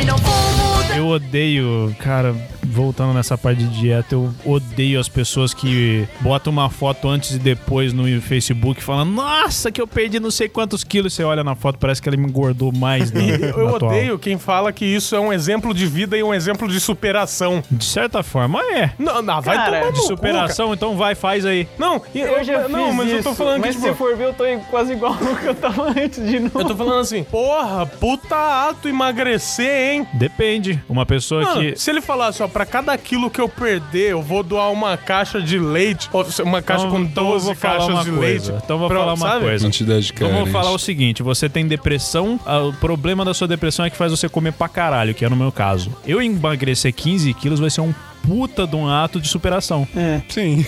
Speaker 11: E não vou mudar.
Speaker 6: Eu odeio, cara, voltando nessa parte de dieta, eu odeio as pessoas que botam uma foto antes e depois no Facebook falando, nossa, que eu perdi não sei quantos quilos. Você olha na foto, parece que ela me engordou
Speaker 2: [laughs]
Speaker 6: mais. né?
Speaker 2: Eu odeio quem fala que isso é um exemplo de vida e um exemplo de superação.
Speaker 6: De certa forma, é.
Speaker 2: Não, não vai
Speaker 5: Cara,
Speaker 2: tomar
Speaker 6: De
Speaker 2: no cu,
Speaker 6: superação, então vai, faz aí.
Speaker 2: cara. Não, e-
Speaker 5: Eu já
Speaker 2: não,
Speaker 5: fiz
Speaker 2: mas
Speaker 5: isso,
Speaker 2: eu tô falando
Speaker 5: mas
Speaker 2: que,
Speaker 5: se
Speaker 2: tipo,
Speaker 5: for ver, eu tô quase
Speaker 4: [laughs]
Speaker 5: igual ao que eu tava antes de novo.
Speaker 2: eu tô falando assim, porra, puta ato emagrecer, hein?
Speaker 6: Depende. Uma pessoa
Speaker 2: Mano,
Speaker 6: que.
Speaker 2: se ele falasse, ó, pra cada quilo que eu perder, eu vou doar uma caixa de leite, ou se- uma
Speaker 6: Então,
Speaker 2: caixa com 12 caixas de
Speaker 6: coisa.
Speaker 2: leite.
Speaker 6: Então eu vou
Speaker 2: Pronto,
Speaker 6: falar uma
Speaker 2: sabe?
Speaker 6: coisa.
Speaker 3: Quantidade
Speaker 6: Então vou
Speaker 3: carente.
Speaker 6: falar o seguinte: você tem depressão, ah, o problema da sua depressão é que faz você comer pra caralho, que é no meu caso. Eu emagrecer 15 quilos vai ser um puta de um ato de superação.
Speaker 3: Sim.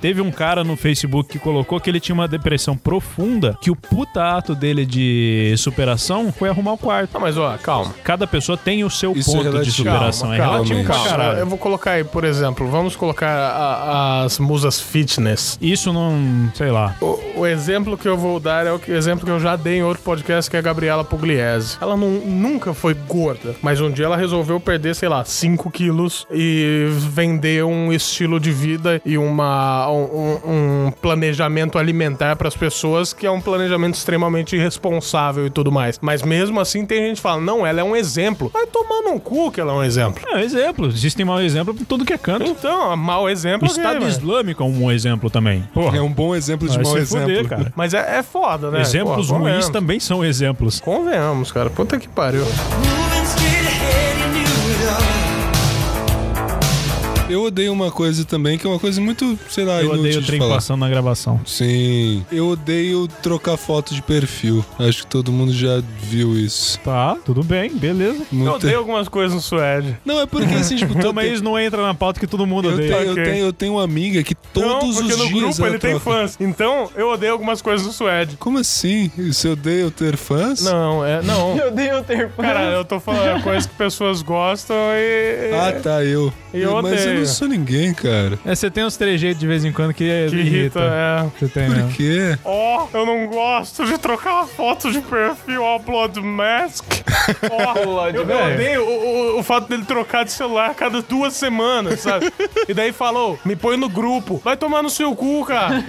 Speaker 6: Teve um cara no Facebook que colocou que ele tinha uma depressão profunda, que o puta ato dele de superação foi arrumar o quarto.
Speaker 2: Não, Ah, mas ó, calma.
Speaker 6: Cada pessoa tem o seu
Speaker 3: Isso é
Speaker 6: ponto de
Speaker 3: relativo.
Speaker 6: superação.
Speaker 2: Calma,
Speaker 6: é
Speaker 2: calma,
Speaker 6: relativo pra
Speaker 2: calma.
Speaker 6: caralho.
Speaker 2: Eu vou colocar aí, por exemplo, vamos colocar a- as musas fitness.
Speaker 6: Isso não, sei lá.
Speaker 2: O, o exemplo que eu vou dar é o que- exemplo que eu já dei em outro podcast, que é a Gabriela Pugliese. Ela não- nunca foi gorda, mas um dia ela resolveu perder, sei lá, 5 quilos e vender um estilo de vida e uma, um, um- um planejamento alimentar para as pessoas, que é um planejamento extremamente irresponsável e tudo mais. Mas mesmo assim, tem gente que fala, não, ela é um exemplo. Vai tomar no cu que ela é um exemplo.
Speaker 6: É, exemplo. Existem mau exemplo por tudo que é canto.
Speaker 2: Então, mau exemplo. né?
Speaker 6: O
Speaker 2: ok,
Speaker 6: Estado
Speaker 2: mas-
Speaker 6: Islâmico é um bom exemplo também. Porra,
Speaker 3: É um bom exemplo de
Speaker 6: vai
Speaker 3: mau
Speaker 6: se
Speaker 3: exemplo.
Speaker 6: fuder, cara.
Speaker 2: mas é, é foda, né?
Speaker 6: Exemplos
Speaker 2: Pô,
Speaker 6: ruins
Speaker 2: convenhamos.
Speaker 6: também são exemplos.
Speaker 2: Convenhamos, cara. Puta que pariu.
Speaker 3: Eu odeio uma coisa também, que é uma coisa muito, sei lá,
Speaker 6: Eu
Speaker 3: inútil
Speaker 6: odeio o
Speaker 3: de
Speaker 6: trem
Speaker 3: falar.
Speaker 6: passando na gravação.
Speaker 3: Sim. Eu odeio trocar foto de perfil. Acho que todo mundo já viu isso.
Speaker 6: Tá, tudo bem, beleza.
Speaker 2: Eu
Speaker 3: Muita-
Speaker 2: odeio algumas coisas no Suede.
Speaker 3: Não, é porque
Speaker 2: [laughs]
Speaker 3: assim, tipo,
Speaker 6: Não,
Speaker 3: todo
Speaker 6: mas isso não entra na pauta que todo mundo
Speaker 3: eu, tenho,
Speaker 6: odeia.
Speaker 3: eu,
Speaker 2: Ok.
Speaker 3: tenho, eu tenho uma amiga que todos
Speaker 2: não,
Speaker 3: os
Speaker 2: porque no
Speaker 3: dias
Speaker 2: grupo
Speaker 3: ela
Speaker 2: ele tem
Speaker 3: troca.
Speaker 2: fãs. Então, eu odeio algumas coisas no Suede.
Speaker 3: Como assim? Você odeia eu ter fãs?
Speaker 2: Não, é. Não.
Speaker 5: Eu
Speaker 4: um
Speaker 5: odeio ter
Speaker 2: [laughs]
Speaker 5: fã.
Speaker 2: Cara, eu tô falando é coisas que pessoas gostam e.
Speaker 3: Ah, tá, eu.
Speaker 2: Eu
Speaker 3: Mas eu
Speaker 2: odeio.
Speaker 3: não sou ninguém, cara.
Speaker 6: É, você tem uns trejeitos de vez em quando que,
Speaker 2: Que irrita, é.
Speaker 6: Você tem, né?
Speaker 3: Por quê?
Speaker 2: Ó, eu não gosto de trocar foto de perfil Upload Mask. Ó,
Speaker 5: Upload
Speaker 2: eu, eu
Speaker 5: Mask.
Speaker 2: odeio o, o- o fato dele trocar de celular a cada duas semanas, sabe? e daí falou, me põe no grupo. Vai tomar no seu cu, cara.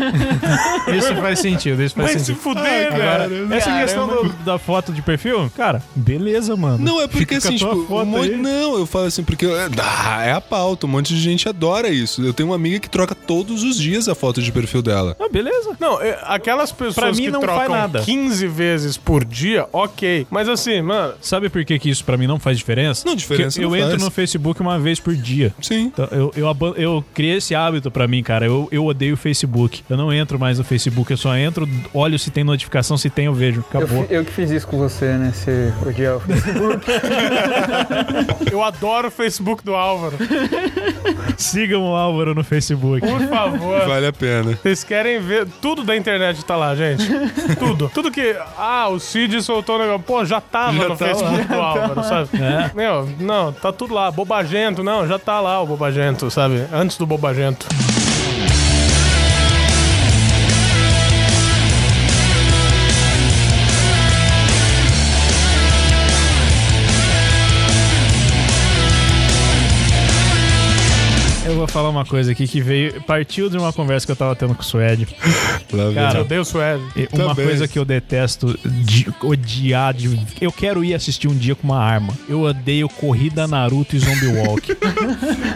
Speaker 6: Isso faz sentido, isso faz
Speaker 2: Vai se
Speaker 6: sentido.
Speaker 2: fuder, é velho.
Speaker 6: Essa questão do- da foto de perfil, cara, beleza, mano.
Speaker 3: Não, é porque
Speaker 6: Fica com a
Speaker 3: assim,
Speaker 6: tua
Speaker 3: tipo, um
Speaker 6: foto
Speaker 3: monte...
Speaker 6: aí.
Speaker 3: Não, eu falo assim, porque ah, é a pauta, um monte de gente adora isso. Eu tenho uma amiga que troca todos os dias a foto de perfil dela.
Speaker 6: Ah, beleza.
Speaker 2: Não, é, aquelas pessoas
Speaker 6: Pra mim
Speaker 2: que
Speaker 6: não faz
Speaker 2: trocam
Speaker 6: nada.
Speaker 2: 15 vezes por dia, ok. Mas assim, mano,
Speaker 6: Sabe por que, que isso pra mim não faz diferença?
Speaker 3: Não, diferença
Speaker 6: Porque eu
Speaker 3: não
Speaker 6: entro
Speaker 3: faz.
Speaker 6: no Facebook uma vez por dia.
Speaker 3: Sim.
Speaker 6: Então, eu, eu, aban- eu criei esse hábito pra mim, cara. Eu, eu odeio o Facebook. Eu não entro mais no Facebook. Eu só entro, olho se tem notificação, se tem, eu vejo.
Speaker 5: Eu,
Speaker 6: Acabou.
Speaker 5: fi- eu que fiz isso com você, né? Você
Speaker 4: dia.
Speaker 2: Eu adoro o Facebook do Álvaro.
Speaker 6: Sigam o Álvaro no Facebook.
Speaker 2: Por favor.
Speaker 6: [laughs]
Speaker 3: Vale a pena.
Speaker 2: Vocês querem ver. Tudo da internet tá lá, gente. Tudo. Tudo que. Ah, o Cid soltou o negócio. Pô, já tava
Speaker 12: Já
Speaker 2: no
Speaker 12: tá
Speaker 2: Facebook
Speaker 12: lá.
Speaker 6: [laughs]
Speaker 2: do Álvaro, sabe?
Speaker 12: É.
Speaker 2: Meu, não, tá tudo lá. Bobagento, não, já tá lá o Bobagento, sabe? Antes do Bobagento.
Speaker 6: Eu vou falar uma coisa aqui que veio. Partiu de uma conversa que eu tava tendo com o Suede. Cara,
Speaker 2: eu odeio o Suede.
Speaker 6: E Uma coisa que eu detesto de odiar de. Eu quero ir assistir um dia com uma arma. Eu odeio corrida Naruto e Zombie Walk.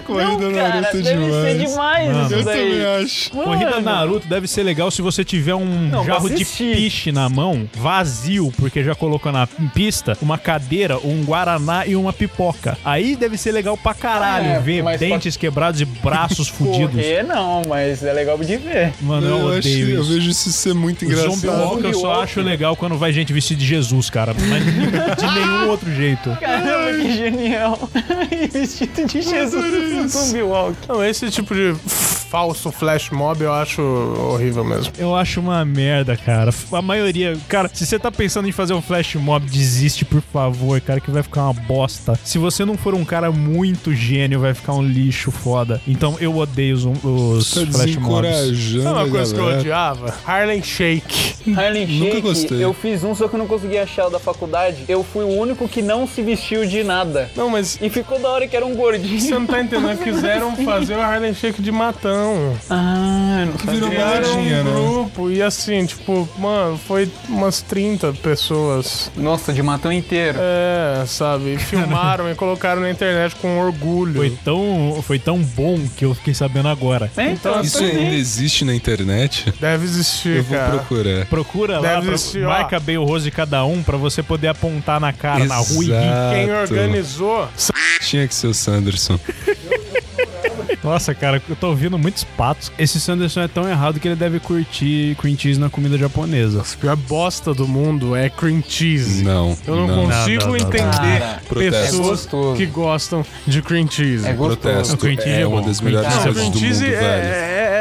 Speaker 12: Corrida na Naruto
Speaker 6: deve ser demais
Speaker 12: Mano,
Speaker 6: isso
Speaker 12: eu
Speaker 6: daí.
Speaker 12: também acho.
Speaker 6: Corrida
Speaker 12: Mano.
Speaker 6: Naruto deve ser legal se você tiver um
Speaker 12: Não,
Speaker 6: jarro
Speaker 12: pra
Speaker 6: de
Speaker 12: assistir.
Speaker 6: piche na mão, vazio, porque já colocou na pista, uma cadeira, um guaraná e uma pipoca. Aí deve ser legal pra caralho
Speaker 4: É,
Speaker 6: ver
Speaker 4: mas
Speaker 6: dentes quebrados e braços fudidos.
Speaker 4: Correr não, mas é legal de ver.
Speaker 6: Mano, eu, odeio
Speaker 3: acho-
Speaker 6: isso.
Speaker 3: eu vejo isso ser muito engraçado.
Speaker 6: Zombie Walk eu só acho legal quando vai gente vestida de Jesus, cara. Mas [laughs] de nenhum outro jeito.
Speaker 12: [laughs] Caramba, que genial. [laughs] Vestido de Jesus zumbi.
Speaker 2: Walk. Não, esse tipo de falso flash mob eu acho horrível mesmo.
Speaker 6: Eu acho uma merda, cara. A maioria. Cara, se você tá pensando em fazer um flash mob, desiste, por favor, cara, que vai ficar uma bosta. Se você não for um cara muito gênio, vai ficar um lixo foda. Então eu odeio os, os
Speaker 3: Tá
Speaker 6: flash mobs. é
Speaker 3: desencorajando
Speaker 2: Sabe é uma coisa que eu
Speaker 3: galera.
Speaker 2: odiava? Harlem Shake.
Speaker 4: Harlem Shake,
Speaker 2: Nunca gostei.
Speaker 4: eu fiz um, só que eu não consegui achar o da faculdade. Eu fui o único que não se vestiu de nada.
Speaker 2: Não, mas.
Speaker 4: E ficou da hora que era um gordinho.
Speaker 12: [laughs]
Speaker 2: Você não tá entendendo? Quiseram fazer o Harlem Shake de matão.
Speaker 4: Ah, não
Speaker 2: Virou
Speaker 4: piadinha,
Speaker 2: um
Speaker 4: né?
Speaker 2: grupo e assim, tipo, mano, foi umas 30 pessoas.
Speaker 4: Nossa, de matão inteiro.
Speaker 2: É, sabe? E Filmaram e colocaram na internet com orgulho.
Speaker 6: Foi tão, foi tão bom que eu fiquei sabendo agora.
Speaker 2: Então,
Speaker 3: Isso
Speaker 2: tudo bem.
Speaker 3: ainda existe na internet?
Speaker 2: Deve existir,
Speaker 3: Eu vou
Speaker 2: cara.
Speaker 3: procurar.
Speaker 6: Procura lá,
Speaker 2: Deve
Speaker 6: pro-
Speaker 2: existir, ó.
Speaker 6: marca bem o rosto de cada um pra você poder apontar na cara, na rua e
Speaker 3: Exato.
Speaker 6: rir.
Speaker 2: Quem organizou.
Speaker 3: Tinha que ser o Sanderson.
Speaker 6: Nossa, cara, eu tô ouvindo muitos patos. Esse Sanderson é tão errado que ele deve curtir cream cheese na comida japonesa.
Speaker 2: A pior bosta do mundo é cream cheese.
Speaker 3: Não.
Speaker 2: Eu não, consigo entender pessoas
Speaker 4: Ah,
Speaker 2: que gostam de cream cheese.
Speaker 3: É gostoso. Protesto. É uma das melhores
Speaker 2: Não,
Speaker 3: coisas
Speaker 2: cream
Speaker 3: do
Speaker 2: cheese
Speaker 3: mundo,
Speaker 2: é,
Speaker 3: velho.
Speaker 2: é- é-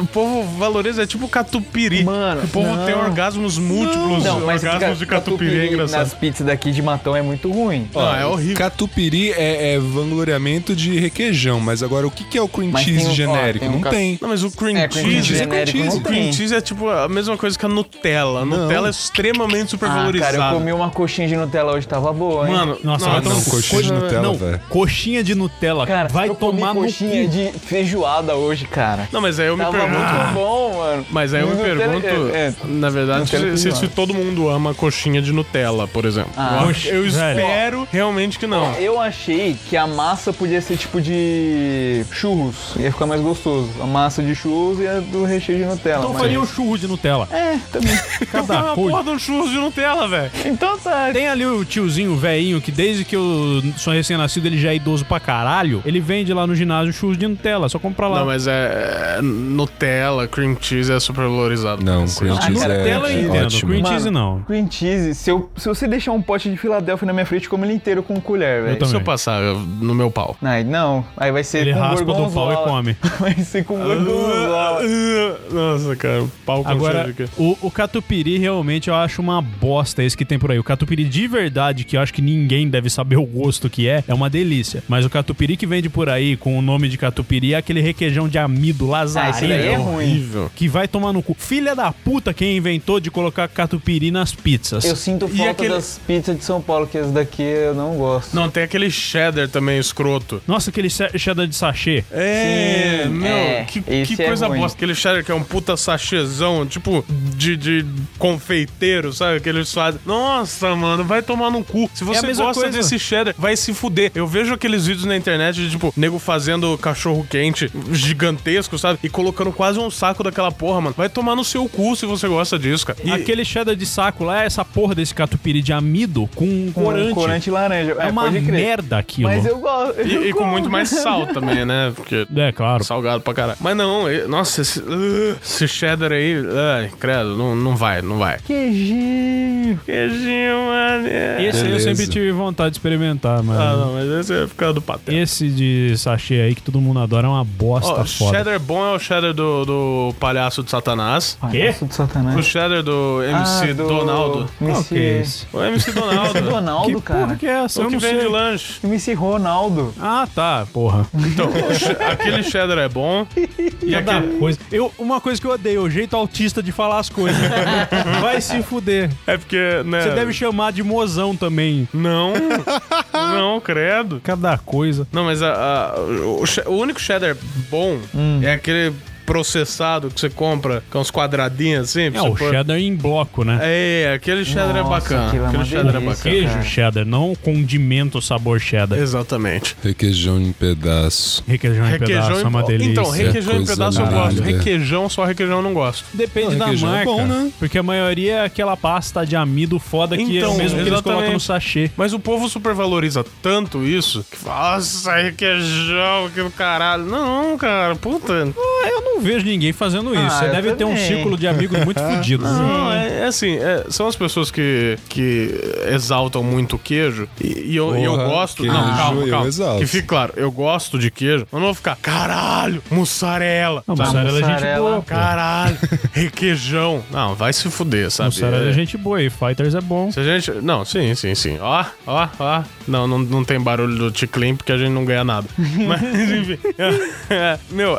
Speaker 2: O povo valoriza, é tipo catupiry. Mano, o povo tem orgasmos múltiplos,
Speaker 4: Não, mas
Speaker 2: orgasmos de catupiry, é engraçado. é
Speaker 4: Nas pizzas daqui de matão é muito ruim.
Speaker 3: Ó, Catupiry é, é vangloriamento de requeijão, mas agora o que, que é o cream
Speaker 4: Mas tem
Speaker 3: cheese
Speaker 4: um- ó,
Speaker 3: genérico?
Speaker 4: tem um
Speaker 3: não
Speaker 4: ca-
Speaker 3: tem.
Speaker 2: Não, mas o cream
Speaker 4: É, cream
Speaker 2: cheese,
Speaker 4: cheese
Speaker 2: é cream
Speaker 4: genérico
Speaker 2: cheese.
Speaker 4: não
Speaker 2: O cream
Speaker 4: tem.
Speaker 2: cheese é tipo a mesma coisa que a Nutella. A Nutella é extremamente supervalorizada.
Speaker 4: Ah, cara, eu comi um uma coxinha de Nutella hoje, tava boa, hein?
Speaker 2: Mano, nossa,
Speaker 6: vai tomar- um
Speaker 3: não, coxinha de Nutella,
Speaker 6: não,
Speaker 3: velho.
Speaker 6: Coxinha de Nutella, cara, vai
Speaker 4: eu comi
Speaker 6: tomar no
Speaker 4: coxinha
Speaker 6: cu. Então
Speaker 4: de feijoada hoje, cara.
Speaker 2: Não, mas aí eu me
Speaker 4: tava
Speaker 2: pergunto.
Speaker 4: muito bom, mano.
Speaker 2: Mas aí eu me
Speaker 4: Nutella-
Speaker 2: pergunto,
Speaker 4: é, é.
Speaker 2: na verdade,
Speaker 4: Nutella
Speaker 2: se, se-
Speaker 4: com
Speaker 2: se todo mundo ama coxinha de Nutella, por exemplo.
Speaker 4: Ah,
Speaker 2: Eu-
Speaker 4: Oxe,
Speaker 2: eu
Speaker 4: velho. Ah,
Speaker 2: espero realmente que não.
Speaker 4: Eu achei que a massa podia ser tipo de churros, ia ficar mais gostoso. A massa de churros e a do recheio de Nutella.
Speaker 6: Então
Speaker 4: mas-
Speaker 6: faria o churro de Nutella.
Speaker 4: É, também. [laughs]
Speaker 6: Cada
Speaker 2: uma
Speaker 6: coisa.
Speaker 2: porra de um churros de Nutella, velho.
Speaker 4: Então tá.
Speaker 6: Tem ali o tiozinho o velhinho que desde que eu sou recém-nascido ele já é idoso pra caralho. Ele vende lá no ginásio churros de Nutella, só compra lá.
Speaker 2: Não, mas é. é, Nutella, cream cheese é super valorizado.
Speaker 3: Não, cream cheese
Speaker 4: cara,
Speaker 3: é,
Speaker 4: Nutella eu
Speaker 3: é
Speaker 4: entendo,
Speaker 3: ótimo.
Speaker 6: cream cheese não.
Speaker 4: Cream cheese, se, eu- se você deixar um pote de Filadélfia na minha frente, eu como ele inteiro com colher, velho.
Speaker 2: Se eu passar eu- no meu pau.
Speaker 4: Ai, não. Aí vai ser
Speaker 6: Ele
Speaker 4: é com
Speaker 6: raspa do pau e
Speaker 4: gorgonzola.
Speaker 6: come.
Speaker 4: [laughs] Vai ser
Speaker 2: Ah,
Speaker 4: com gorgonzola.
Speaker 2: Nossa, cara, pau com cheiro
Speaker 6: Agora,
Speaker 2: de quê?
Speaker 6: o, o catupiry realmente eu acho uma bosta esse que tem por aí. O catupiry de verdade, que eu acho que ninguém deve saber [laughs] o gosto que é, é uma delícia. Mas o catupiry que vende por aí com o nome de catupiry é aquele requeijão de amido lazarino.
Speaker 4: esse daí é ruim.
Speaker 2: Horrível.
Speaker 6: Que vai tomar no cu. Filha da puta quem inventou de colocar catupiry nas pizzas.
Speaker 4: Eu sinto
Speaker 2: E
Speaker 4: falta
Speaker 2: aquele-
Speaker 4: das pizzas de São Paulo, que as daqui eu não gosto.
Speaker 2: Não, tem É aquele cheddar também escroto.
Speaker 6: Nossa, aquele che- cheddar de sachê.
Speaker 2: É,
Speaker 4: Sim,
Speaker 2: meu,
Speaker 4: é,
Speaker 2: que,
Speaker 4: esse
Speaker 2: que
Speaker 4: é
Speaker 2: coisa
Speaker 4: ruim.
Speaker 2: bosta. Aquele cheddar que é um puta sachêzão, tipo, de, de confeiteiro, sabe? Aquele suado. Nossa, mano, vai tomar no cu. Se você
Speaker 6: É mesma
Speaker 2: gosta
Speaker 6: coisa.
Speaker 2: desse cheddar, vai se fuder. Eu vejo aqueles vídeos na internet de, tipo, nego fazendo cachorro quente gigantesco, sabe? E colocando quase um saco daquela porra, mano. Vai tomar no seu cu se você gosta disso, cara. E-
Speaker 6: Aquele cheddar de saco lá é essa porra desse catupiry de amido com corante.
Speaker 4: corante laranja.
Speaker 6: É,
Speaker 4: É,
Speaker 6: uma
Speaker 4: pode crer.
Speaker 6: merda aquilo.
Speaker 4: Mas eu gosto.
Speaker 2: E,
Speaker 4: eu
Speaker 2: e com
Speaker 4: como.
Speaker 2: muito mais sal também, né? Porque
Speaker 6: É, claro.
Speaker 2: salgado pra caralho. Mas não, e- nossa, esse, uh, esse cheddar aí, ai, credo, não, não vai, não vai.
Speaker 4: Queijinho.
Speaker 2: Queijinho, mano. é.
Speaker 6: Esse aí eu
Speaker 3: Beleza.
Speaker 6: sempre tive vontade de experimentar, mas.
Speaker 2: Ah, não, mas esse é ficando patente.
Speaker 6: Esse de sachê aí que todo mundo adora é uma bosta
Speaker 2: Ó,
Speaker 6: foda.
Speaker 2: cheddar bom é o cheddar do, do palhaço de Satanás.
Speaker 6: Quê?
Speaker 4: Palhaço do
Speaker 6: É.
Speaker 4: satanás.
Speaker 2: O cheddar do MC
Speaker 4: Ah, do-
Speaker 2: Donaldo.
Speaker 6: Qual
Speaker 4: MC...
Speaker 6: que é esse?
Speaker 2: O MC
Speaker 6: [laughs]
Speaker 4: MC
Speaker 2: Donaldo.
Speaker 4: Donaldo, cara.
Speaker 6: Porra que é essa?
Speaker 2: o
Speaker 6: Eu
Speaker 2: que
Speaker 6: não
Speaker 2: vende
Speaker 6: sei.
Speaker 2: lanche.
Speaker 4: MC Ronaldo.
Speaker 6: Ah, tá, porra.
Speaker 2: Então, o che- aquele cheddar é bom. E
Speaker 6: Cada
Speaker 2: aquele...
Speaker 6: coisa. Eu, uma coisa que eu odeio, é o jeito autista de falar as
Speaker 2: [laughs]
Speaker 6: coisas. Vai se fuder.
Speaker 2: É porque, né?
Speaker 6: Você deve chamar de mozão também. [laughs]
Speaker 2: Não, não, credo.
Speaker 6: Cada coisa.
Speaker 2: Não, mas a, a- o, che- o único cheddar bom
Speaker 6: Hum.
Speaker 2: é aquele processado que você compra, com uns quadradinhos assim. pra
Speaker 6: É,
Speaker 2: você
Speaker 6: o
Speaker 2: pôr-
Speaker 6: cheddar em bloco, né? Um
Speaker 2: É, aquele cheddar é
Speaker 4: Nossa,
Speaker 2: bacana.
Speaker 4: aquilo é
Speaker 2: aquele
Speaker 4: uma
Speaker 2: cheddar é
Speaker 4: delícia.
Speaker 2: bacana.
Speaker 6: Queijo
Speaker 4: cara.
Speaker 6: cheddar, não condimento sabor cheddar.
Speaker 2: Exatamente.
Speaker 3: Requeijão em pedaço.
Speaker 6: Requeijão em pedaço é uma delícia.
Speaker 2: Então, requeijão em
Speaker 3: Coisa
Speaker 2: pedaço eu
Speaker 3: linda.
Speaker 2: gosto. Requeijão, só requeijão eu não gosto.
Speaker 6: Depende
Speaker 3: Não,
Speaker 6: da
Speaker 3: requeijão é
Speaker 6: marca.
Speaker 3: bom, né?
Speaker 6: Porque a maioria é aquela pasta de amido foda que é
Speaker 2: Então,
Speaker 6: o mesmo que eles
Speaker 2: exatamente.
Speaker 6: colocam no sachê.
Speaker 2: Mas o povo supervaloriza tanto isso que fala, nossa, é requeijão, que do caralho. Não, cara, puta.
Speaker 6: Ah, eu não vejo ninguém fazendo isso. Você
Speaker 4: eu
Speaker 6: deve ter um
Speaker 4: também.
Speaker 6: círculo de amigos muito fudido.
Speaker 2: Não, é, é assim, é, são as pessoas que, que exaltam muito o queijo e, e eu, e eu
Speaker 3: Porra,
Speaker 2: gosto.
Speaker 3: queijo
Speaker 2: não, calma,
Speaker 3: eu
Speaker 2: calma.
Speaker 3: exalto.
Speaker 2: Que fique claro, eu gosto de queijo, mas não vou ficar, caralho, mussarela.
Speaker 6: Não,
Speaker 2: sabe?
Speaker 6: mussarela é gente
Speaker 4: Mussarela.
Speaker 6: boa. pô.
Speaker 2: Caralho, requeijão. Não, vai se fuder, sabe?
Speaker 6: Mussarela
Speaker 2: É-
Speaker 6: é gente boa e Fighters é bom.
Speaker 2: Se a gente. Não, sim, sim, sim. Ó, ó, ó. Não, não, não tem barulho do Ticlin porque a gente não ganha [laughs] nada. Mas, enfim. [laughs] É, Meu.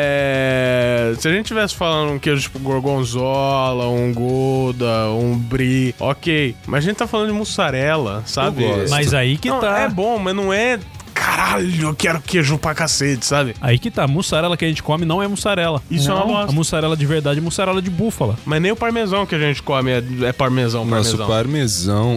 Speaker 2: É. Se a gente tivesse falando um queijo tipo gorgonzola, um Gouda, um Brie, ok. Mas a gente tá falando de mussarela, sabe?
Speaker 3: gosto.
Speaker 6: Mas aí que
Speaker 2: não,
Speaker 6: tá.
Speaker 2: É bom, mas não é. Caralho, eu quero queijo pra cacete, sabe?
Speaker 6: Aí que tá. A mussarela que a gente come não é mussarela.
Speaker 2: Isso é uma
Speaker 6: A
Speaker 2: bosta.
Speaker 6: mussarela de verdade é mussarela de búfala.
Speaker 2: Mas nem o parmesão que a gente come é, é parmesão,
Speaker 3: Nosso
Speaker 2: parmesão.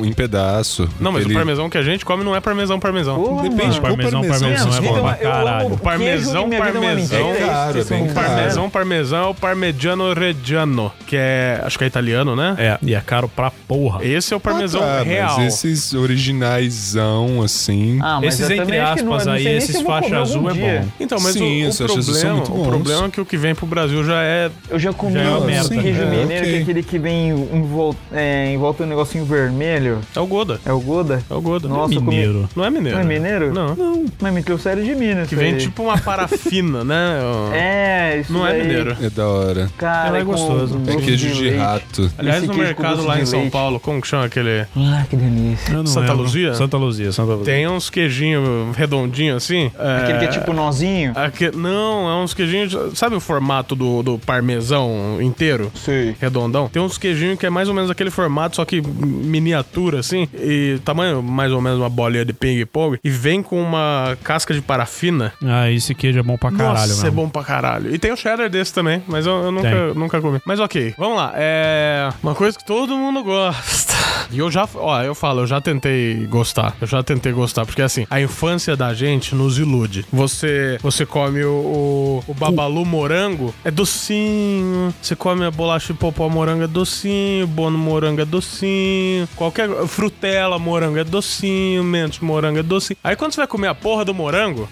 Speaker 3: parmesão em pedaço.
Speaker 2: Não, mas
Speaker 3: Aquele-
Speaker 2: o parmesão que a gente come não é parmesão, parmesão.
Speaker 4: Porra,
Speaker 3: Depende,
Speaker 4: mano.
Speaker 3: qual parmesão,
Speaker 6: Parmesão, parmesão é
Speaker 4: Gente,
Speaker 6: bom pra
Speaker 4: eu amo
Speaker 6: caralho.
Speaker 4: queijo
Speaker 2: Parmesão,
Speaker 4: e minha vida é uma
Speaker 2: parmesão.
Speaker 4: mentira.
Speaker 3: É caro,
Speaker 4: Isso,
Speaker 3: bem
Speaker 4: isso,
Speaker 3: caro.
Speaker 4: isso.
Speaker 2: Parmesão, parmesão é o parmegiano reggiano, que é, acho que é italiano, né?
Speaker 6: É, e é caro pra porra.
Speaker 2: Esse é o parmesão
Speaker 3: Ah,
Speaker 2: real.
Speaker 3: Mas esses originaisão, assim.
Speaker 4: Ah, mas
Speaker 6: Esses
Speaker 4: eu
Speaker 6: entre
Speaker 4: também acho que não-
Speaker 6: aspas
Speaker 4: não sei
Speaker 6: aí,
Speaker 4: nem se
Speaker 6: esses
Speaker 4: eu vou
Speaker 6: faixa
Speaker 4: comer
Speaker 6: azul
Speaker 4: algum
Speaker 6: é
Speaker 4: dia.
Speaker 6: bom.
Speaker 2: Então, mas
Speaker 3: Sim,
Speaker 2: o- o,
Speaker 3: esses achas são
Speaker 2: problema,
Speaker 3: muito
Speaker 2: o
Speaker 3: bons.
Speaker 2: problema é que o que vem pro Brasil já é
Speaker 4: Eu já comi
Speaker 6: Já é uma
Speaker 4: um
Speaker 6: merda.
Speaker 4: queijo
Speaker 3: É,
Speaker 4: mineiro,
Speaker 3: ok.
Speaker 4: que é aquele que vem envol- é, envolto em um negocinho vermelho.
Speaker 2: é o Goda,
Speaker 4: É o Goda?
Speaker 2: é o Goda.
Speaker 4: Nossa, eu comi-
Speaker 6: Mineiro.
Speaker 2: Não é mineiro.
Speaker 4: Não é mineiro?
Speaker 2: Não.
Speaker 4: Mas me trouxeram de Minas.
Speaker 2: Que vem
Speaker 4: isso aí.
Speaker 2: tipo uma parafina, né? O-
Speaker 4: [laughs] É, isso
Speaker 2: não é
Speaker 4: daí,
Speaker 2: mineiro.
Speaker 3: É da hora.
Speaker 4: Cara,
Speaker 6: Ela é
Speaker 4: com
Speaker 6: gostoso.
Speaker 4: doce
Speaker 3: É queijo de
Speaker 4: leite.
Speaker 3: rato.
Speaker 2: Aliás,
Speaker 4: Esse
Speaker 2: no
Speaker 4: queijo com
Speaker 2: mercado
Speaker 4: é tipo doce
Speaker 2: lá
Speaker 4: de
Speaker 2: em São
Speaker 4: leite.
Speaker 2: Paulo, como que chama aquele?
Speaker 4: Ah, que delícia.
Speaker 6: Eu não
Speaker 2: Santa
Speaker 6: lembro.
Speaker 2: Luzia?
Speaker 6: Santa Luzia, Santa Luzia.
Speaker 2: Tem uns queijinhos redondinhos assim.
Speaker 4: Aquele que é tipo nozinho.
Speaker 2: Aque- não, é uns queijinhos. Sabe o formato do, do parmesão inteiro?
Speaker 4: Sei.
Speaker 2: Redondão? Tem uns queijinhos que é mais ou menos aquele formato, só que miniatura, assim. E tamanho mais ou menos uma bolinha de ping-pong. E vem com uma casca de parafina.
Speaker 6: Ah, esse queijo é bom pra caralho,
Speaker 2: Nossa,
Speaker 6: mano.
Speaker 2: é bom pra caralho. E tem o cheddar desse também, mas eu, eu nunca,
Speaker 6: Tem.
Speaker 2: nunca comi. Mas ok, vamos lá. É uma coisa que todo mundo gosta. E eu já, ó, eu falo, eu já tentei gostar. Eu já tentei gostar, porque assim, a infância da gente nos ilude. Você, você come o, o, o babalu morango, é docinho. Você come a bolacha de popó morango, é docinho. Bono morango é docinho. Qualquer frutela morango é docinho. Mentos morango é docinho. Aí quando você vai comer a porra do morango,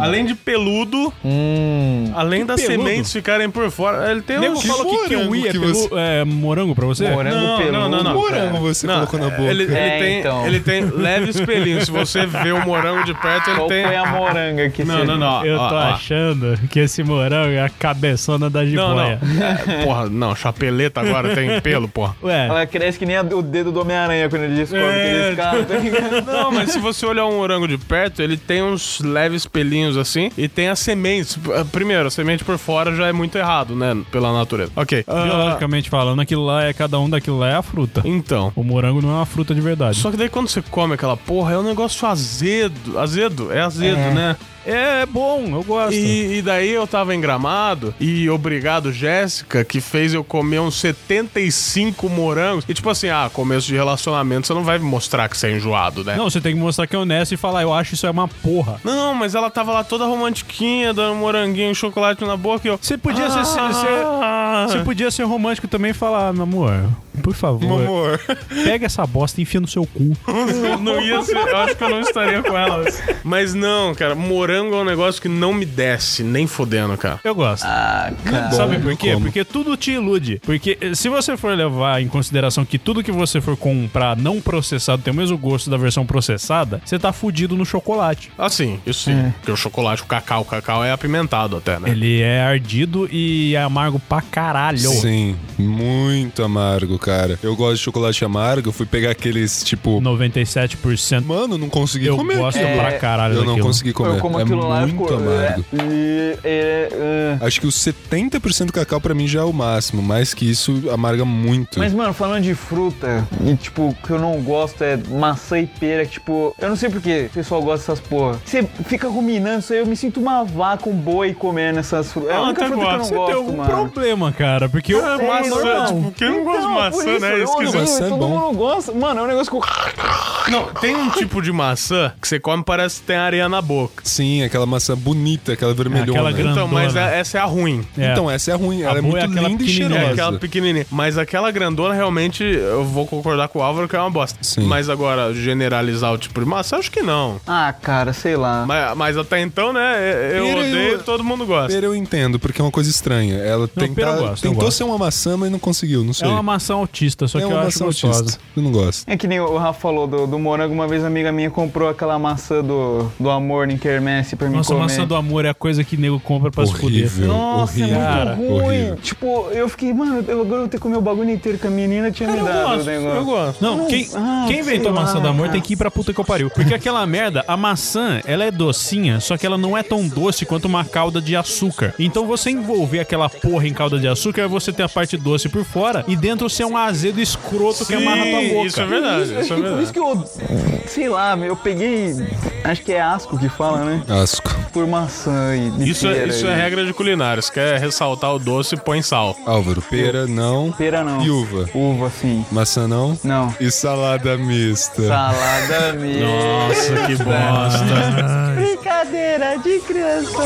Speaker 2: Além de peludo, além das
Speaker 6: peludo?
Speaker 2: sementes ficarem por fora. Ele tem
Speaker 6: Nego
Speaker 2: uns-
Speaker 6: falou que
Speaker 3: morango
Speaker 6: kiwi é,
Speaker 3: que
Speaker 6: pelu-
Speaker 3: você-
Speaker 6: é morango pra você?
Speaker 4: Morango
Speaker 2: Não,
Speaker 4: peludo.
Speaker 2: não, não, não.
Speaker 3: Morango você
Speaker 2: Não,
Speaker 3: colocou na boca.
Speaker 2: Ele, ele
Speaker 4: É,
Speaker 2: tem,
Speaker 4: então.
Speaker 2: ele tem leves pelinhos. Se você vê o morango de perto, ele
Speaker 4: Qual
Speaker 2: tem.
Speaker 4: foi a moranga que
Speaker 2: Não,
Speaker 4: você-
Speaker 2: não, não.
Speaker 6: Eu tô
Speaker 2: ó, ó.
Speaker 6: achando que esse morango é a cabeçona da
Speaker 2: Não,
Speaker 6: jiboia.
Speaker 2: não. É, Porra, não, chapeleta agora tem pelo, porra.
Speaker 6: Ué,
Speaker 4: Ela cresce que nem a- o dedo do Homem-Aranha quando ele descobre
Speaker 2: É.
Speaker 4: que ele escapa. tá
Speaker 6: [laughs]
Speaker 4: ligado?
Speaker 2: Não, mas se você olhar um morango de perto, ele tem uns leves pelinhos assim e tem as sementes. Primeiro, a semente por fora já é muito errado, né? Pela natureza. Ok. Ah,
Speaker 6: biologicamente falando, aquilo lá é cada um daquilo lá é a fruta.
Speaker 2: então.
Speaker 6: O morango não é uma fruta de verdade.
Speaker 2: Só que daí quando você come aquela porra, é um negócio azedo. azedo, é azedo,
Speaker 6: É.
Speaker 2: né?
Speaker 6: É, bom, eu gosto.
Speaker 2: E, e daí eu tava em Gramado e obrigado, Jéssica, que fez eu comer uns 75 morangos. E tipo assim, ah, começo de relacionamento, você não vai mostrar que você é enjoado, né?
Speaker 6: Não, você tem que mostrar que é honesto e falar, eu acho isso é uma porra.
Speaker 2: Não, mas ela tava lá toda romantiquinha, dando um moranguinho, chocolate na boca e eu... Você
Speaker 6: podia ser- Você
Speaker 2: tipo,
Speaker 6: podia ser romântico também e falar, meu amor, por favor.
Speaker 2: Meu amor.
Speaker 6: Pega essa bosta e enfia no seu cu.
Speaker 2: não ia ser, eu acho que eu não estaria com ela. Mas não, cara, morango é um negócio que não me desce, nem fodendo, cara.
Speaker 6: Eu gosto.
Speaker 2: Ah,
Speaker 6: Sabe por quê? Porque tudo te ilude. Porque eh, se você for levar em consideração que tudo que você for comprar não processado tem o mesmo gosto da versão processada, você tá fudido no chocolate.
Speaker 2: Assim, isso sim.
Speaker 4: É.
Speaker 2: Porque o chocolate, o cacau, o cacau é apimentado até, né?
Speaker 6: Ele é ardido e é amargo pra caralho.
Speaker 3: Sim, muito amargo, cara. Eu gosto de chocolate amargo, eu fui pegar aqueles tipo.
Speaker 6: 97%.
Speaker 3: Mano, não consegui
Speaker 6: eu
Speaker 3: comer.
Speaker 6: gosto
Speaker 3: cara.
Speaker 6: pra caralho
Speaker 3: é Eu não
Speaker 6: daquilo.
Speaker 3: consegui comer. é muito amargo.
Speaker 5: E, é, é,
Speaker 3: Acho que os 70% do cacau pra mim já é o máximo, mais que isso amarga muito.
Speaker 4: Mas, mano, falando de fruta, e tipo, o que eu não gosto é maçã e pera, que, tipo, eu não sei porque o pessoal gosta dessas porra. Você fica ruminando isso aí, eu me sinto uma vaca, um boi comendo essas frutas. É a
Speaker 6: Ah,
Speaker 4: única
Speaker 6: até
Speaker 4: fruta que eu não
Speaker 6: gosto. Você tem
Speaker 4: gosto,
Speaker 6: algum
Speaker 4: mano.
Speaker 6: problema, cara, porque eu...
Speaker 4: É, normal.
Speaker 6: tipo,
Speaker 4: Então, por isso,
Speaker 6: né?
Speaker 4: eu não gosto, todo mundo gosta. Mano, é um negócio que eu...
Speaker 2: Não, tem um tipo de maçã que você come parece que tem areia na boca.
Speaker 3: Sim, aquela maçã bonita, aquela vermelhona.
Speaker 2: Então, mas a- essa é a ruim.
Speaker 6: tipo,
Speaker 3: É. Então, essa é a ruim. Ela é muito linda e cheirosa.
Speaker 2: É aquela pequenininha. Mas aquela grandona, realmente, eu vou concordar com o Álvaro que é uma bosta. Mas agora, generalizar o tipo de maçã, acho que não.
Speaker 4: Ah, cara, sei lá.
Speaker 2: Mas, mas até então, né, eu
Speaker 3: Pera, eu-
Speaker 2: odeio todo mundo gosta.
Speaker 3: Pera eu entendo, porque é uma coisa estranha. Ela tenta-
Speaker 6: pera eu gosto, eu
Speaker 3: tentou
Speaker 6: gosto.
Speaker 3: ser uma maçã, mas não conseguiu, não sei.
Speaker 6: É uma maçã autista, só
Speaker 3: É
Speaker 6: que eu
Speaker 3: uma maçã
Speaker 6: acho gostosa.
Speaker 3: autista. Eu não gosto.
Speaker 4: É que nem o Rafa falou do, do morango, uma vez uma amiga minha comprou aquela maçã do, do amor em quermesse pra mim
Speaker 6: Nossa,
Speaker 4: comer.
Speaker 6: maçã do amor é a coisa que nego compra pra se fuder.
Speaker 4: Nossa, é muito
Speaker 6: Cara,
Speaker 4: ruim. Tipo, eu fiquei, mano, eu agora vou ter que comer o bagulho inteiro que a menina tinha me dado o negócio.
Speaker 6: Não, quem,
Speaker 4: ah,
Speaker 6: quem
Speaker 4: sei
Speaker 6: inventou maçã
Speaker 4: lá,
Speaker 6: do amor
Speaker 4: cara.
Speaker 6: tem que ir pra puta que eu pariu. Porque aquela merda, a maçã, ela é docinha, só que ela não é tão doce quanto uma calda de açúcar. Então você envolver aquela porra em calda de açúcar, é você tem a parte doce por fora e dentro você é um azedo escroto que
Speaker 2: Sim,
Speaker 6: amarra tua boca.
Speaker 2: isso é verdade,
Speaker 4: Por
Speaker 2: isso é
Speaker 4: Por isso que eu. Sei lá, meu, eu peguei. Acho que é asco que fala, né?
Speaker 3: Asco.
Speaker 4: Por maçã e.
Speaker 2: Isso, é- isso é regra de culinária. Se quer ressaltar o doce, põe sal.
Speaker 3: Álvaro, pera não.
Speaker 4: Pera não.
Speaker 3: E uva?
Speaker 4: Uva sim.
Speaker 3: Maçã não?
Speaker 4: Não.
Speaker 3: E salada mista.
Speaker 4: Salada mista.
Speaker 2: Nossa, que
Speaker 3: bosta.
Speaker 4: Brincadeira de criança.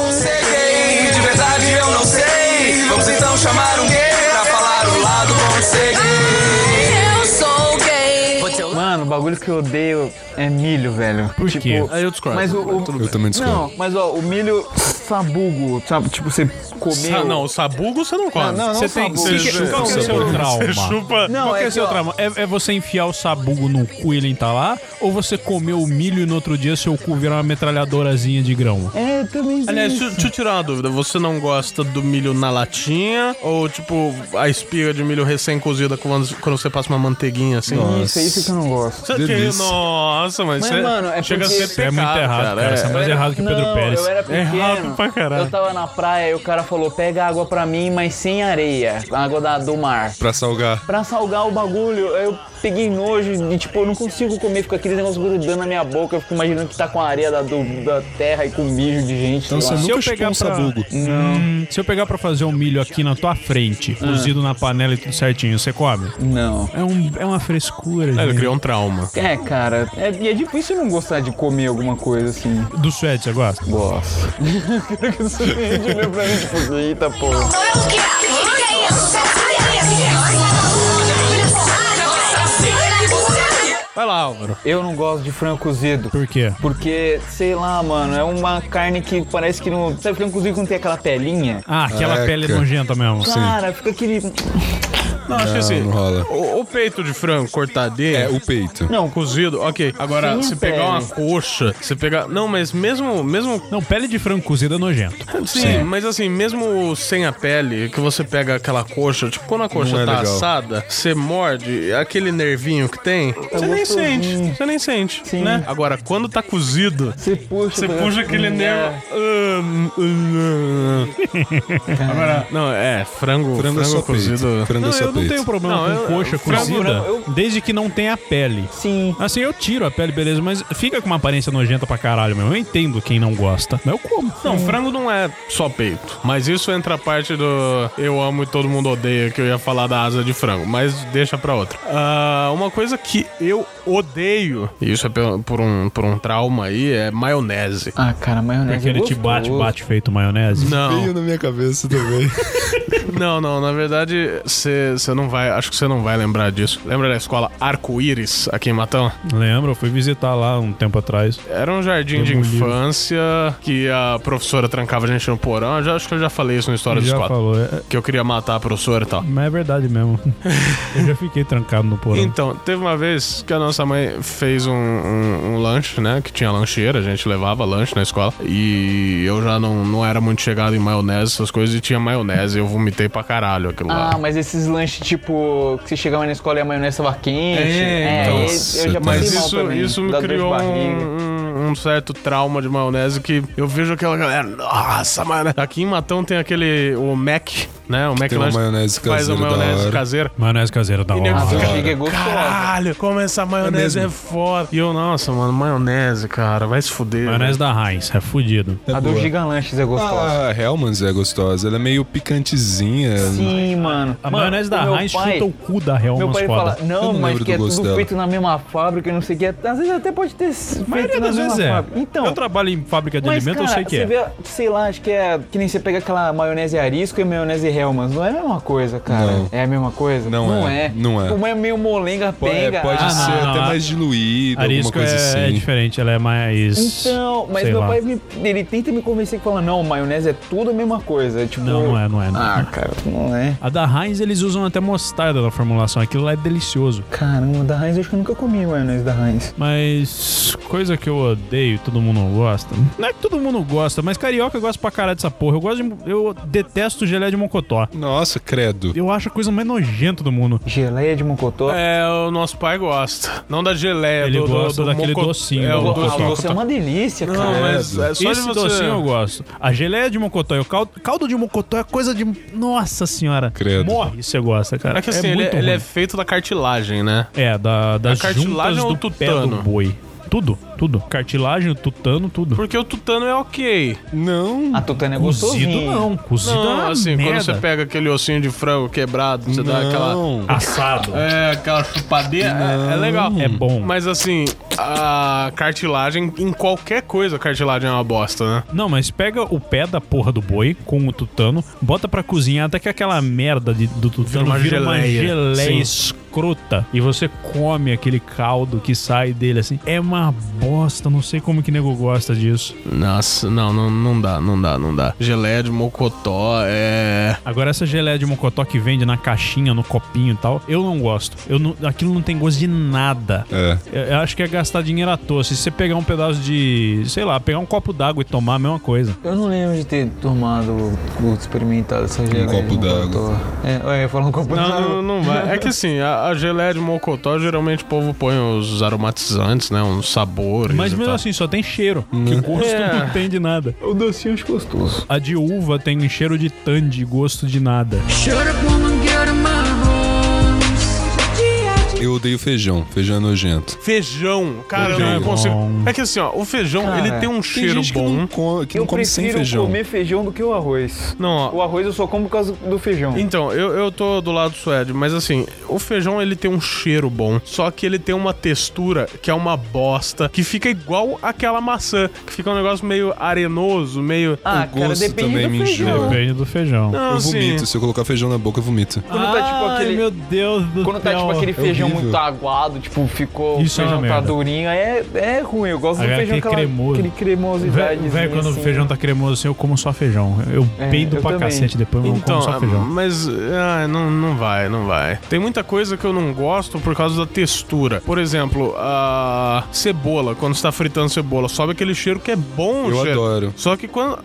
Speaker 10: De verdade eu não sei. Vamos então chamar um gay pra falar o lado bom de ser gay.
Speaker 11: Eu sou gay.
Speaker 4: Mano, o bagulho que eu odeio é milho, velho. Por tipo,
Speaker 6: quê?
Speaker 2: Aí eu discordo.
Speaker 4: Mas o, o-
Speaker 3: Eu também discordo.
Speaker 4: Não, mas ó, o milho sabugo, sabe? Tipo, você comeu.
Speaker 6: Ah,
Speaker 2: Sa- [laughs] não, o sabugo você não come.
Speaker 4: Não, não, não
Speaker 2: você
Speaker 4: sabugo.
Speaker 2: Você
Speaker 4: Que que-
Speaker 2: ju-
Speaker 6: Qual que é o seu
Speaker 2: você
Speaker 6: trauma?
Speaker 2: chupa.
Speaker 4: Não,
Speaker 6: Qual que é
Speaker 4: é
Speaker 6: o seu
Speaker 4: que, ó,
Speaker 6: trauma? É, é você enfiar o sabugo no cu e ele entalar? Ou você comer o milho e no outro dia seu cu virar uma metralhadorazinha de grão?
Speaker 4: É, também.
Speaker 2: Aliás, deixa, eu- deixa eu tirar uma dúvida. Você não gosta do milho na latinha? Ou, tipo, a espiga de milho recém-cozida quando, quando você passa uma manteiguinha assim?
Speaker 4: Isso, é isso que eu não gosto.
Speaker 2: Você tem-
Speaker 3: delícia.
Speaker 2: nossa, mas,
Speaker 4: Mas,
Speaker 2: você
Speaker 4: mano, é
Speaker 2: chega a
Speaker 4: porque-
Speaker 2: ser
Speaker 4: Isso é
Speaker 2: pecado,
Speaker 6: muito errado, cara. Isso é
Speaker 2: É.
Speaker 6: mais errado que o Pedro
Speaker 4: não,
Speaker 6: Pérez.
Speaker 4: Eu era pequeno.
Speaker 6: Errado pra caralho.
Speaker 4: Eu tava na praia e o cara falou: pega água pra mim, mas sem areia. Água da, do mar.
Speaker 3: Pra salgar.
Speaker 4: Pra salgar o bagulho, aí eu peguei nojo e, tipo, eu não consigo comer, fica aquele negócio grudando na minha boca. Eu fico imaginando que tá com a areia da, do- da terra e com mijo de gente.
Speaker 3: Então
Speaker 4: sei
Speaker 6: Ah,
Speaker 3: você
Speaker 4: lá.
Speaker 3: nunca chupou um sabugo.
Speaker 6: Hum, se eu pegar pra fazer um milho aqui na tua frente, cozido na panela e tudo certinho, você come?
Speaker 4: Não.
Speaker 6: É, um, é uma frescura,
Speaker 2: É, Ele
Speaker 6: gente.
Speaker 2: criou um trauma.
Speaker 4: É, cara, é, e é difícil não gostar de comer alguma coisa assim.
Speaker 6: Do suéte, você gosta?
Speaker 4: [laughs] Gosto. O cara que surpreende olhou pra mim, tipo, eita porra.
Speaker 2: Vai lá, Álvaro.
Speaker 4: Eu não gosto de frango cozido.
Speaker 6: Por quê?
Speaker 4: Porque, sei lá, mano, é uma carne que parece que não. Sabe frango cozido quando tem aquela pelinha?
Speaker 6: Ah, aquela
Speaker 3: Caraca.
Speaker 6: pele nojenta mesmo.
Speaker 4: Cara, fica aquele.
Speaker 2: Não, acho que assim,
Speaker 3: não rola.
Speaker 2: o, o peito de frango cortadinho...
Speaker 3: É, o peito.
Speaker 4: Não,
Speaker 2: Cozido, ok. Agora,
Speaker 4: Sim,
Speaker 2: se pegar uma
Speaker 4: velho.
Speaker 2: coxa, se pegar. Não, mas mesmo. mesmo
Speaker 6: Não, pele de frango cozida é nojento.
Speaker 2: Sim, mas assim, mesmo sem a pele, que você pega aquela coxa, tipo, quando a coxa
Speaker 3: Não é
Speaker 2: tá
Speaker 3: legal.
Speaker 2: assada, você morde aquele nervinho que tem, você nem
Speaker 4: gostosinho.
Speaker 2: sente, você nem sente,
Speaker 4: Sim.
Speaker 2: né? Agora, quando tá cozido,
Speaker 4: você puxa.
Speaker 2: você
Speaker 4: tá
Speaker 2: puxa
Speaker 4: ligado?
Speaker 2: aquele nervo... Hum, hum, hum. Agora, não, é, frango, frango,
Speaker 3: Frango é só peito.
Speaker 2: cozido...
Speaker 3: Frango é
Speaker 2: não,
Speaker 3: só
Speaker 2: eu não
Speaker 6: não
Speaker 3: jeito.
Speaker 6: tenho problema
Speaker 3: Não, eu-
Speaker 6: com coxa
Speaker 3: eu-
Speaker 6: cozida,
Speaker 3: frango não,
Speaker 6: desde que não tenha pele.
Speaker 5: Sim.
Speaker 6: Assim, eu tiro a pele, beleza, mas fica com uma aparência nojenta pra caralho, meu. Eu entendo quem não gosta, mas eu como.
Speaker 2: Não, frango não é só peito. Mas isso entra a parte do eu amo e todo mundo odeia, que eu ia falar da asa de frango. Mas deixa pra outra. Ah, uma coisa que eu odeio, e isso é pe- por um, por um trauma aí, é maionese.
Speaker 4: Ah, cara, maionese.
Speaker 6: Porque ele É te bate, bate feito maionese.
Speaker 2: Não.
Speaker 3: Veio na minha cabeça também.
Speaker 2: Não, não, na verdade, você não vai. Acho que você não vai lembrar disso. Lembra da escola Arco-Íris aqui em Matão?
Speaker 6: Lembra? Eu fui visitar lá um tempo atrás.
Speaker 2: Era um jardim de
Speaker 6: Demolido.
Speaker 2: infância que a professora trancava a gente no porão. Eu já, acho que eu já falei isso no História dos
Speaker 6: Já
Speaker 2: Quatro.
Speaker 6: falou, é.
Speaker 2: Que eu queria matar a professora e tal.
Speaker 6: Mas é verdade mesmo. eu já fiquei trancado no porão.
Speaker 2: Então, teve uma vez que a nossa mãe fez um, um- um lanche, né? Que tinha lancheira, a gente levava lanche na escola. E eu já não, não era muito chegado em maionese, essas coisas, e tinha maionese. Eu vomitei pra caralho aquilo lá.
Speaker 4: Ah, mas esses lanches, tipo, que você chegava na escola e a maionese tava quente.
Speaker 2: É, então,
Speaker 4: eu já
Speaker 2: Mas
Speaker 4: passei mal
Speaker 2: isso,
Speaker 4: também.
Speaker 2: isso me
Speaker 4: dá dor de
Speaker 2: criou
Speaker 4: barriga.
Speaker 2: um, um- um certo trauma de maionese que eu vejo aquela galera. Nossa, maionese. Aqui em Matão tem aquele. O Mac, né? O Mac
Speaker 3: Tem uma
Speaker 2: Lunch
Speaker 3: maionese
Speaker 2: faz a
Speaker 3: caseira da
Speaker 2: maionese
Speaker 3: hora.
Speaker 2: caseira.
Speaker 6: Maionese caseira da
Speaker 2: E nego
Speaker 6: hora.
Speaker 4: Nossa,
Speaker 2: fica,
Speaker 4: chega é gostosa.
Speaker 2: Caralho, como essa maionese é,
Speaker 3: mesmo.
Speaker 2: foda. E eu, nossa, mano, maionese, cara, vai se fuder.
Speaker 6: Maionese da Heinz, é fudido.
Speaker 4: A do Gigalanches é gostosa.
Speaker 3: Ah, a Hellmann's é gostosa. Ela é meio picantezinha.
Speaker 4: Ah, Sim, mano.
Speaker 6: A
Speaker 4: Mano,
Speaker 6: maionese
Speaker 4: o
Speaker 6: da
Speaker 4: meu
Speaker 6: Heinz
Speaker 4: pai-
Speaker 6: chuta o cu da
Speaker 4: Meu
Speaker 6: Hellmann's
Speaker 4: pai fala,
Speaker 6: foda.
Speaker 3: Eu
Speaker 4: não,
Speaker 3: não
Speaker 4: mas
Speaker 3: lembro
Speaker 4: que é
Speaker 3: do gosto
Speaker 4: tudo
Speaker 3: dela.
Speaker 4: feito na mesma fábrica e não sei o que. Às vezes até pode ter s- feito na mesma fábrica. Então,
Speaker 6: é. eu trabalho em fábrica de
Speaker 4: mas,
Speaker 6: alimento,
Speaker 4: cara,
Speaker 6: eu sei que
Speaker 4: você
Speaker 6: é.
Speaker 4: vê, sei lá, acho que é que nem você pega aquela maionese arisco e maionese Hellmann's. Não é a mesma coisa, cara.
Speaker 3: Não.
Speaker 4: É a mesma coisa?
Speaker 3: Não é, não é.
Speaker 4: Uma é meio molenga,
Speaker 3: Po- é,
Speaker 4: pega.
Speaker 3: pode
Speaker 6: Ah,
Speaker 3: ser
Speaker 6: não,
Speaker 3: até
Speaker 6: não,
Speaker 3: mais diluída,
Speaker 6: Arisco
Speaker 3: alguma
Speaker 6: é,
Speaker 3: coisa
Speaker 6: é
Speaker 3: assim.
Speaker 6: diferente, ela é mais.
Speaker 4: Então, mas
Speaker 6: sei
Speaker 4: meu
Speaker 6: lá.
Speaker 4: pai, me- ele tenta me convencer que fala, não, maionese é tudo a mesma coisa. Tipo,
Speaker 6: Não, não é, não é. Não.
Speaker 4: Ah, cara, não é.
Speaker 6: A da Heinz eles usam até mostarda na formulação, aquilo lá é delicioso.
Speaker 4: Caramba, da Heinz, eu acho que eu nunca comi maionese da Heinz.
Speaker 6: Mas coisa que eu odeio, todo mundo gosta. Não é que todo mundo gosta, mas carioca gosta pra caralho dessa porra. Eu gosto de, eu detesto gelé de mocotó.
Speaker 3: Nossa, credo.
Speaker 6: Eu acho a coisa mais nojenta do mundo.
Speaker 4: Geleia de mocotó.
Speaker 2: É, o nosso pai gosta. Não da geleia,
Speaker 6: Ele
Speaker 2: do, do-
Speaker 6: gosta
Speaker 2: do
Speaker 6: daquele
Speaker 2: mocotó.
Speaker 6: docinho,
Speaker 2: É,
Speaker 6: do
Speaker 2: o
Speaker 4: Ah,
Speaker 6: mocotó.
Speaker 4: o
Speaker 2: docinho.
Speaker 4: doce é uma delícia, cara.
Speaker 2: Não, mas é só
Speaker 6: Esse
Speaker 2: de você.
Speaker 6: docinho eu gosto. A geleia é de mocotó e o caldo, caldo de mocotó é coisa de. Nossa senhora.
Speaker 3: Credo.
Speaker 6: Morre se você gosta, cara.
Speaker 2: É que assim, ele,
Speaker 6: muito
Speaker 2: ele é
Speaker 6: ruim.
Speaker 2: feito da cartilagem, né?
Speaker 6: É, da, das
Speaker 2: A cartilagem
Speaker 6: juntas
Speaker 2: ou
Speaker 6: do
Speaker 2: o
Speaker 6: pé
Speaker 2: tutano?
Speaker 6: do boi. Tudo, tudo. Cartilagem, o tutano, tudo.
Speaker 2: Porque o tutano é ok.
Speaker 3: Não.
Speaker 4: A tutana é
Speaker 6: Cozido
Speaker 4: gostosinha.
Speaker 6: não, cozido é
Speaker 2: Não,
Speaker 6: uma
Speaker 2: assim, quando
Speaker 6: merda.
Speaker 2: você pega aquele ossinho de frango quebrado, você dá aquela.
Speaker 3: Não.
Speaker 6: Assado. É.
Speaker 2: É, aquela chupadeira. É, é legal.
Speaker 6: bom.
Speaker 2: Mas assim, a cartilagem, em qualquer coisa, a cartilagem é uma bosta, né?
Speaker 6: Não, mas pega o pé da porra do boi com o tutano, bota pra cozinhar até que aquela merda de- do tutano
Speaker 2: uma
Speaker 6: vira uma
Speaker 2: geleia.
Speaker 6: geleia
Speaker 2: Sim.
Speaker 6: escrota. E você come aquele caldo que sai dele, assim. É uma bosta, não sei como que nego gosta disso.
Speaker 2: Nossa, não, não, não dá, não dá, não dá. Geleia de mocotó é.
Speaker 6: Agora, essa geleia de mocotó que vende na caixinha, no copinho e tal, eu não gosto. Eu não- aquilo não tem gosto de nada.
Speaker 3: É.
Speaker 6: Eu, eu acho que é gastar dinheiro à toa. Se você pegar um pedaço de, sei lá, pegar um copo d'água e tomar, a mesma coisa.
Speaker 4: Eu não lembro de ter tomado, ou experimentado essa geleia.
Speaker 3: copo
Speaker 4: de mocotó. É, olha, eu falo um copo
Speaker 2: Não,
Speaker 4: d'água.
Speaker 2: não, não vai. É que assim, a, a geleia de mocotó, geralmente o povo põe os aromatizantes, né? Uns sabores.
Speaker 6: Mas
Speaker 2: e
Speaker 6: mesmo
Speaker 2: tal.
Speaker 6: assim, só tem cheiro. Que gosto
Speaker 2: tá. É.
Speaker 6: não tem de nada.
Speaker 4: O docinho acho gostoso.
Speaker 6: A de uva tem um cheiro de tande e gosto de nada.
Speaker 11: Shut up, woman, get in my room.
Speaker 3: Eu odeio feijão. Feijão é nojento.
Speaker 2: Feijão, cara,
Speaker 6: Feijão
Speaker 2: eu
Speaker 6: é
Speaker 2: não consigo.
Speaker 6: bom.
Speaker 2: É que assim, ó, o feijão,
Speaker 4: Cara,
Speaker 2: ele tem um
Speaker 3: Tem
Speaker 2: cheiro
Speaker 3: gente que
Speaker 2: bom.
Speaker 3: não, come, que
Speaker 4: Eu
Speaker 3: não come sem
Speaker 4: prefiro
Speaker 3: feijão.
Speaker 4: comer feijão do que o arroz.
Speaker 2: Não, ó.
Speaker 4: O arroz eu só como por causa do feijão.
Speaker 2: Então, eu, eu tô do lado suede, mas assim, o feijão ele tem um cheiro bom, só que ele tem uma textura que é uma bosta, que fica igual aquela maçã, que fica um negócio meio arenoso, meio.
Speaker 4: Ah,
Speaker 3: o gosto também me enjoa.
Speaker 6: Depende do feijão.
Speaker 2: Não,
Speaker 3: Eu
Speaker 2: assim,
Speaker 3: vomito. Se eu colocar feijão na boca, eu vomito.
Speaker 4: Quando tá tipo aquele,
Speaker 6: Deus do
Speaker 4: quando tá, tipo, aquele feijão
Speaker 3: horrível.
Speaker 4: muito aguado, tipo, ficou
Speaker 6: É Isso é
Speaker 4: o
Speaker 6: uma
Speaker 4: feijão tá
Speaker 6: merda.
Speaker 4: durinho, é, é ruim. Eu gosto
Speaker 6: Agora
Speaker 4: do feijão
Speaker 6: aquele
Speaker 4: aquela,
Speaker 6: cremoso.
Speaker 4: aquele cremosidade.
Speaker 6: Velho, velho, quando o feijão tá cremoso assim, eu como só feijão. Eu
Speaker 4: né? É,
Speaker 6: peido
Speaker 4: eu
Speaker 6: pra
Speaker 4: também.
Speaker 6: cacete depois, eu
Speaker 2: Então,
Speaker 6: como só feijão.
Speaker 2: mas ah, não, não vai, não vai. Tem muita coisa que eu não gosto por causa da textura. Por exemplo, a cebola, quando você tá fritando cebola, sobe aquele cheiro que é bom,
Speaker 3: Eu
Speaker 2: cheiro.
Speaker 3: adoro.
Speaker 2: Só que quando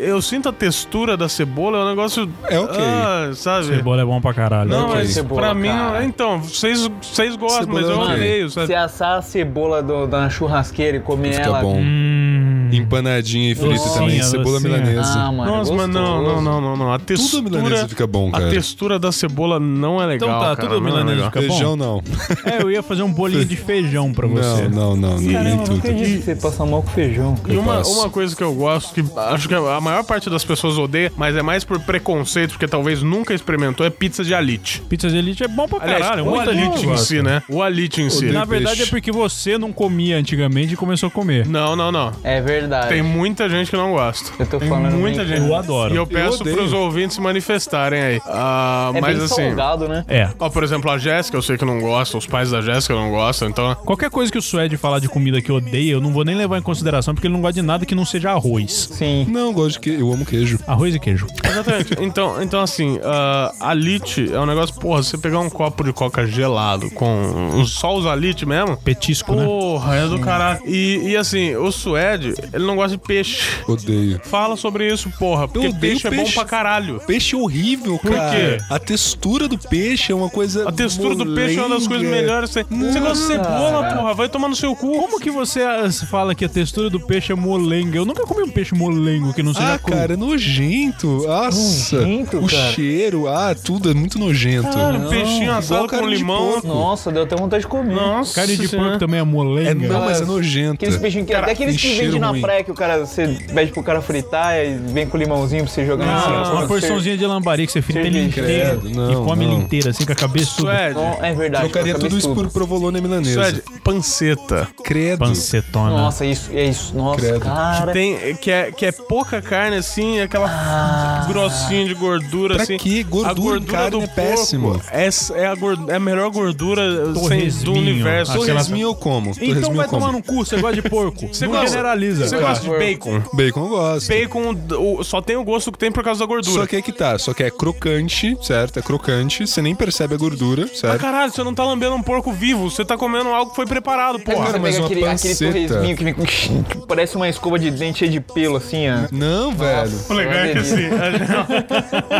Speaker 2: eu sinto a textura da cebola, é um negócio.
Speaker 3: É ok.
Speaker 2: Ah, sabe?
Speaker 6: Cebola é bom pra caralho.
Speaker 2: Não,
Speaker 3: Ok.
Speaker 2: mas
Speaker 4: Cebola,
Speaker 2: pra mim,
Speaker 4: cara.
Speaker 2: então, vocês, vocês gostam,
Speaker 3: Cebola
Speaker 2: mas eu
Speaker 3: é ok.
Speaker 2: odeio, sabe?
Speaker 4: Se assar a cebola do- da churrasqueira e comer
Speaker 3: Fica
Speaker 4: ela
Speaker 3: bom.
Speaker 6: Hum,
Speaker 3: empanadinha e frita
Speaker 2: Sim,
Speaker 3: também,
Speaker 2: a
Speaker 3: cebola
Speaker 2: docinha.
Speaker 3: milanesa.
Speaker 6: é
Speaker 2: Ah,
Speaker 4: é
Speaker 2: mano, Nossa, mano, não,
Speaker 13: gostoso.
Speaker 2: não, não, não, não. A
Speaker 13: Tudo
Speaker 2: textura
Speaker 3: é milanesa fica bom, cara.
Speaker 2: A textura da cebola não é legal.
Speaker 6: Então tá,
Speaker 2: cara,
Speaker 6: tudo
Speaker 2: não é
Speaker 6: milanesa
Speaker 2: legal.
Speaker 6: fica bom? Feijão não. É, eu ia fazer um bolinho de feijão pra você.
Speaker 3: Não, não, não.
Speaker 2: é um
Speaker 6: Caramba,
Speaker 3: nem tudo.
Speaker 4: acredito que você passa mal com feijão.
Speaker 2: E uma, uma coisa que eu gosto, que acho que a maior parte das pessoas odeia, mas é mais por preconceito, porque talvez nunca experimentou, é pizza de alite.
Speaker 6: Pizza de alite é bom pra caralho,
Speaker 2: o
Speaker 6: muita gente
Speaker 2: alite em
Speaker 6: gosta.
Speaker 2: si, né? O alite em si.
Speaker 6: Na verdade é porque você não comia antigamente e começou a comer.
Speaker 2: Não, não, não.
Speaker 4: É verdade.
Speaker 2: Tem muita gente que não gosta.
Speaker 4: Eu tô
Speaker 2: Tem
Speaker 4: falando
Speaker 2: muita
Speaker 4: bem que
Speaker 2: gente.
Speaker 4: eu adoro.
Speaker 2: E eu
Speaker 4: Eu
Speaker 2: peço
Speaker 4: odeio.
Speaker 2: pros ouvintes se manifestarem aí. Ah,
Speaker 4: É
Speaker 2: mas
Speaker 4: bem
Speaker 2: assim.
Speaker 4: salgado, né?
Speaker 6: É.
Speaker 2: Ó, por exemplo, a Jéssica, eu sei que não gosta, os pais da Jéssica não gostam, então.
Speaker 6: Qualquer coisa que o Suede falar de comida que odeia, eu não vou nem levar em consideração, porque ele não gosta de nada que não seja arroz.
Speaker 4: Sim.
Speaker 3: Não, eu gosto de que eu amo queijo.
Speaker 6: Arroz e queijo.
Speaker 2: Exatamente. [laughs] Então, então assim, ah, alite é um negócio, porra, você pegar um copo de coca gelado com os- só os alite mesmo.
Speaker 6: Petisco, né?
Speaker 2: porra, é do caralho. E, e assim, o Suede, ele não gosta de peixe.
Speaker 3: Odeio.
Speaker 2: Fala sobre isso, porra, porque
Speaker 3: odeio
Speaker 2: peixe, é bom
Speaker 3: peixe.
Speaker 2: pra caralho.
Speaker 3: Peixe horrível,
Speaker 2: Por
Speaker 3: cara.
Speaker 2: quê?
Speaker 3: A textura do peixe é uma coisa.
Speaker 2: A textura do peixe é uma das coisas
Speaker 3: molenga.
Speaker 2: melhores. Você você gosta de cebola, porra, vai tomar no seu cu.
Speaker 6: Como que você ah, fala que a textura do peixe é molenga? Eu nunca comi um peixe molengo que não seja
Speaker 3: Ah,
Speaker 6: cru.
Speaker 3: cara, é nojento. Nossa.
Speaker 4: Nojento,
Speaker 3: o
Speaker 4: cara.
Speaker 3: cheiro, ah, tudo é muito nojento.
Speaker 2: Cara,
Speaker 3: Não,
Speaker 2: um peixinho
Speaker 3: igual
Speaker 2: assado
Speaker 3: carne
Speaker 2: com
Speaker 3: de
Speaker 2: limão. né?
Speaker 3: porco.
Speaker 4: Nossa, deu até vontade de comer.
Speaker 2: Nossa
Speaker 6: Carne de porco
Speaker 2: senhora.
Speaker 6: também é molenga.
Speaker 3: É, não, mas é nojento.
Speaker 4: Aqueles peixinhos que até aqueles que
Speaker 3: tem cheiro
Speaker 4: vendem na
Speaker 3: ruim.
Speaker 4: praia que o cara você pede pro cara fritar e vem com limãozinho pra você jogar em cima.
Speaker 6: Ah, uma porçãozinha de lambari que você frita ele inteiro.
Speaker 3: Credo,
Speaker 6: E
Speaker 3: não,
Speaker 6: come ele
Speaker 3: não.
Speaker 6: inteiro, assim, com a cabeça toda.
Speaker 2: Suede,
Speaker 4: Não, é verdade.
Speaker 3: Trocaria
Speaker 4: pra cabeça
Speaker 3: tudo isso por provolone milanesa.
Speaker 2: Suede, panceta.
Speaker 3: Credo.
Speaker 6: Pancetona.
Speaker 4: Nossa, isso, é isso. Nossa,
Speaker 3: Credo.
Speaker 4: cara.
Speaker 2: Tem, que, é, que é pouca carne, assim, aquela grossinha de gordura,
Speaker 3: Ah. Pra
Speaker 2: assim.
Speaker 3: quê? Gordura
Speaker 2: a
Speaker 3: em
Speaker 2: gordura
Speaker 3: carne
Speaker 2: do
Speaker 3: é péssimo.
Speaker 2: porco É, s- é a, gor- é a melhor gordura eh, sem, do
Speaker 6: Torresminho.
Speaker 2: universo.
Speaker 6: Aquela-
Speaker 3: Torresminho eu como.
Speaker 6: Então
Speaker 3: torresminho
Speaker 6: vai
Speaker 3: eu como.
Speaker 6: tomar no cu, você gosta de porco. Você
Speaker 2: gosta-
Speaker 6: generaliza.
Speaker 2: Você
Speaker 6: cara.
Speaker 2: gosta de bacon?
Speaker 3: Bacon eu gosto.
Speaker 2: Bacon é o- só tem o gosto que tem por causa da gordura.
Speaker 3: Só que é que tá, só que é crocante, certo? É crocante, você nem percebe a gordura,
Speaker 2: Ah,
Speaker 3: certo?
Speaker 2: caralho, você não tá lambendo um porco vivo, você tá comendo algo que foi preparado,
Speaker 4: É que
Speaker 2: porra.
Speaker 4: você
Speaker 3: mas
Speaker 4: pega
Speaker 3: uma
Speaker 4: aquele, aquele
Speaker 3: panceta.
Speaker 4: torresminho que vem com- [laughs] que parece uma escova de dente cheia de pelo, assim, ó.
Speaker 3: Não, velho.
Speaker 2: O legal é que assim, a gente,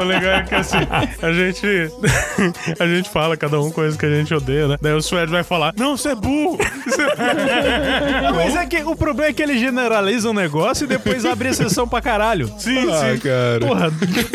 Speaker 2: o legal é que assim, a gente a gente [laughs] fala cada um coisa que a gente odeia, né? Daí o Suede vai falar: "Não, você é
Speaker 6: [laughs]
Speaker 2: burro".
Speaker 6: Não, mas é que o problema é que ele generaliza um negócio e depois abre exceção pra caralho.
Speaker 2: Sim,
Speaker 3: Ah,
Speaker 2: sim.
Speaker 3: cara.
Speaker 6: [laughs] Porra,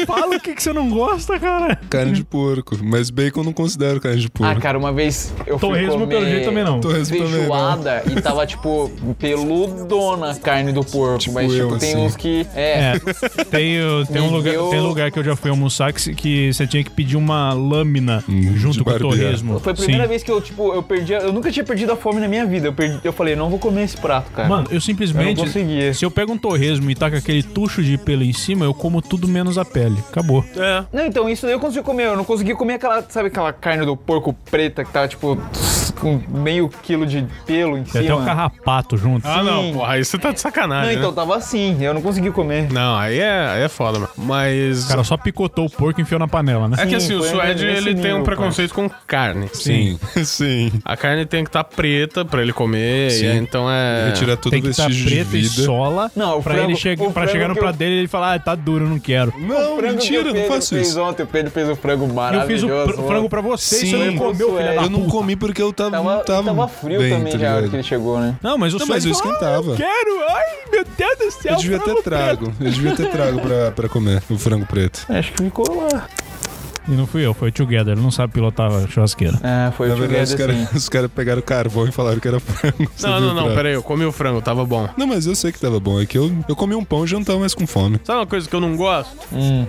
Speaker 6: fala o que, que você não gosta, cara.
Speaker 3: Carne de porco. Mas bacon eu não considero carne de porco.
Speaker 4: Ah, cara, uma vez eu fui
Speaker 6: Torresmo,
Speaker 4: comer
Speaker 6: Uhum. pelo jeito, também não.
Speaker 3: Torresmo também não.
Speaker 4: feijoada e tava, tipo, peludona a carne do porco. mas,
Speaker 3: eu,
Speaker 4: tipo, tem
Speaker 3: assim.
Speaker 4: uns que... É,
Speaker 6: É, tem, o- tem, um
Speaker 4: Me
Speaker 6: lugar,
Speaker 4: deu-
Speaker 6: tem lugar que eu já fui almoçar que, se- que você tinha que pedir uma lâmina junto com o
Speaker 3: barbear.
Speaker 6: torresmo.
Speaker 4: Foi a primeira
Speaker 6: Sim.
Speaker 4: vez que eu, tipo, eu perdi... a- Eu nunca tinha perdido a fome na minha vida. Eu, perdi, eu falei, não vou comer esse prato, cara.
Speaker 6: Mano, eu
Speaker 4: Eu
Speaker 6: simplesmente.
Speaker 4: não consegui.
Speaker 6: se eu pego um torresmo e taco aquele tucho de pelo em cima, eu como tudo menos a pele. Acabou.
Speaker 2: É.
Speaker 4: Não, então, isso daí eu consegui comer. Eu não consegui comer aquela, sabe, aquela carne do porco preta que tava, tipo, com meio quilo de pelo em
Speaker 6: Tem
Speaker 4: cima.
Speaker 6: É até um o carrapato junto.
Speaker 2: Ah, não,
Speaker 4: Sim.
Speaker 2: porra, aí você tá de
Speaker 4: Não,
Speaker 2: sacanagem.
Speaker 4: então,
Speaker 2: né?
Speaker 4: tava assim. Eu não consegui comer.
Speaker 2: Não, aí é, aí é foda, mano. Mas
Speaker 6: O cara só picotou o porco e enfiou na panela, né?
Speaker 2: é que assim, o
Speaker 4: foi
Speaker 2: Suede
Speaker 4: nesse
Speaker 2: ele tem um
Speaker 4: nível,
Speaker 2: preconceito com carne.
Speaker 3: Sim, [laughs] sim.
Speaker 2: A carne tem que estar preta pra ele comer,
Speaker 3: Sim.
Speaker 2: e então é
Speaker 3: Retirar todo
Speaker 6: Tem
Speaker 3: o
Speaker 6: que estar
Speaker 3: vestígio de
Speaker 6: preto e
Speaker 3: vida.
Speaker 6: sola
Speaker 4: Não, o
Speaker 6: pra,
Speaker 4: frango-
Speaker 6: ele che
Speaker 4: o
Speaker 6: pra
Speaker 4: frango
Speaker 6: chegar no
Speaker 4: que
Speaker 6: prato
Speaker 4: eu-
Speaker 6: dele e ele falar, ah, tá duro, não quero.
Speaker 4: O
Speaker 3: Não,
Speaker 4: frango que
Speaker 3: mentira,
Speaker 4: o
Speaker 3: não
Speaker 4: Pedro
Speaker 3: faço
Speaker 4: fez
Speaker 3: isso.
Speaker 4: ontem, o Pedro fez um frango
Speaker 6: Eu fiz
Speaker 4: maravilhoso.
Speaker 6: o pr- frango pra você e você
Speaker 3: Sim.
Speaker 6: não comeu, filha da
Speaker 3: Eu não
Speaker 6: puta.
Speaker 3: comi porque eu tava,
Speaker 4: Tava,
Speaker 3: não tava,
Speaker 4: tava frio
Speaker 3: Uhum. bem,
Speaker 4: também
Speaker 3: tá
Speaker 4: já a hora
Speaker 3: ligado?
Speaker 4: que ele chegou, né?
Speaker 6: Não, mas o
Speaker 3: Não,
Speaker 6: Suede
Speaker 3: mas eu
Speaker 6: falou,
Speaker 3: esquentava.
Speaker 6: "Ah, quero! Ai, meu Deus do céu!
Speaker 3: Eu devia
Speaker 6: frango
Speaker 3: ter trago. Eu devia ter trago pra, pra comer o frango preto.
Speaker 4: Acho que ficou lá.
Speaker 6: E não fui eu, foi o Together. Ele não sabe pilotar a churrasqueira.
Speaker 4: É, foi
Speaker 3: Na
Speaker 4: o
Speaker 3: verdade, os
Speaker 4: Together,
Speaker 3: caras
Speaker 4: assim.
Speaker 3: cara pegaram carvão e falaram que era frango. [laughs] Você
Speaker 2: Não,
Speaker 3: viu
Speaker 2: não,
Speaker 3: o
Speaker 2: não,
Speaker 3: prato?
Speaker 2: peraí, eu comi o frango, tava bom.
Speaker 3: Não, mas eu sei que tava bom. É que eu, eu comi um pão e já não tava mais com fome.
Speaker 2: Sabe uma coisa que eu não gosto?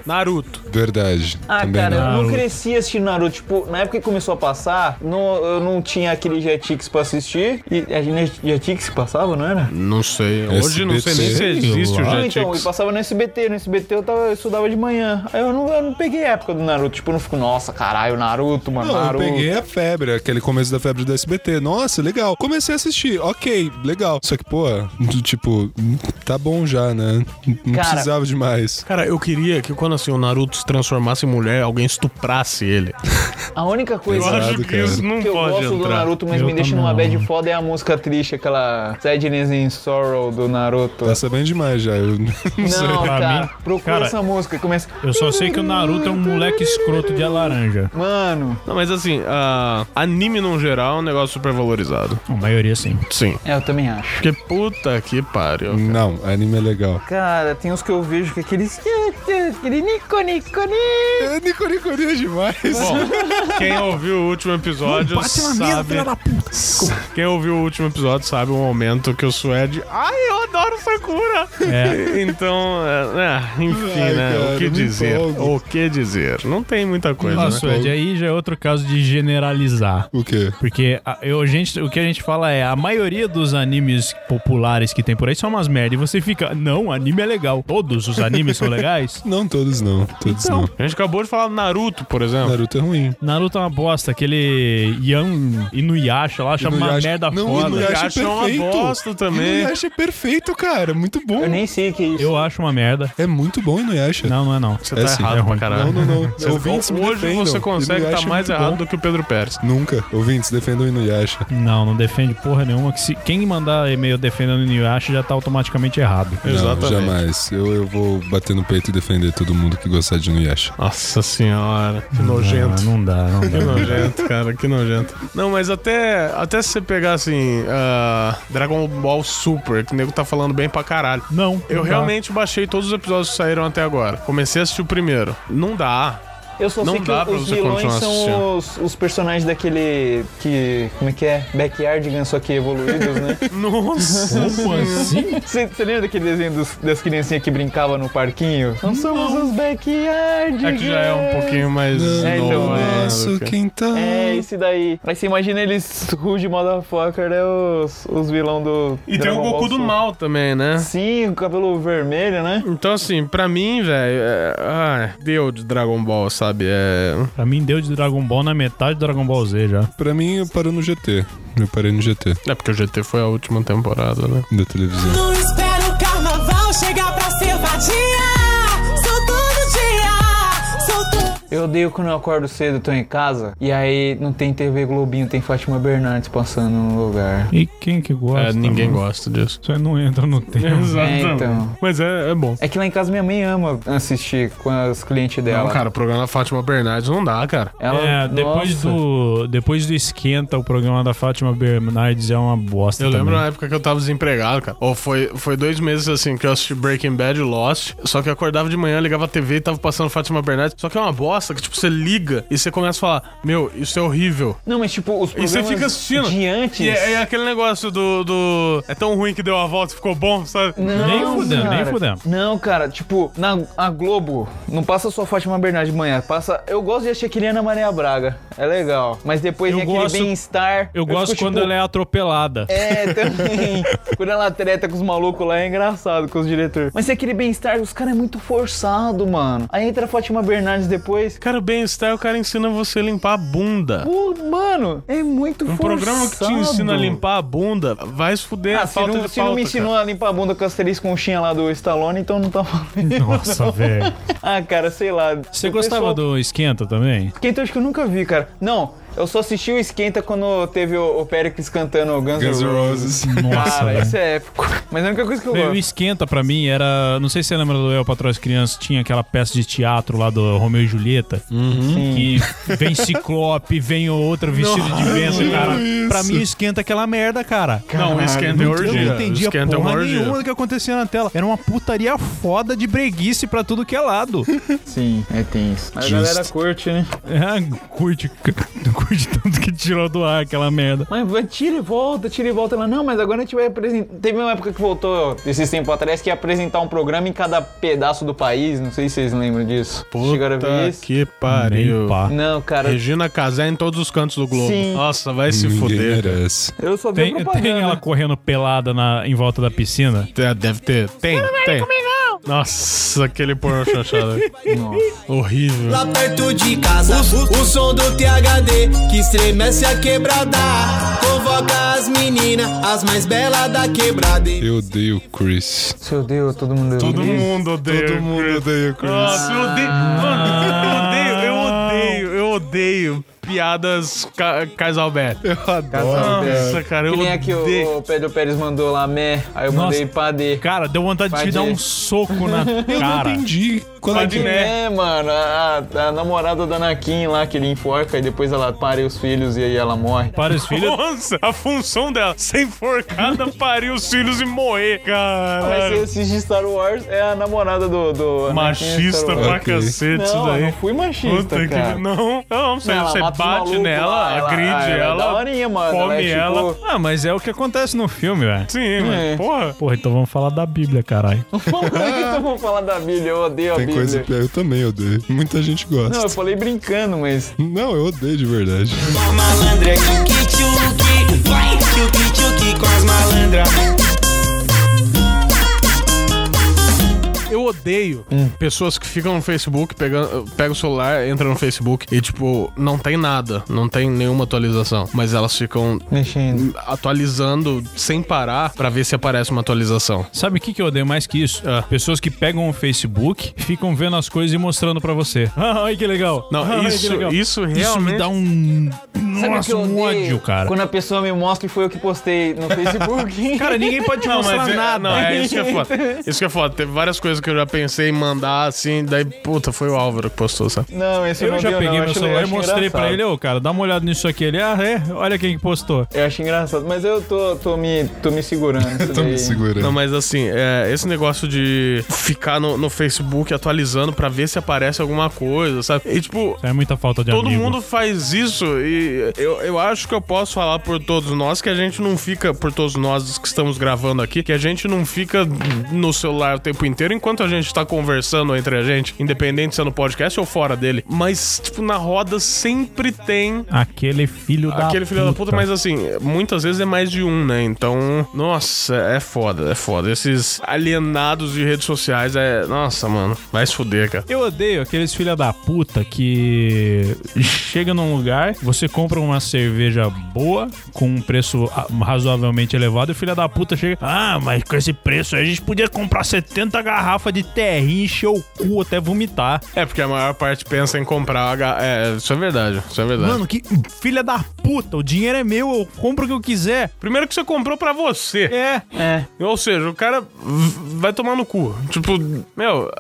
Speaker 2: Naruto.
Speaker 3: Verdade.
Speaker 4: Ah,
Speaker 3: também
Speaker 4: cara,
Speaker 3: não.
Speaker 4: eu não
Speaker 6: Naruto.
Speaker 4: cresci assistindo Naruto. Tipo, na época que começou a passar, não, eu não tinha aquele Jetix pra assistir. E a gente Jetix que passava, não era?
Speaker 2: Não sei. Hoje não sei nem se
Speaker 3: SBT.
Speaker 2: existe o
Speaker 6: Sei lá.
Speaker 4: Não, então, e
Speaker 2: Jetix.
Speaker 4: passava no SBT. No SBT eu, tava, eu estudava de manhã. Aí eu não, eu não peguei a época do Naruto. Tipo, eu não fico, nossa, caralho, Naruto, mano,
Speaker 3: Não, eu
Speaker 4: Naruto.
Speaker 3: peguei a febre, aquele começo da febre do SBT. Nossa, legal. Comecei a assistir, ok, legal. Só que, pô, tipo, tá bom já, né? Não
Speaker 4: Cara-
Speaker 3: precisava de mais.
Speaker 2: Cara, eu queria que quando assim o Naruto se transformasse em mulher, alguém estuprasse ele.
Speaker 4: A única coisa.
Speaker 3: Exato, cara.
Speaker 2: não
Speaker 4: que eu gosto do Naruto, mas
Speaker 6: Eu
Speaker 4: me deixa
Speaker 6: também
Speaker 4: numa bad
Speaker 6: não.
Speaker 4: foda é a música triste, aquela Sadness in Sorrow do Naruto.
Speaker 3: Tá sabendo demais já. Eu [laughs] não sei.
Speaker 4: Não,
Speaker 6: pra
Speaker 4: cara,
Speaker 6: mim,
Speaker 4: procura
Speaker 6: cara,
Speaker 4: essa música, começa...
Speaker 6: Eu só sei que o Naruto é um moleque escroto de laranja.
Speaker 14: Mano.
Speaker 2: Não, mas assim, ah, anime num geral é um negócio super valorizado.
Speaker 6: A maioria sim.
Speaker 2: Sim.
Speaker 14: É, eu também acho.
Speaker 2: Porque puta que pariu.
Speaker 3: Não, anime é legal.
Speaker 14: Cara, tem uns que eu vejo que é aqueles. Aquele Nico, Nico, Nico.
Speaker 3: Nico, Nico, é demais.
Speaker 2: Bom, quem ouviu o último episódio
Speaker 6: Ah,
Speaker 2: sabe. Quem ouviu o último episódio sabe o momento que o Suede. Ai, eu adoro Sakura!
Speaker 6: É.
Speaker 2: Então, é, é, enfim,
Speaker 3: Ai,
Speaker 2: né?
Speaker 3: cara,
Speaker 2: o que
Speaker 3: me
Speaker 2: dizer?
Speaker 3: empolgo.
Speaker 2: O que dizer? Não tem muita coisa,
Speaker 6: Ah,
Speaker 2: né?
Speaker 6: Suede, aí já é outro caso de generalizar.
Speaker 3: O quê?
Speaker 6: Porque a, eu, a gente, o que a gente fala é, a maioria dos animes populares que tem por aí são umas merda. E você fica, não, anime é legal. Todos os animes são legais.
Speaker 3: Não todos não, todos não.
Speaker 2: A gente acabou de falar do Naruto, por exemplo.
Speaker 3: Naruto é ruim.
Speaker 6: [laughs] Naruto é uma bosta, aquele Yan Inuyasha lá, chama uma
Speaker 3: Inuyasha-
Speaker 6: merda
Speaker 3: não,
Speaker 6: foda.
Speaker 3: Inuyasha é
Speaker 2: Inuyasha é uma
Speaker 3: perfeito.
Speaker 2: bosta também.
Speaker 3: Inuyasha é perfeito, cara. Muito bom.
Speaker 4: Eu nem sei que é isso.
Speaker 6: Eu acho uma merda.
Speaker 3: É muito bom Inuyasha.
Speaker 6: Não, não é não.
Speaker 2: Você
Speaker 3: É
Speaker 2: tá
Speaker 3: sim,
Speaker 2: errado
Speaker 6: é
Speaker 2: pra
Speaker 6: ruim.
Speaker 2: caralho.
Speaker 3: Não, não, não.
Speaker 2: Você-
Speaker 3: Ouvintes me
Speaker 2: hoje
Speaker 3: defendam.
Speaker 2: você consegue estar
Speaker 3: Inuyasha
Speaker 2: tá
Speaker 3: é
Speaker 2: mais
Speaker 3: muito
Speaker 2: errado
Speaker 3: bom.
Speaker 2: do que o Pedro Pérez.
Speaker 3: Nunca. Ouvintes, defendam o Inuyasha.
Speaker 6: Não, não defende porra nenhuma. Que se, quem mandar e-mail defendendo Inuyasha já tá automaticamente errado.
Speaker 3: Não, jamais. Eu, eu vou bater no peito e defender todo mundo que gostar de Inuyasha.
Speaker 2: Nossa senhora, que nojento.
Speaker 6: Não, não dá, não
Speaker 2: Que
Speaker 6: dá.
Speaker 2: nojento, cara, que nojento. Não, mas até, até se você pegar assim, ah, Dragon Ball Super, que o nego tá falando bem pra caralho.
Speaker 6: não.
Speaker 2: Eu
Speaker 6: não dá.
Speaker 2: realmente baixei todos os episódios que saíram até agora. Comecei a assistir o primeiro. Não [laughs] dá.
Speaker 4: Eu só
Speaker 2: Não
Speaker 4: sei que
Speaker 2: dá pra
Speaker 4: os
Speaker 2: você
Speaker 4: vilões
Speaker 2: continuar assistindo.
Speaker 4: são os, os personagens daquele. que. como é que é? Backyardigans, só que evoluídos, né?
Speaker 2: Nossa.
Speaker 6: [laughs] Como assim?
Speaker 4: [laughs] Você você lembra daquele desenho dos- das criancinhas que brincavam no parquinho? Não somos os Backyardigans!
Speaker 2: É que já é um pouquinho mais.
Speaker 4: É, então,
Speaker 2: novo, né, do
Speaker 3: Nosso
Speaker 2: que-
Speaker 3: quintal.
Speaker 4: É, esse daí. Mas você imagina eles rude motherfucker, né? Os, os vilão do.
Speaker 2: E tem o
Speaker 4: Dragon Ball
Speaker 2: Goku do
Speaker 4: Super.
Speaker 2: mal também, né?
Speaker 4: Sim, o cabelo vermelho, né?
Speaker 2: Então, assim, pra mim, velho, é... ah, deu de Dragon Ball, sabe? É...
Speaker 6: Pra mim deu de Dragon Ball na metade do Dragon Ball Z já.
Speaker 3: Pra mim, eu paro no GT. Eu parei no GT
Speaker 2: é porque o GT foi a última temporada, né?
Speaker 3: da televisão.
Speaker 11: Não espero o carnaval chegar pra ser vadia. Sou todo dia, sou todo
Speaker 4: Eu odeio quando eu acordo cedo, tô em casa. E aí não tem TV Globinho, tem Fátima Bernardes passando no lugar.
Speaker 6: E quem que gosta?
Speaker 2: É, ninguém
Speaker 6: mano?
Speaker 2: gosta disso.
Speaker 6: [laughs] Isso aí não entra no tempo.
Speaker 2: Exatamente.
Speaker 4: É, então.
Speaker 2: Mas é, é bom.
Speaker 4: É que lá em casa minha mãe ama assistir com as clientes dela.
Speaker 2: Não, cara, o programa da Fátima Bernardes não dá, cara.
Speaker 4: Ela,
Speaker 6: é, depois
Speaker 4: nossa.
Speaker 6: do, depois do Esquenta, o programa da Fátima Bernardes é uma bosta
Speaker 2: Eu
Speaker 6: também.
Speaker 2: lembro na época que eu tava desempregado, cara. Ou foi, foi dois meses assim que eu assisti Breaking Bad e Lost. Só que eu acordava de manhã, ligava a TV e tava passando Fátima Bernardes. Só que é uma bosta que, tipo, você liga e você começa a falar: Meu, isso é horrível.
Speaker 4: Não, mas tipo, os
Speaker 2: E
Speaker 4: programas
Speaker 2: você fica assistindo.
Speaker 4: de antes...
Speaker 2: E é, é aquele negócio do, do. É tão ruim que deu a volta e ficou bom, sabe?
Speaker 4: Não,
Speaker 6: Nem fudendo, nem
Speaker 4: cara.
Speaker 6: fudendo.
Speaker 4: Não, cara, tipo, na a Globo, não passa só Fátima Bernardes de manhã, passa... Eu gosto de assistir aquele Ana Maria Braga, é legal. Mas depois
Speaker 6: Eu
Speaker 4: vem aquele
Speaker 6: gosto-
Speaker 4: bem-estar...
Speaker 6: Eu gosto
Speaker 4: fico,
Speaker 6: quando
Speaker 4: tipo,
Speaker 6: ela é atropelada.
Speaker 2: [laughs]
Speaker 4: É, também. Quando ela treta com os malucos lá, é engraçado com os diretores. Mas é aquele bem-estar, os caras é muito forçado, mano. Aí entra a Fátima Bernardes depois.
Speaker 2: Cara, o bem-estar, o cara ensina você a limpar a bunda.
Speaker 4: Pô, mano, é muito
Speaker 2: Um
Speaker 4: forçado.
Speaker 2: programa que te ensina a limpar a bunda vai se fuder
Speaker 4: Ah,
Speaker 2: a
Speaker 4: se
Speaker 2: falta
Speaker 4: não,
Speaker 2: de
Speaker 4: se não
Speaker 2: pauta,
Speaker 4: me ensinou a limpar a bunda com as três conchinhas lá do Stallone, então não tá [laughs] valendo.
Speaker 6: [laughs] Nossa, velho.
Speaker 4: Ah, cara, sei lá.
Speaker 6: Você
Speaker 4: O
Speaker 6: gostava
Speaker 4: pessoal-
Speaker 6: do Esquenta também?
Speaker 4: Esquenta eu acho que eu nunca vi, cara. Não, eu só assisti o Esquenta quando teve o, o Pericles cantando Guns
Speaker 3: Guns
Speaker 4: N'
Speaker 3: N'
Speaker 4: Roses.
Speaker 3: Roses.
Speaker 6: Nossa,
Speaker 4: Cara,
Speaker 6: velho.
Speaker 4: isso é épico. Mas é a única coisa que eu
Speaker 6: O
Speaker 4: gosto.
Speaker 6: Esquenta pra mim era. Não sei se você lembra do El Patrões Crianças, tinha aquela peça de teatro lá do Romeu e Julieta. Que vem Ciclope, vem outra vestido de vento, cara. Pra mim, esquenta é aquela merda, cara.
Speaker 2: Não, o esquenta é orgia.
Speaker 6: Eu não entendia
Speaker 2: esquenta é uma
Speaker 6: porra
Speaker 2: orgia.
Speaker 6: nenhuma do que acontecia na tela. Era uma putaria foda de breguice pra tudo que é lado.
Speaker 4: Sim, é tenso. Mas a galera curte, né?
Speaker 6: [laughs] É, curte, [laughs] curte tanto que tirou do ar aquela merda.
Speaker 4: Mas vai, tira e volta, tira e volta. Ela, não, mas agora a gente vai apresentar. Teve uma época que voltou, esses tempos atrás, que ia apresentar um programa em cada pedaço do país. Não sei se vocês lembram disso. Chegaram a ver
Speaker 2: Puta
Speaker 4: isso?
Speaker 2: que
Speaker 6: Nem
Speaker 2: pariu.
Speaker 6: pá.
Speaker 4: Não, cara.
Speaker 2: Regina Casé em todos os cantos do globo.
Speaker 4: Sim.
Speaker 2: Nossa, vai se
Speaker 3: Ninguém
Speaker 2: fuder.
Speaker 3: merece.
Speaker 4: Eu só vi a
Speaker 6: Tem,
Speaker 4: propaganda.
Speaker 6: tem ela correndo pelada na, em volta da piscina?
Speaker 2: É, Deve ter. Tem, tem. Nossa, aquele porno chanchado. Horrível.
Speaker 11: Lá perto de casa, o, o som do THD que estremece a quebrada. Convoca as meninas, as mais belas da quebrada.
Speaker 3: Eu odeio o Chris.
Speaker 4: Seu Deus, todo mundo.
Speaker 2: Todo mundo odeia.
Speaker 3: Todo mundo odeia o Chris.
Speaker 2: Nossa, eu odeio. Mano, eu odeio, eu odeio, eu odeio. piadas ca Casalbert.
Speaker 3: Eu
Speaker 2: adoro. Nossa, cara, eu
Speaker 5: que nem aqui
Speaker 2: odeio.
Speaker 5: o, o Pedro Pérez mandou lá, meh. Aí eu
Speaker 6: Nossa.
Speaker 5: mandei padê.
Speaker 6: Cara, deu vontade de te dar um soco na
Speaker 5: [laughs] Eu não
Speaker 6: cara.
Speaker 3: entendi.
Speaker 6: Quando é
Speaker 5: Padre,
Speaker 6: que-
Speaker 5: né, mano? A, a- a namorada da Nakin lá, que ele enforca e depois ela pare os filhos e aí ela morre.
Speaker 6: Para os filhos?
Speaker 2: Nossa, a função dela, ser enforcada,
Speaker 6: [laughs]
Speaker 2: parir os filhos e morrer,
Speaker 5: Mas
Speaker 2: cara.
Speaker 5: se assiste Star Wars, é a namorada do. do Anakin
Speaker 2: Machista
Speaker 6: é
Speaker 5: Star Wars.
Speaker 2: pra cacete isso
Speaker 5: não,
Speaker 2: daí.
Speaker 5: eu Não fui machista,
Speaker 2: Puta que-
Speaker 5: cara.
Speaker 2: Não, não, você-
Speaker 5: ela
Speaker 2: você é
Speaker 5: mata
Speaker 2: bate
Speaker 5: os malucos
Speaker 2: nela,
Speaker 5: tá lá,
Speaker 2: agride
Speaker 5: ah,
Speaker 2: ela,
Speaker 5: É daorinha, mano.
Speaker 2: come
Speaker 5: é, tipo, [laughs]
Speaker 2: ela.
Speaker 6: Ah, mas é o que acontece no filme, velho.
Speaker 2: Sim, mas
Speaker 5: É.
Speaker 2: porra.
Speaker 6: Porra, então vamos falar da Bíblia, caralho.
Speaker 5: Por é que tu vou falar da Bíblia? Eu odeio a
Speaker 3: Tem
Speaker 5: Bíblia.
Speaker 3: coisa pior. Eu também odeio. Muita gente gosta.
Speaker 5: Não, eu falei brincando, mas.
Speaker 3: Não, eu odeio de verdade.
Speaker 10: Malandra, tchuki tchuki, vai tchuki tchuki com as malandras.
Speaker 2: Eu odeio pessoas que ficam no Facebook, eh, pegam, pega o celular, entra no Facebook e, tipo, não tem nada, não tem nenhuma atualização. Mas elas ficam
Speaker 4: Mexendo.
Speaker 2: atualizando sem parar pra ver se aparece uma atualização.
Speaker 6: Sabe o que, que eu odeio mais que isso? Ah, Pessoas que pegam o Facebook, ficam vendo as coisas e mostrando pra você. Ah, Ai, que legal.
Speaker 2: Não,
Speaker 6: Ai, que
Speaker 2: isso-
Speaker 6: legal.
Speaker 2: isso
Speaker 6: Isso me
Speaker 2: realmente- [laughs]
Speaker 6: dá um...
Speaker 5: Sabe o
Speaker 6: Nossa,
Speaker 5: que eu
Speaker 6: um
Speaker 5: odeio?
Speaker 6: ódio, cara.
Speaker 5: Quando a pessoa me mostra que foi eu que postei no Facebook.
Speaker 6: [laughs] Cara, ninguém pode te mostrar
Speaker 2: é-
Speaker 6: nada.
Speaker 2: Não, é isso que é foda. Isso que é foda. Teve várias coisas que eu já pensei em mandar assim, daí, puta, foi o Álvaro que postou, sabe?
Speaker 5: [laughs] Não, esse eu,
Speaker 6: Eu
Speaker 5: não
Speaker 6: já
Speaker 5: vi, não.
Speaker 6: peguei meu
Speaker 5: acho-
Speaker 6: celular e
Speaker 5: acho
Speaker 6: mostrei pra
Speaker 5: engraçado.
Speaker 6: ele, ô, cara, dá uma olhada nisso aqui. Ele, ah, é? Olha quem que postou.
Speaker 5: Eu acho engraçado, mas eu tô, tô, me, tô me segurando. isso
Speaker 3: [laughs] Tô
Speaker 5: daí.
Speaker 3: me segurando.
Speaker 2: Não, mas assim, é, esse negócio de ficar no, no Facebook atualizando pra ver se aparece alguma coisa, sabe? E tipo,
Speaker 6: É muita falta de
Speaker 2: Todo
Speaker 6: amigo.
Speaker 2: mundo faz isso e eu, eu acho que eu posso falar por todos nós que a gente não fica, por todos nós que estamos gravando aqui, que a gente não fica no celular o tempo inteiro enquanto a gente tá conversando entre a gente, independente se é no podcast ou fora dele. Mas, tipo, na roda sempre tem.
Speaker 6: Aquele filho da
Speaker 2: Aquele filho da puta, mas assim, muitas vezes é mais de um, né? Então, nossa, é foda, é foda. Esses alienados de redes sociais é. Nossa, mano, vai se fuder, cara.
Speaker 6: Eu odeio aqueles filha da puta que chega num lugar, você compra uma cerveja boa, com um preço ah, razoavelmente elevado, e o filha da puta chega, ah, mas com esse preço aí a gente podia comprar 70 garrafas de terrinha, encher o cu até vomitar.
Speaker 2: É, porque a maior parte pensa em comprar. a ga- É, isso é verdade, isso é verdade.
Speaker 6: Mano, que filha da puta, o dinheiro é meu, eu compro o que eu quiser.
Speaker 2: Primeiro que você comprou pra você.
Speaker 6: É,
Speaker 5: É.
Speaker 2: Ou seja, o cara v- vai tomar no cu. Tipo, meu,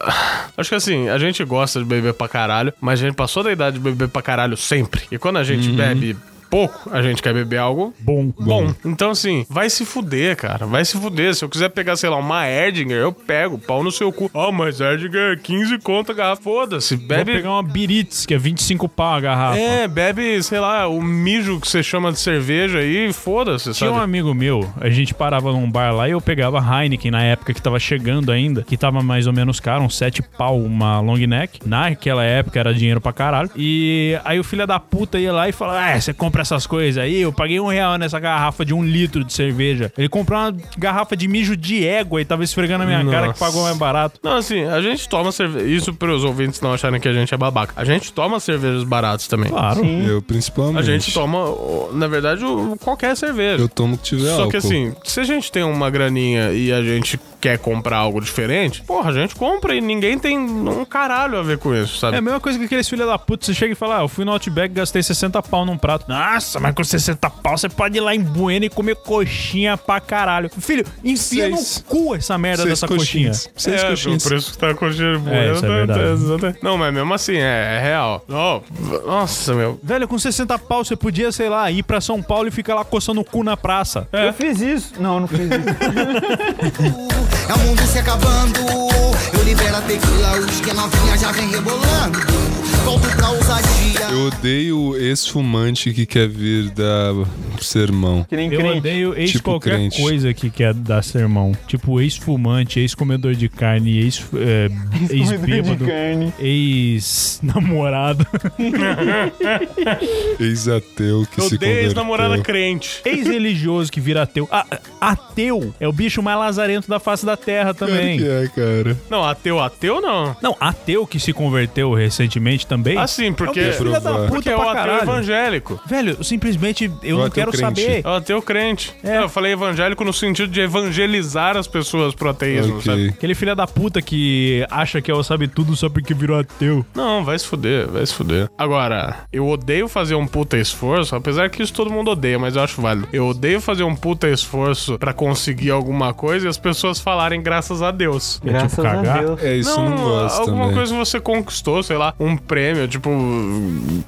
Speaker 2: acho que assim, a gente gosta de beber pra caralho, mas a gente passou da idade de beber pra caralho sempre. E quando a gente
Speaker 6: Uhum.
Speaker 2: bebe pouco, a gente quer beber algo
Speaker 6: bom.
Speaker 2: bom. Então, assim, vai se fuder, cara. Vai se fuder. Se eu quiser pegar, sei lá, uma Erdinger, eu pego. Pau no seu cu. Ah, mas Erdinger é 15 conto, garrafa. Foda-se.
Speaker 6: Vou
Speaker 2: Bebe
Speaker 6: pegar uma Biritz, que é 25 pau a garrafa.
Speaker 2: É, bebe, sei lá, o mijo que você chama de cerveja aí, foda-se,
Speaker 6: Tinha
Speaker 2: sabe?
Speaker 6: um amigo meu, a gente parava num bar lá e eu pegava Heineken na época que tava chegando ainda, que tava mais ou menos caro, uns 7 pau, uma long neck. Naquela época era dinheiro pra caralho. E aí o filho da puta ia lá e falava: Ah, você compra essas coisas aí, eu paguei um real nessa garrafa de um litro de cerveja. Ele comprou uma garrafa de mijo de égua e tava esfregando a minha cara que
Speaker 2: Nossa.
Speaker 6: pagou mais barato.
Speaker 2: Não, assim, a gente toma cerveja. Isso pros ouvintes não acharem que a gente é babaca. A gente toma cervejas baratas também.
Speaker 6: Claro.
Speaker 3: Eu principalmente.
Speaker 2: A gente toma, o- na verdade, o- qualquer cerveja.
Speaker 3: Eu tomo o que tiver
Speaker 2: Só que
Speaker 3: álcool.
Speaker 2: assim, se a gente tem uma graninha e a gente quer comprar algo diferente, porra, a gente compra e ninguém tem um caralho a ver com isso,
Speaker 6: É
Speaker 2: sabe?
Speaker 6: a mesma coisa que aqueles filha da puta. Você chega e fala, ah, eu fui no Outback e gastei 60 pau num prato. Nossa, mas com 60 pau você pode ir lá em Bueno e comer coxinha pra caralho. Filho, enfia
Speaker 3: Seis.
Speaker 6: no cu essa merda
Speaker 3: Seis
Speaker 6: dessa
Speaker 3: coxinhas.
Speaker 6: coxinha.
Speaker 3: Seis coxinhas.
Speaker 2: o preço que tá com de boa.
Speaker 6: É, isso é verdade.
Speaker 2: Não, mas mesmo assim, é, é real. Ó, nossa, meu.
Speaker 6: Velho, com 60 pau você podia, sei lá, ir pra São Paulo e ficar lá coçando o cu na praça.
Speaker 5: Eu fiz isso. Não, eu não fiz isso.
Speaker 15: É o mundo se acabando. Eu libero a tequila, o que novinha já vem rebolando. Volto pra ousadia.
Speaker 3: Eu odeio ex-fumante que quer vir dar sermão.
Speaker 5: Que nem
Speaker 6: Eu
Speaker 5: crente.
Speaker 6: odeio ex
Speaker 3: Tipo
Speaker 6: qualquer
Speaker 3: crente.
Speaker 6: coisa que quer dar sermão. Tipo, ex-fumante, ex-comedor de carne, ex-
Speaker 3: [laughs]
Speaker 6: é,
Speaker 5: Comedor de
Speaker 6: ex-bêbado,
Speaker 5: carne.
Speaker 6: ex-namorado.
Speaker 3: Ex-ateu que
Speaker 2: Eu
Speaker 3: se
Speaker 2: odeio
Speaker 3: converteu.
Speaker 2: ex-namorada crente.
Speaker 6: Ex-religioso que vira ateu. A- ateu é o bicho mais lazarento da face da terra
Speaker 3: Claro que
Speaker 6: também.
Speaker 3: é, cara.
Speaker 2: Não, ateu, ateu não.
Speaker 6: Não, ateu que se converteu recentemente também.
Speaker 2: Assim, porque.
Speaker 6: é o bicho filha da
Speaker 3: Provar.
Speaker 6: puta
Speaker 2: porque é
Speaker 6: pra
Speaker 2: o ateu
Speaker 6: caralho.
Speaker 2: evangélico.
Speaker 6: Velho, simplesmente eu
Speaker 3: O
Speaker 6: não
Speaker 3: ateu
Speaker 6: quero quero saber.
Speaker 2: Ela tem o crente.
Speaker 6: É.
Speaker 2: Eu falei evangélico no sentido de evangelizar as pessoas pro ateísmo, sabe?
Speaker 6: Aquele filho da puta que acha que ela sabe tudo só porque virou ateu. É tipo
Speaker 2: Não, vai se fuder, vai se fuder. Agora, eu odeio fazer um puta esforço, apesar que isso todo mundo odeia, mas eu acho válido. Eu odeio fazer um puta esforço pra conseguir alguma coisa e as pessoas falarem graças a Deus.
Speaker 6: É tipo Graças a cagar? Deus.
Speaker 3: É, isso eu não né? gosto
Speaker 2: Alguma
Speaker 3: também.
Speaker 2: coisa você conquistou, sei lá, um prêmio, tipo,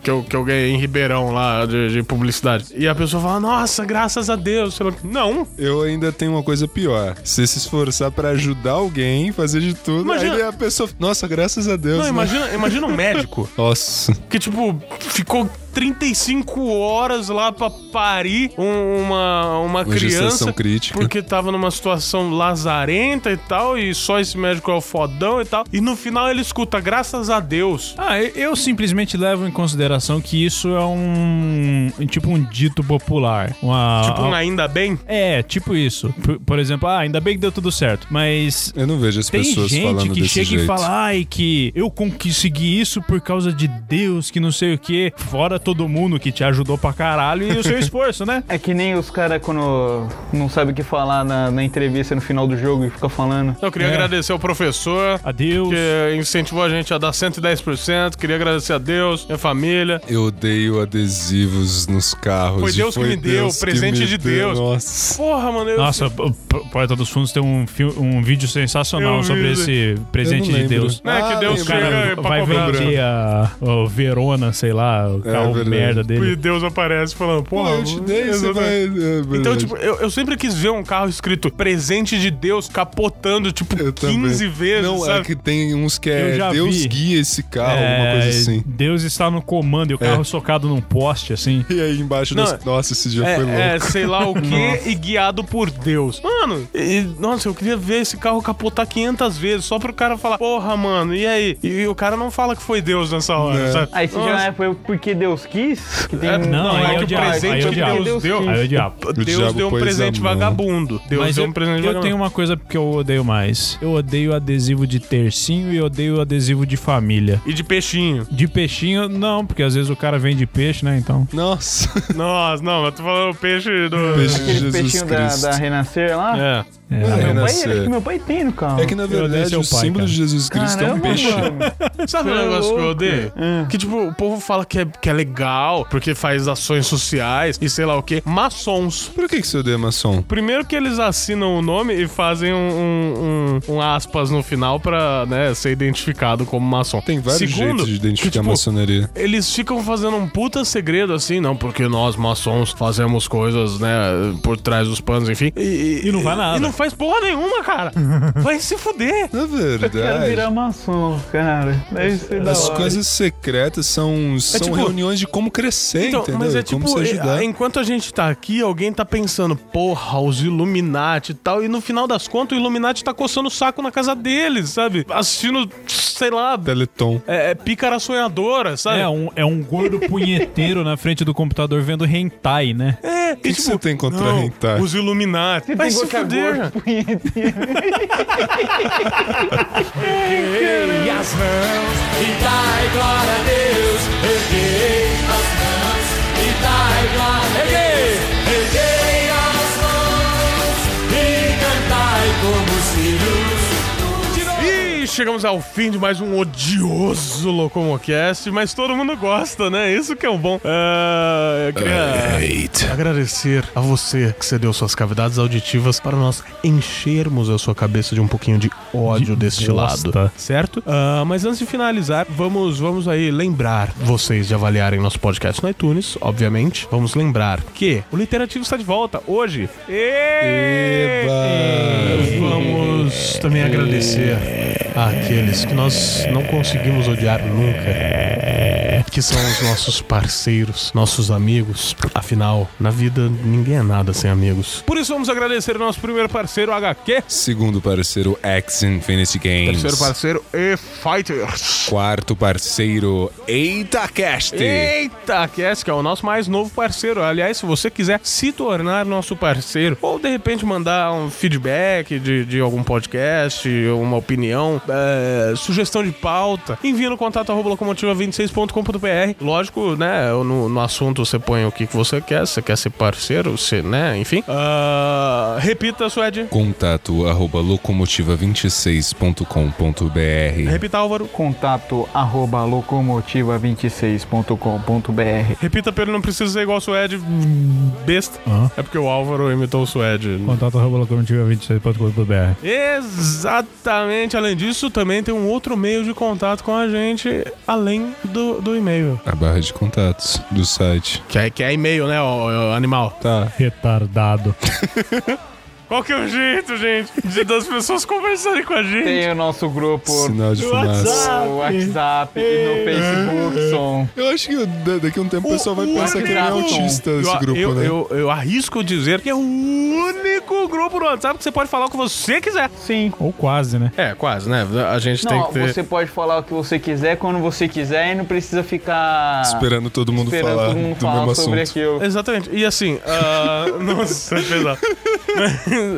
Speaker 2: que eu, que eu ganhei em Ribeirão lá, de, de publicidade. E a pessoa fala, nossa, graças a Deus. sei lá o quê. Não,
Speaker 3: Eu ainda tenho uma coisa pior. Você se esforçar pra ajudar alguém, fazer de tudo,
Speaker 2: Imagina-
Speaker 3: aí a pessoa... Nossa, graças a Deus.
Speaker 2: Não,
Speaker 3: né?
Speaker 2: imagina, imagina um médico
Speaker 3: Nossa.
Speaker 2: que, tipo, ficou 35 horas lá pra parir um- uma, uma, criança.
Speaker 3: gestação crítica.
Speaker 2: Porque tava numa situação lazarenta e tal, e só esse médico é o fodão e tal. E no final ele escuta, graças a Deus.
Speaker 6: Ah, eu, eu simplesmente levo em consideração que isso é um. tipo um dito popular. Uma,
Speaker 2: Tipo, um ainda bem?
Speaker 6: É, tipo isso. Por, por exemplo, ah, ainda bem que deu tudo certo. Mas.
Speaker 3: Eu não vejo as
Speaker 6: tem
Speaker 3: pessoas
Speaker 6: gente
Speaker 3: falando
Speaker 6: que
Speaker 3: desse
Speaker 6: chega e
Speaker 3: jeito.
Speaker 2: "Ah,
Speaker 6: fala, ai, que eu consegui isso por causa de Deus, que não sei o quê. Fora todo mundo que te ajudou pra caralho e
Speaker 3: [laughs]
Speaker 6: o seu esforço, né?
Speaker 4: É que nem os caras quando não sabe o que falar na, na entrevista no final do jogo e fica falando.
Speaker 2: Eu
Speaker 3: É.
Speaker 2: queria agradecer ao professor.
Speaker 6: A Deus.
Speaker 2: Que incentivou a gente a dar 110%. Queria agradecer a Deus, minha família.
Speaker 3: Eu odeio adesivos nos carros.
Speaker 2: Foi
Speaker 3: e
Speaker 2: Deus que me deu,
Speaker 3: Deus que
Speaker 2: presente
Speaker 3: me
Speaker 2: de
Speaker 3: deu.
Speaker 2: Deus.
Speaker 3: Nossa.
Speaker 2: Porra, mano. eu-
Speaker 6: Nossa, o P- Porta dos Fundos tem um, fi- um vídeo sensacional
Speaker 2: Eu vi,
Speaker 6: sobre
Speaker 2: né?
Speaker 6: esse presente
Speaker 3: Eu não
Speaker 6: de
Speaker 3: lembro.
Speaker 6: Deus.
Speaker 2: Não é que Deus
Speaker 6: O cara
Speaker 2: chega pra
Speaker 6: vai
Speaker 2: cobrar.
Speaker 6: vender a, o Verona, sei lá, o carro
Speaker 3: É verdade.
Speaker 6: merda
Speaker 2: E
Speaker 6: dele.
Speaker 2: Deus aparece falando,
Speaker 3: Pô,
Speaker 2: porra,
Speaker 3: eu te dei, é, você
Speaker 2: exatamente.
Speaker 3: vai...
Speaker 2: Então, tipo, eu, eu sempre quis ver um carro escrito presente de Deus capotando, tipo, 15 vezes,
Speaker 3: Não, é
Speaker 2: sabe?
Speaker 3: que tem uns que
Speaker 6: Eu
Speaker 3: é
Speaker 6: já
Speaker 3: Deus
Speaker 6: vi.
Speaker 3: guia esse carro, alguma
Speaker 6: É,
Speaker 3: coisa assim. É.
Speaker 6: Deus está no comando e o carro socado num poste, assim.
Speaker 3: E aí embaixo,
Speaker 2: Não,
Speaker 3: das... nossa, esse dia foi louco.
Speaker 2: É, é, sei lá o
Speaker 3: [laughs]
Speaker 2: que e guiado por Deus. Mano, e, nossa, eu queria ver esse carro capotar 500 vezes só pro cara falar, porra, mano, e aí? E, o cara não fala que foi Deus nessa hora, sabe?
Speaker 4: Aí você já é, foi porque Deus quis? Que tem
Speaker 2: É,
Speaker 4: um-
Speaker 6: Não,
Speaker 2: Não,
Speaker 6: aí,
Speaker 2: é
Speaker 6: é
Speaker 2: que
Speaker 6: o
Speaker 2: o
Speaker 6: diabo, aí
Speaker 2: presente
Speaker 6: é o
Speaker 2: que
Speaker 6: diabo.
Speaker 2: Deus deu.
Speaker 6: Aí é o diabo.
Speaker 3: O
Speaker 2: Deus
Speaker 3: diabo
Speaker 2: deu um
Speaker 3: pôs a
Speaker 2: presente
Speaker 3: mão.
Speaker 2: vagabundo. Deus
Speaker 6: Mas
Speaker 2: deu
Speaker 6: eu,
Speaker 2: um presente
Speaker 6: eu
Speaker 2: vagabundo.
Speaker 6: tenho uma coisa que eu odeio mais. Eu odeio adesivo de tercinho e odeio adesivo de família.
Speaker 2: E de peixinho. [laughs]
Speaker 6: De peixinho, não, porque às vezes o cara vende peixe, né? Então.
Speaker 3: Nossa,
Speaker 2: Nossa, não, eu tô falando peixe do...
Speaker 3: peixe de
Speaker 4: Aquele
Speaker 3: Jesus
Speaker 4: peixinho da,
Speaker 3: Cristo.
Speaker 4: da Renascer lá?
Speaker 2: É.
Speaker 6: É,
Speaker 3: Não,
Speaker 4: Meu pai,
Speaker 3: Renascer.
Speaker 4: acho que meu pai tem no carro.
Speaker 3: É que na
Speaker 6: odeio
Speaker 3: verdade
Speaker 6: seu
Speaker 3: o
Speaker 6: pai,
Speaker 3: símbolo
Speaker 6: cara.
Speaker 3: de Jesus Cristo é um peixe.
Speaker 2: Sabe um
Speaker 4: Cê é
Speaker 2: negócio que eu
Speaker 4: louco.
Speaker 2: odeio?
Speaker 3: é.
Speaker 2: Que, tipo, o povo fala que é, que é legal, porque faz ações sociais e sei lá o quê. Maçons.
Speaker 3: Por que, que você odeia maçom?
Speaker 2: Primeiro que eles assinam o nome e fazem um, um- um- um aspas no final pra né, ser identificado como maçom.
Speaker 3: Tem vários jeitos de identificar
Speaker 2: que, tipo,
Speaker 3: maçonaria.
Speaker 2: Eles ficam fazendo um puta segredo assim, não, porque nós maçons fazemos coisas, né, por trás dos panos, enfim. E,
Speaker 6: E não vai nada.
Speaker 2: E não faz porra nenhuma,
Speaker 3: [laughs]
Speaker 2: cara. Vai se fuder.
Speaker 3: Na
Speaker 4: Quero
Speaker 3: verdade,
Speaker 2: um
Speaker 4: virar maçom, cara. Deve ser da
Speaker 3: as
Speaker 4: hora.
Speaker 3: coisas secretas são, são
Speaker 2: tipo-
Speaker 3: reuniões de como crescer,
Speaker 2: Então,
Speaker 3: entendeu?
Speaker 2: mas é
Speaker 3: E como
Speaker 2: tipo,
Speaker 3: se ajudar.
Speaker 2: é, enquanto a gente tá aqui, alguém tá pensando, porra, os Illuminati e tal, e no final das contas o Illuminati tá coçando o saco na casa deles, sabe? Assistindo, sei lá,
Speaker 3: Teleton.
Speaker 2: é, é pícara sonhadora, sabe?
Speaker 6: É um, é um gordo punheteiro na frente do computador vendo hentai, né?
Speaker 2: É, e
Speaker 3: que você tem contra hentai?
Speaker 2: Os Illuminati. Vai se fuder. [laughs] cara. E chegamos ao fim de mais um odioso Locomocast, mas todo mundo gosta, né? Isso que é o bom. Ah, eu
Speaker 3: É.
Speaker 2: queria agradecer a você que cedeu suas cavidades auditivas para nós enchermos a sua cabeça de um pouquinho de ódio destilado.
Speaker 6: bosta.
Speaker 2: Certo? Ah, mas antes de finalizar, vamos, vamos aí lembrar vocês de avaliarem nosso podcast no iTunes, obviamente. Vamos lembrar que o Literativo está de volta hoje. E... Vamos também agradecer àqueles que nós não conseguimos odiar nunca, que são os nossos parceiros, nossos amigos. Afinal, na vida ninguém é nada sem amigos. Por isso vamos agradecer ao nosso primeiro parceiro, HQ.
Speaker 3: Segundo parceiro, X Infinity Games.
Speaker 2: Terceiro parceiro, E Fighters.
Speaker 3: Quarto parceiro, Eita Cast.
Speaker 2: Eita, Cass, que é o nosso mais novo parceiro. Aliás, se você quiser se tornar nosso parceiro, ou de repente mandar um feedback de, de algum podcast, eh, uma opinião, é, sugestão de pauta, envia no contato arroba locomotiva26.com.br www.radiocultura.com.br. Lógico, né? No, no assunto você põe o que que você quer, se você quer ser parceiro, se, né? Enfim. Ah, repita, Suede.
Speaker 3: Contato arroba locomotiva26.com.br
Speaker 2: Repita, Álvaro.
Speaker 4: Contato arroba locomotiva26.com.br.
Speaker 2: Repita pra ele não precisa ser igual o Suede besta. É porque o Álvaro imitou o Suede.
Speaker 6: Contato arroba locomotiva26.com.br.
Speaker 2: Exatamente. Além disso, também tem um outro meio de contato com a gente, além do, do e-mail.
Speaker 3: A barra de contatos do site.
Speaker 2: Que é, que é e-mail, né, ó, ó, animal?
Speaker 3: Tá.
Speaker 6: Retardado.
Speaker 2: Qual que é o jeito, gente, de das pessoas conversarem com a gente?
Speaker 4: Tem o nosso grupo
Speaker 3: Sinal de
Speaker 4: no
Speaker 3: fumaça.
Speaker 4: WhatsApp, no WhatsApp e no
Speaker 6: É.
Speaker 4: Facebook, som.
Speaker 3: Eu acho que da- daqui a um tempo o pessoal vai pensar que ele é
Speaker 2: único-
Speaker 3: autista esse
Speaker 2: eu,
Speaker 3: grupo,
Speaker 2: eu,
Speaker 3: né?
Speaker 2: Eu, eu arrisco dizer que é o único grupo no WhatsApp que você pode falar o que você quiser.
Speaker 4: Sim.
Speaker 6: Ou quase, né?
Speaker 2: É, quase, né? A gente tem
Speaker 4: Não,
Speaker 2: que ter...
Speaker 4: você pode falar o que você quiser quando você quiser e não precisa ficar
Speaker 3: Esperando todo mundo
Speaker 4: esperando
Speaker 3: falar
Speaker 4: todo mundo
Speaker 3: do
Speaker 4: falar
Speaker 3: mesmo
Speaker 4: sobre
Speaker 3: assunto.
Speaker 4: aquilo.
Speaker 2: Exatamente. E assim, ah, [laughs] nossa, é pesado.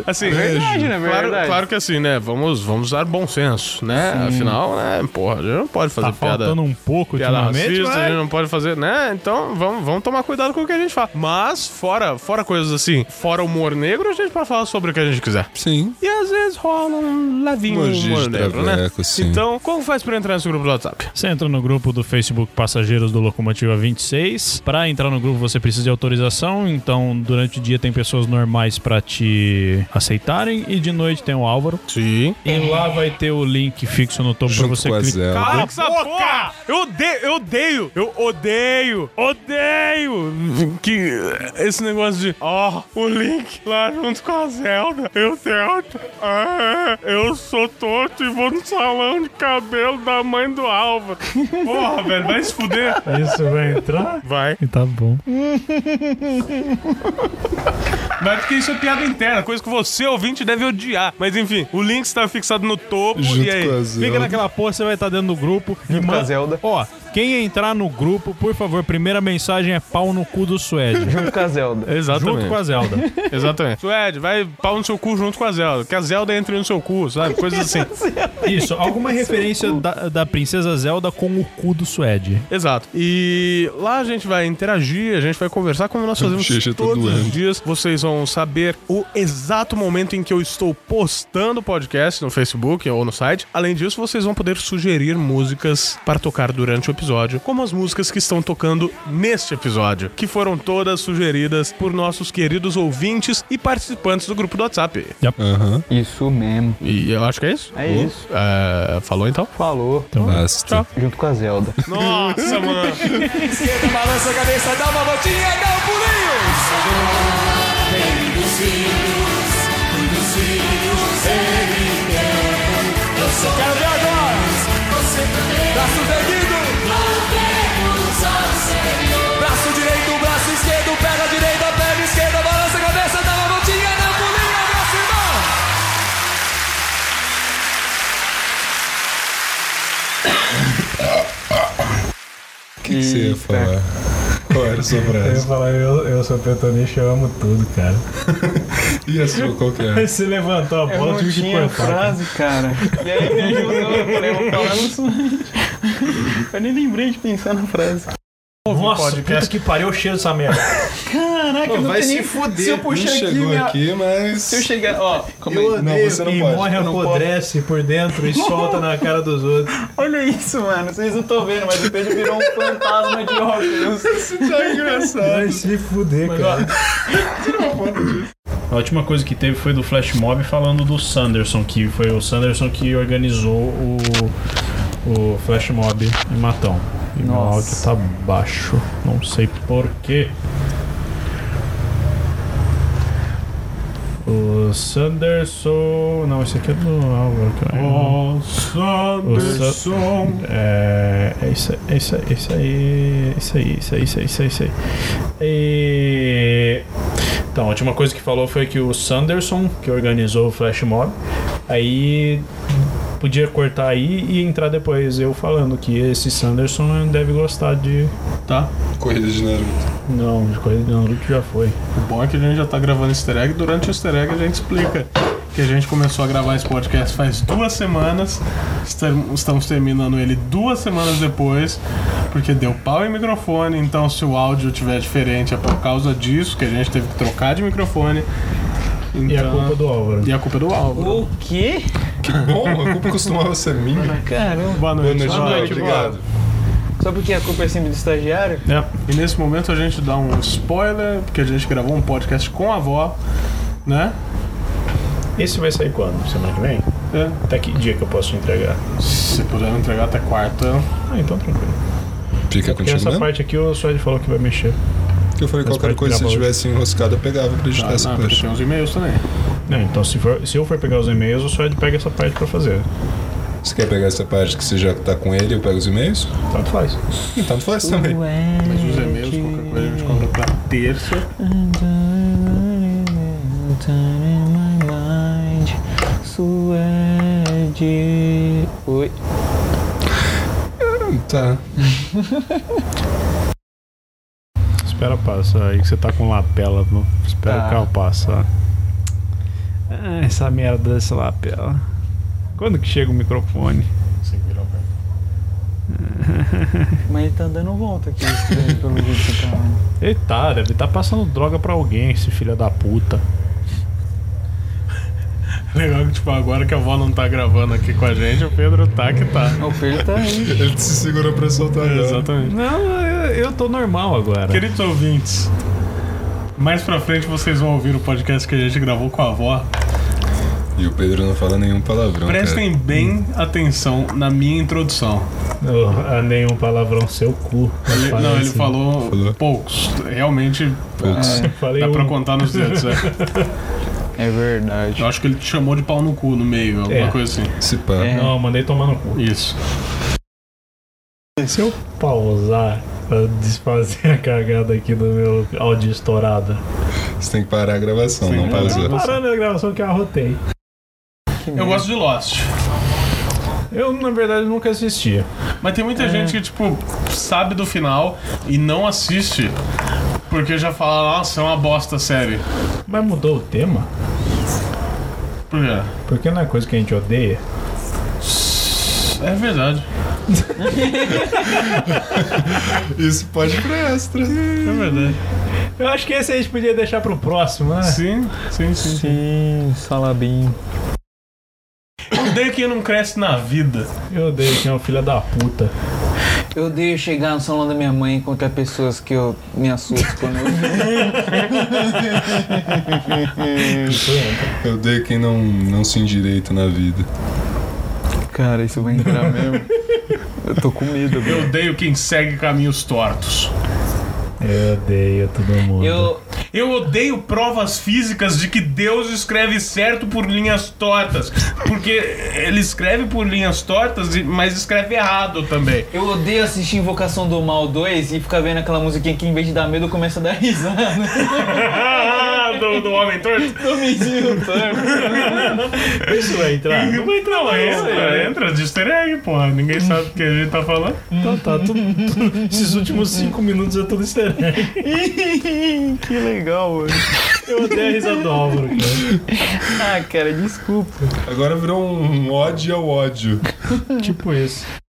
Speaker 2: assim,
Speaker 3: É
Speaker 4: Verdade,
Speaker 6: É
Speaker 4: né?
Speaker 2: Claro,
Speaker 4: Verdade.
Speaker 2: claro que assim, né? Vamos, vamos usar bom senso, né? Afinal, né? Porra, a gente não pode fazer
Speaker 6: Tá
Speaker 2: piada.
Speaker 6: faltando um pouco
Speaker 2: Piada
Speaker 6: ultimamente,
Speaker 2: racista, a
Speaker 6: mas...
Speaker 2: gente não pode fazer, né? Então vamos, vamos tomar cuidado com o que a gente fala. Mas, fora, fora coisas assim, fora humor negro, a gente pode falar sobre o que a gente quiser.
Speaker 3: Sim.
Speaker 2: E às vezes rola um levinho
Speaker 3: Umas giz
Speaker 2: humor
Speaker 3: de
Speaker 2: negro, né?
Speaker 3: traveco, sim.
Speaker 2: Então, como faz pra entrar nesse grupo do WhatsApp?
Speaker 6: Você entra no grupo do Facebook Passageiros do Locomotiva 26. Pra entrar no grupo você precisa de autorização, então durante o dia tem pessoas normais pra te aceitarem e de noite tem o Álvaro.
Speaker 2: Sim.
Speaker 6: E lá vai ter o link fixo no topo
Speaker 3: Junto
Speaker 6: pra você
Speaker 3: com a
Speaker 6: clicar.
Speaker 3: Zela.
Speaker 2: Cala essa porra! Eu odeio, eu odeio, eu odeio, odeio que esse negócio de, ó, o link lá junto com a Zelda, eu tento, ah, eu sou torto e vou no salão de cabelo da mãe do Álvaro. Porra, velho, vai se fuder.
Speaker 6: Isso vai entrar?
Speaker 2: Vai.
Speaker 6: E tá bom.
Speaker 2: Mas porque isso é piada interna, coisa que você, ouvinte, deve odiar. Mas enfim, o link está fixado no topo
Speaker 3: Junto
Speaker 2: e aí.
Speaker 3: com a
Speaker 6: Clica
Speaker 3: Zelda.
Speaker 6: naquela porra, você vai estar dentro do grupo. E
Speaker 4: com a
Speaker 6: manda-
Speaker 4: Zelda.
Speaker 6: Ó, quem entrar no grupo, por favor, primeira mensagem é pau no cu
Speaker 4: [laughs]
Speaker 6: do Suede.
Speaker 4: Junto com a Zelda.
Speaker 2: Exatamente.
Speaker 6: junto com a Zelda.
Speaker 2: Exatamente. Suede, vai pau no seu cu junto com a Zelda. Que a Zelda entre no seu cu, sabe? Coisas assim.
Speaker 6: Isso, alguma referência da, da princesa Zelda com o cu do Suede.
Speaker 2: Exato. E lá a gente vai interagir, a gente vai conversar como nós fazemos
Speaker 3: Xixi, eu tô
Speaker 2: todos
Speaker 3: doendo.
Speaker 2: os dias. Vocês vão saber o exato momento em que eu estou postando o podcast no Facebook ou no site. Além disso, vocês vão poder sugerir músicas para tocar durante o episódio, como as músicas que estão tocando neste episódio, que foram todas sugeridas por nossos queridos ouvintes e participantes do grupo do WhatsApp.
Speaker 3: Aham.
Speaker 2: é
Speaker 4: Isso mesmo.
Speaker 2: E eu acho que é isso.
Speaker 4: É isso.
Speaker 2: É, falou então?
Speaker 4: Falou.
Speaker 3: Basta.
Speaker 4: Junto com a Zelda.
Speaker 2: Nossa, mano.
Speaker 10: Esquerda, balança a cabeça, dá uma voltinha, dá um pulinho. Quero ver agora. Braço erguido. Braço direito, braço esquerdo, perna direita, perna esquerda, balança a cabeça, dá uma voltinha, dá um pulinho, abraço, irmão.
Speaker 3: O que, que você ia falar? Qual era a sua frase?
Speaker 7: falar, eu, eu sou petonista, eu amo tudo, cara. [laughs]
Speaker 3: E a sua, qual que é?
Speaker 7: Se levantou a bola, tive que cortar.
Speaker 4: frase, cara. E aí me ajudou, eu falei, eu vou falar no Suede. Eu nem lembrei de pensar na frase.
Speaker 7: Nossa, puta que pariu o cheiro dessa merda.
Speaker 4: Caraca, eu não
Speaker 3: vai
Speaker 4: sei
Speaker 3: se
Speaker 4: nem Se eu
Speaker 3: Não
Speaker 4: puxar aqui,
Speaker 3: chegou
Speaker 4: minha-
Speaker 3: aqui, mas...
Speaker 4: Se eu chegar, ó, calma
Speaker 3: Eu
Speaker 4: aí.
Speaker 3: Não, você não
Speaker 7: e
Speaker 3: pode.
Speaker 7: morre,
Speaker 4: Eu não
Speaker 7: apodrece por
Speaker 4: [laughs]
Speaker 7: dentro e solta na cara dos outros.
Speaker 4: Olha isso, mano. Vocês não estão vendo, mas o Pedro virou um fantasma de óculos.
Speaker 3: Tá engraçado.
Speaker 7: Vai se fuder, cara. A última coisa que teve foi do Flash Mob falando do Sanderson, que foi o Sanderson que organizou o, o Flash Mob em Matão. E meu áudio tá
Speaker 4: Nossa.
Speaker 7: baixo, não sei porquê. O Sanderson. Não, esse aqui é do Álvaro. que eu- O Sanderson. É, é isso, é isso, é isso aí, é isso aí, é isso aí, é isso aí, é isso aí, é isso aí. E... Então, a última coisa que falou foi que o Sanderson, que organizou o Flash Mob, aí podia cortar aí e entrar depois eu falando que esse Sanderson deve gostar de... Tá?
Speaker 3: Corrida de Naruto.
Speaker 7: Não, de coisa de Naruto já foi.
Speaker 2: O bom é que a gente já tá gravando easter egg, durante o easter egg a gente explica. que a gente começou a gravar esse podcast faz duas semanas. Estam- Estamos terminando ele duas semanas depois, porque deu pau em microfone. Então, se o áudio tiver diferente, é por causa disso que a gente teve que trocar de microfone.
Speaker 7: E
Speaker 2: Tá.
Speaker 7: a culpa do Álvaro.
Speaker 2: E a culpa é do Álvaro.
Speaker 4: O quê?
Speaker 3: Que bom, a culpa costumava ser minha.
Speaker 4: Caramba.
Speaker 2: Boa noite,
Speaker 3: Boa noite,
Speaker 2: Álvaro.
Speaker 3: Álvaro. Obrigado.
Speaker 4: Só porque a culpa é sempre do [laughs] estagiário?
Speaker 2: É, E nesse momento a gente dá um spoiler, porque a gente gravou um podcast com a avó, né?
Speaker 7: Esse vai sair quando? Semana que vem?
Speaker 2: É.
Speaker 7: Até que dia que eu posso entregar?
Speaker 2: Se puder entregar até quarta.
Speaker 7: Ah, então tranquilo.
Speaker 3: Fica
Speaker 7: Porque essa
Speaker 3: continuando.
Speaker 7: parte aqui o Suede falou que vai mexer.
Speaker 3: Eu falei
Speaker 7: Essa
Speaker 3: qualquer
Speaker 7: parte
Speaker 3: coisa, se
Speaker 7: grava hoje.
Speaker 3: tivesse enroscado, eu pegava pra editar
Speaker 2: Ah,
Speaker 3: essa
Speaker 2: não, porque
Speaker 3: parte.
Speaker 2: tem uns e-mails também.
Speaker 6: Né,
Speaker 7: Não, então se, for- se eu for pegar os e-mails, o Suede pega essa parte pra fazer.
Speaker 3: Você quer pegar essa parte que você já tá com ele, eu pego os e-mails?
Speaker 7: Tanto faz.
Speaker 3: Então faz também. [laughs]
Speaker 2: Mas os e-mails, qualquer coisa, a gente compra pra terça.
Speaker 4: Suede. Oi.
Speaker 3: Tá.
Speaker 6: Espera passar aí que você tá com lapela. pô. Espera
Speaker 4: Tá.
Speaker 6: o carro passar. Ah, essa merda dessa lapela. Quando que chega o microfone?
Speaker 4: Mas ele tá dando volta aqui, esse daí, pelo jeito que tá.
Speaker 6: Ele tá, deve estar passando droga pra alguém, esse filho da puta.
Speaker 2: [laughs] Legal que, tipo, agora que a avó não tá gravando aqui com a gente, o Pedro tá que tá.
Speaker 4: O Pedro tá aí.
Speaker 3: Ele se segurou pra soltar agora.
Speaker 2: Exatamente.
Speaker 6: Não, eu, eu tô normal agora.
Speaker 2: Queridos ouvintes, mais pra frente vocês vão ouvir o podcast que a gente gravou com a avó.
Speaker 3: E o Pedro não fala nenhum palavrão.
Speaker 2: Prestem bem atenção na minha introdução.
Speaker 7: Não, ah, nenhum palavrão, seu cu.
Speaker 2: Ele-
Speaker 7: Falei
Speaker 2: não, ele
Speaker 7: assim.
Speaker 2: falou,
Speaker 3: Falou.
Speaker 2: poucos. Realmente
Speaker 3: cara. Poucos.
Speaker 7: Falei
Speaker 2: dá
Speaker 7: um.
Speaker 2: pra contar nos dedos. [laughs] É.
Speaker 4: É verdade.
Speaker 2: Eu acho que ele te chamou de pau no cu no meio, alguma
Speaker 7: É.
Speaker 2: coisa assim.
Speaker 3: Se pá.
Speaker 4: É.
Speaker 7: Não, mandei tomar no cu.
Speaker 2: Isso.
Speaker 7: Se eu pausar pra desfazer a cagada aqui do meu áudio estourado.
Speaker 3: Você tem que parar a gravação,
Speaker 2: Sim,
Speaker 3: não
Speaker 2: parar a
Speaker 3: pausar.
Speaker 2: gravação.
Speaker 7: Parando a gravação que eu arrotei.
Speaker 2: Eu gosto de Lost.
Speaker 7: Eu, na verdade, nunca assistia.
Speaker 2: Mas tem muita gente que, tipo, sabe do final e não assiste porque já fala, nossa, é uma bosta a série.
Speaker 7: Mas mudou o tema?
Speaker 2: Por quê?
Speaker 7: Porque não é coisa que a gente odeia.
Speaker 2: É verdade.
Speaker 3: Isso pode ir pra extra.
Speaker 2: É verdade.
Speaker 7: Eu acho que esse a gente podia deixar pro próximo, né?
Speaker 2: Sim, sim, sim.
Speaker 4: Sim, Salabim.
Speaker 2: Odeio quem não cresce na vida.
Speaker 7: Eu odeio quem é um filho da puta.
Speaker 4: Eu odeio chegar no salão da minha mãe e encontrar pessoas que eu me assusto quando eu...
Speaker 3: Eu odeio quem não, não se endireita na vida.
Speaker 4: Cara, isso vai entrar mesmo. Eu tô com medo,
Speaker 2: Eu
Speaker 4: velho.
Speaker 2: odeio quem segue caminhos tortos.
Speaker 7: Eu odeio todo mundo.
Speaker 4: Eu,
Speaker 2: Eu odeio provas físicas de que Deus escreve certo por linhas tortas. Porque ele escreve por linhas tortas, e- mas escreve errado também.
Speaker 4: eu odeio assistir Invocação do Mal 2 e ficar vendo aquela musiquinha que em vez de dar medo começa a dar risada.
Speaker 2: Ah, do, do homem torto?
Speaker 4: Tomizinho torto.
Speaker 7: Isso vai entrar?
Speaker 2: [laughs] Não é vai entrar lá, entra, entra de easter egg, porra. Ninguém sabe o que a gente tá falando.
Speaker 7: Então tá, tudo, [laughs] tudo- esses últimos cinco minutos é tudo easter egg.
Speaker 4: [laughs] que legal, mano.
Speaker 7: Eu odeio a risada do Álvaro, cara.
Speaker 4: Ah, cara, desculpa.
Speaker 3: Agora virou um ódio ao ódio.
Speaker 7: Tipo esse.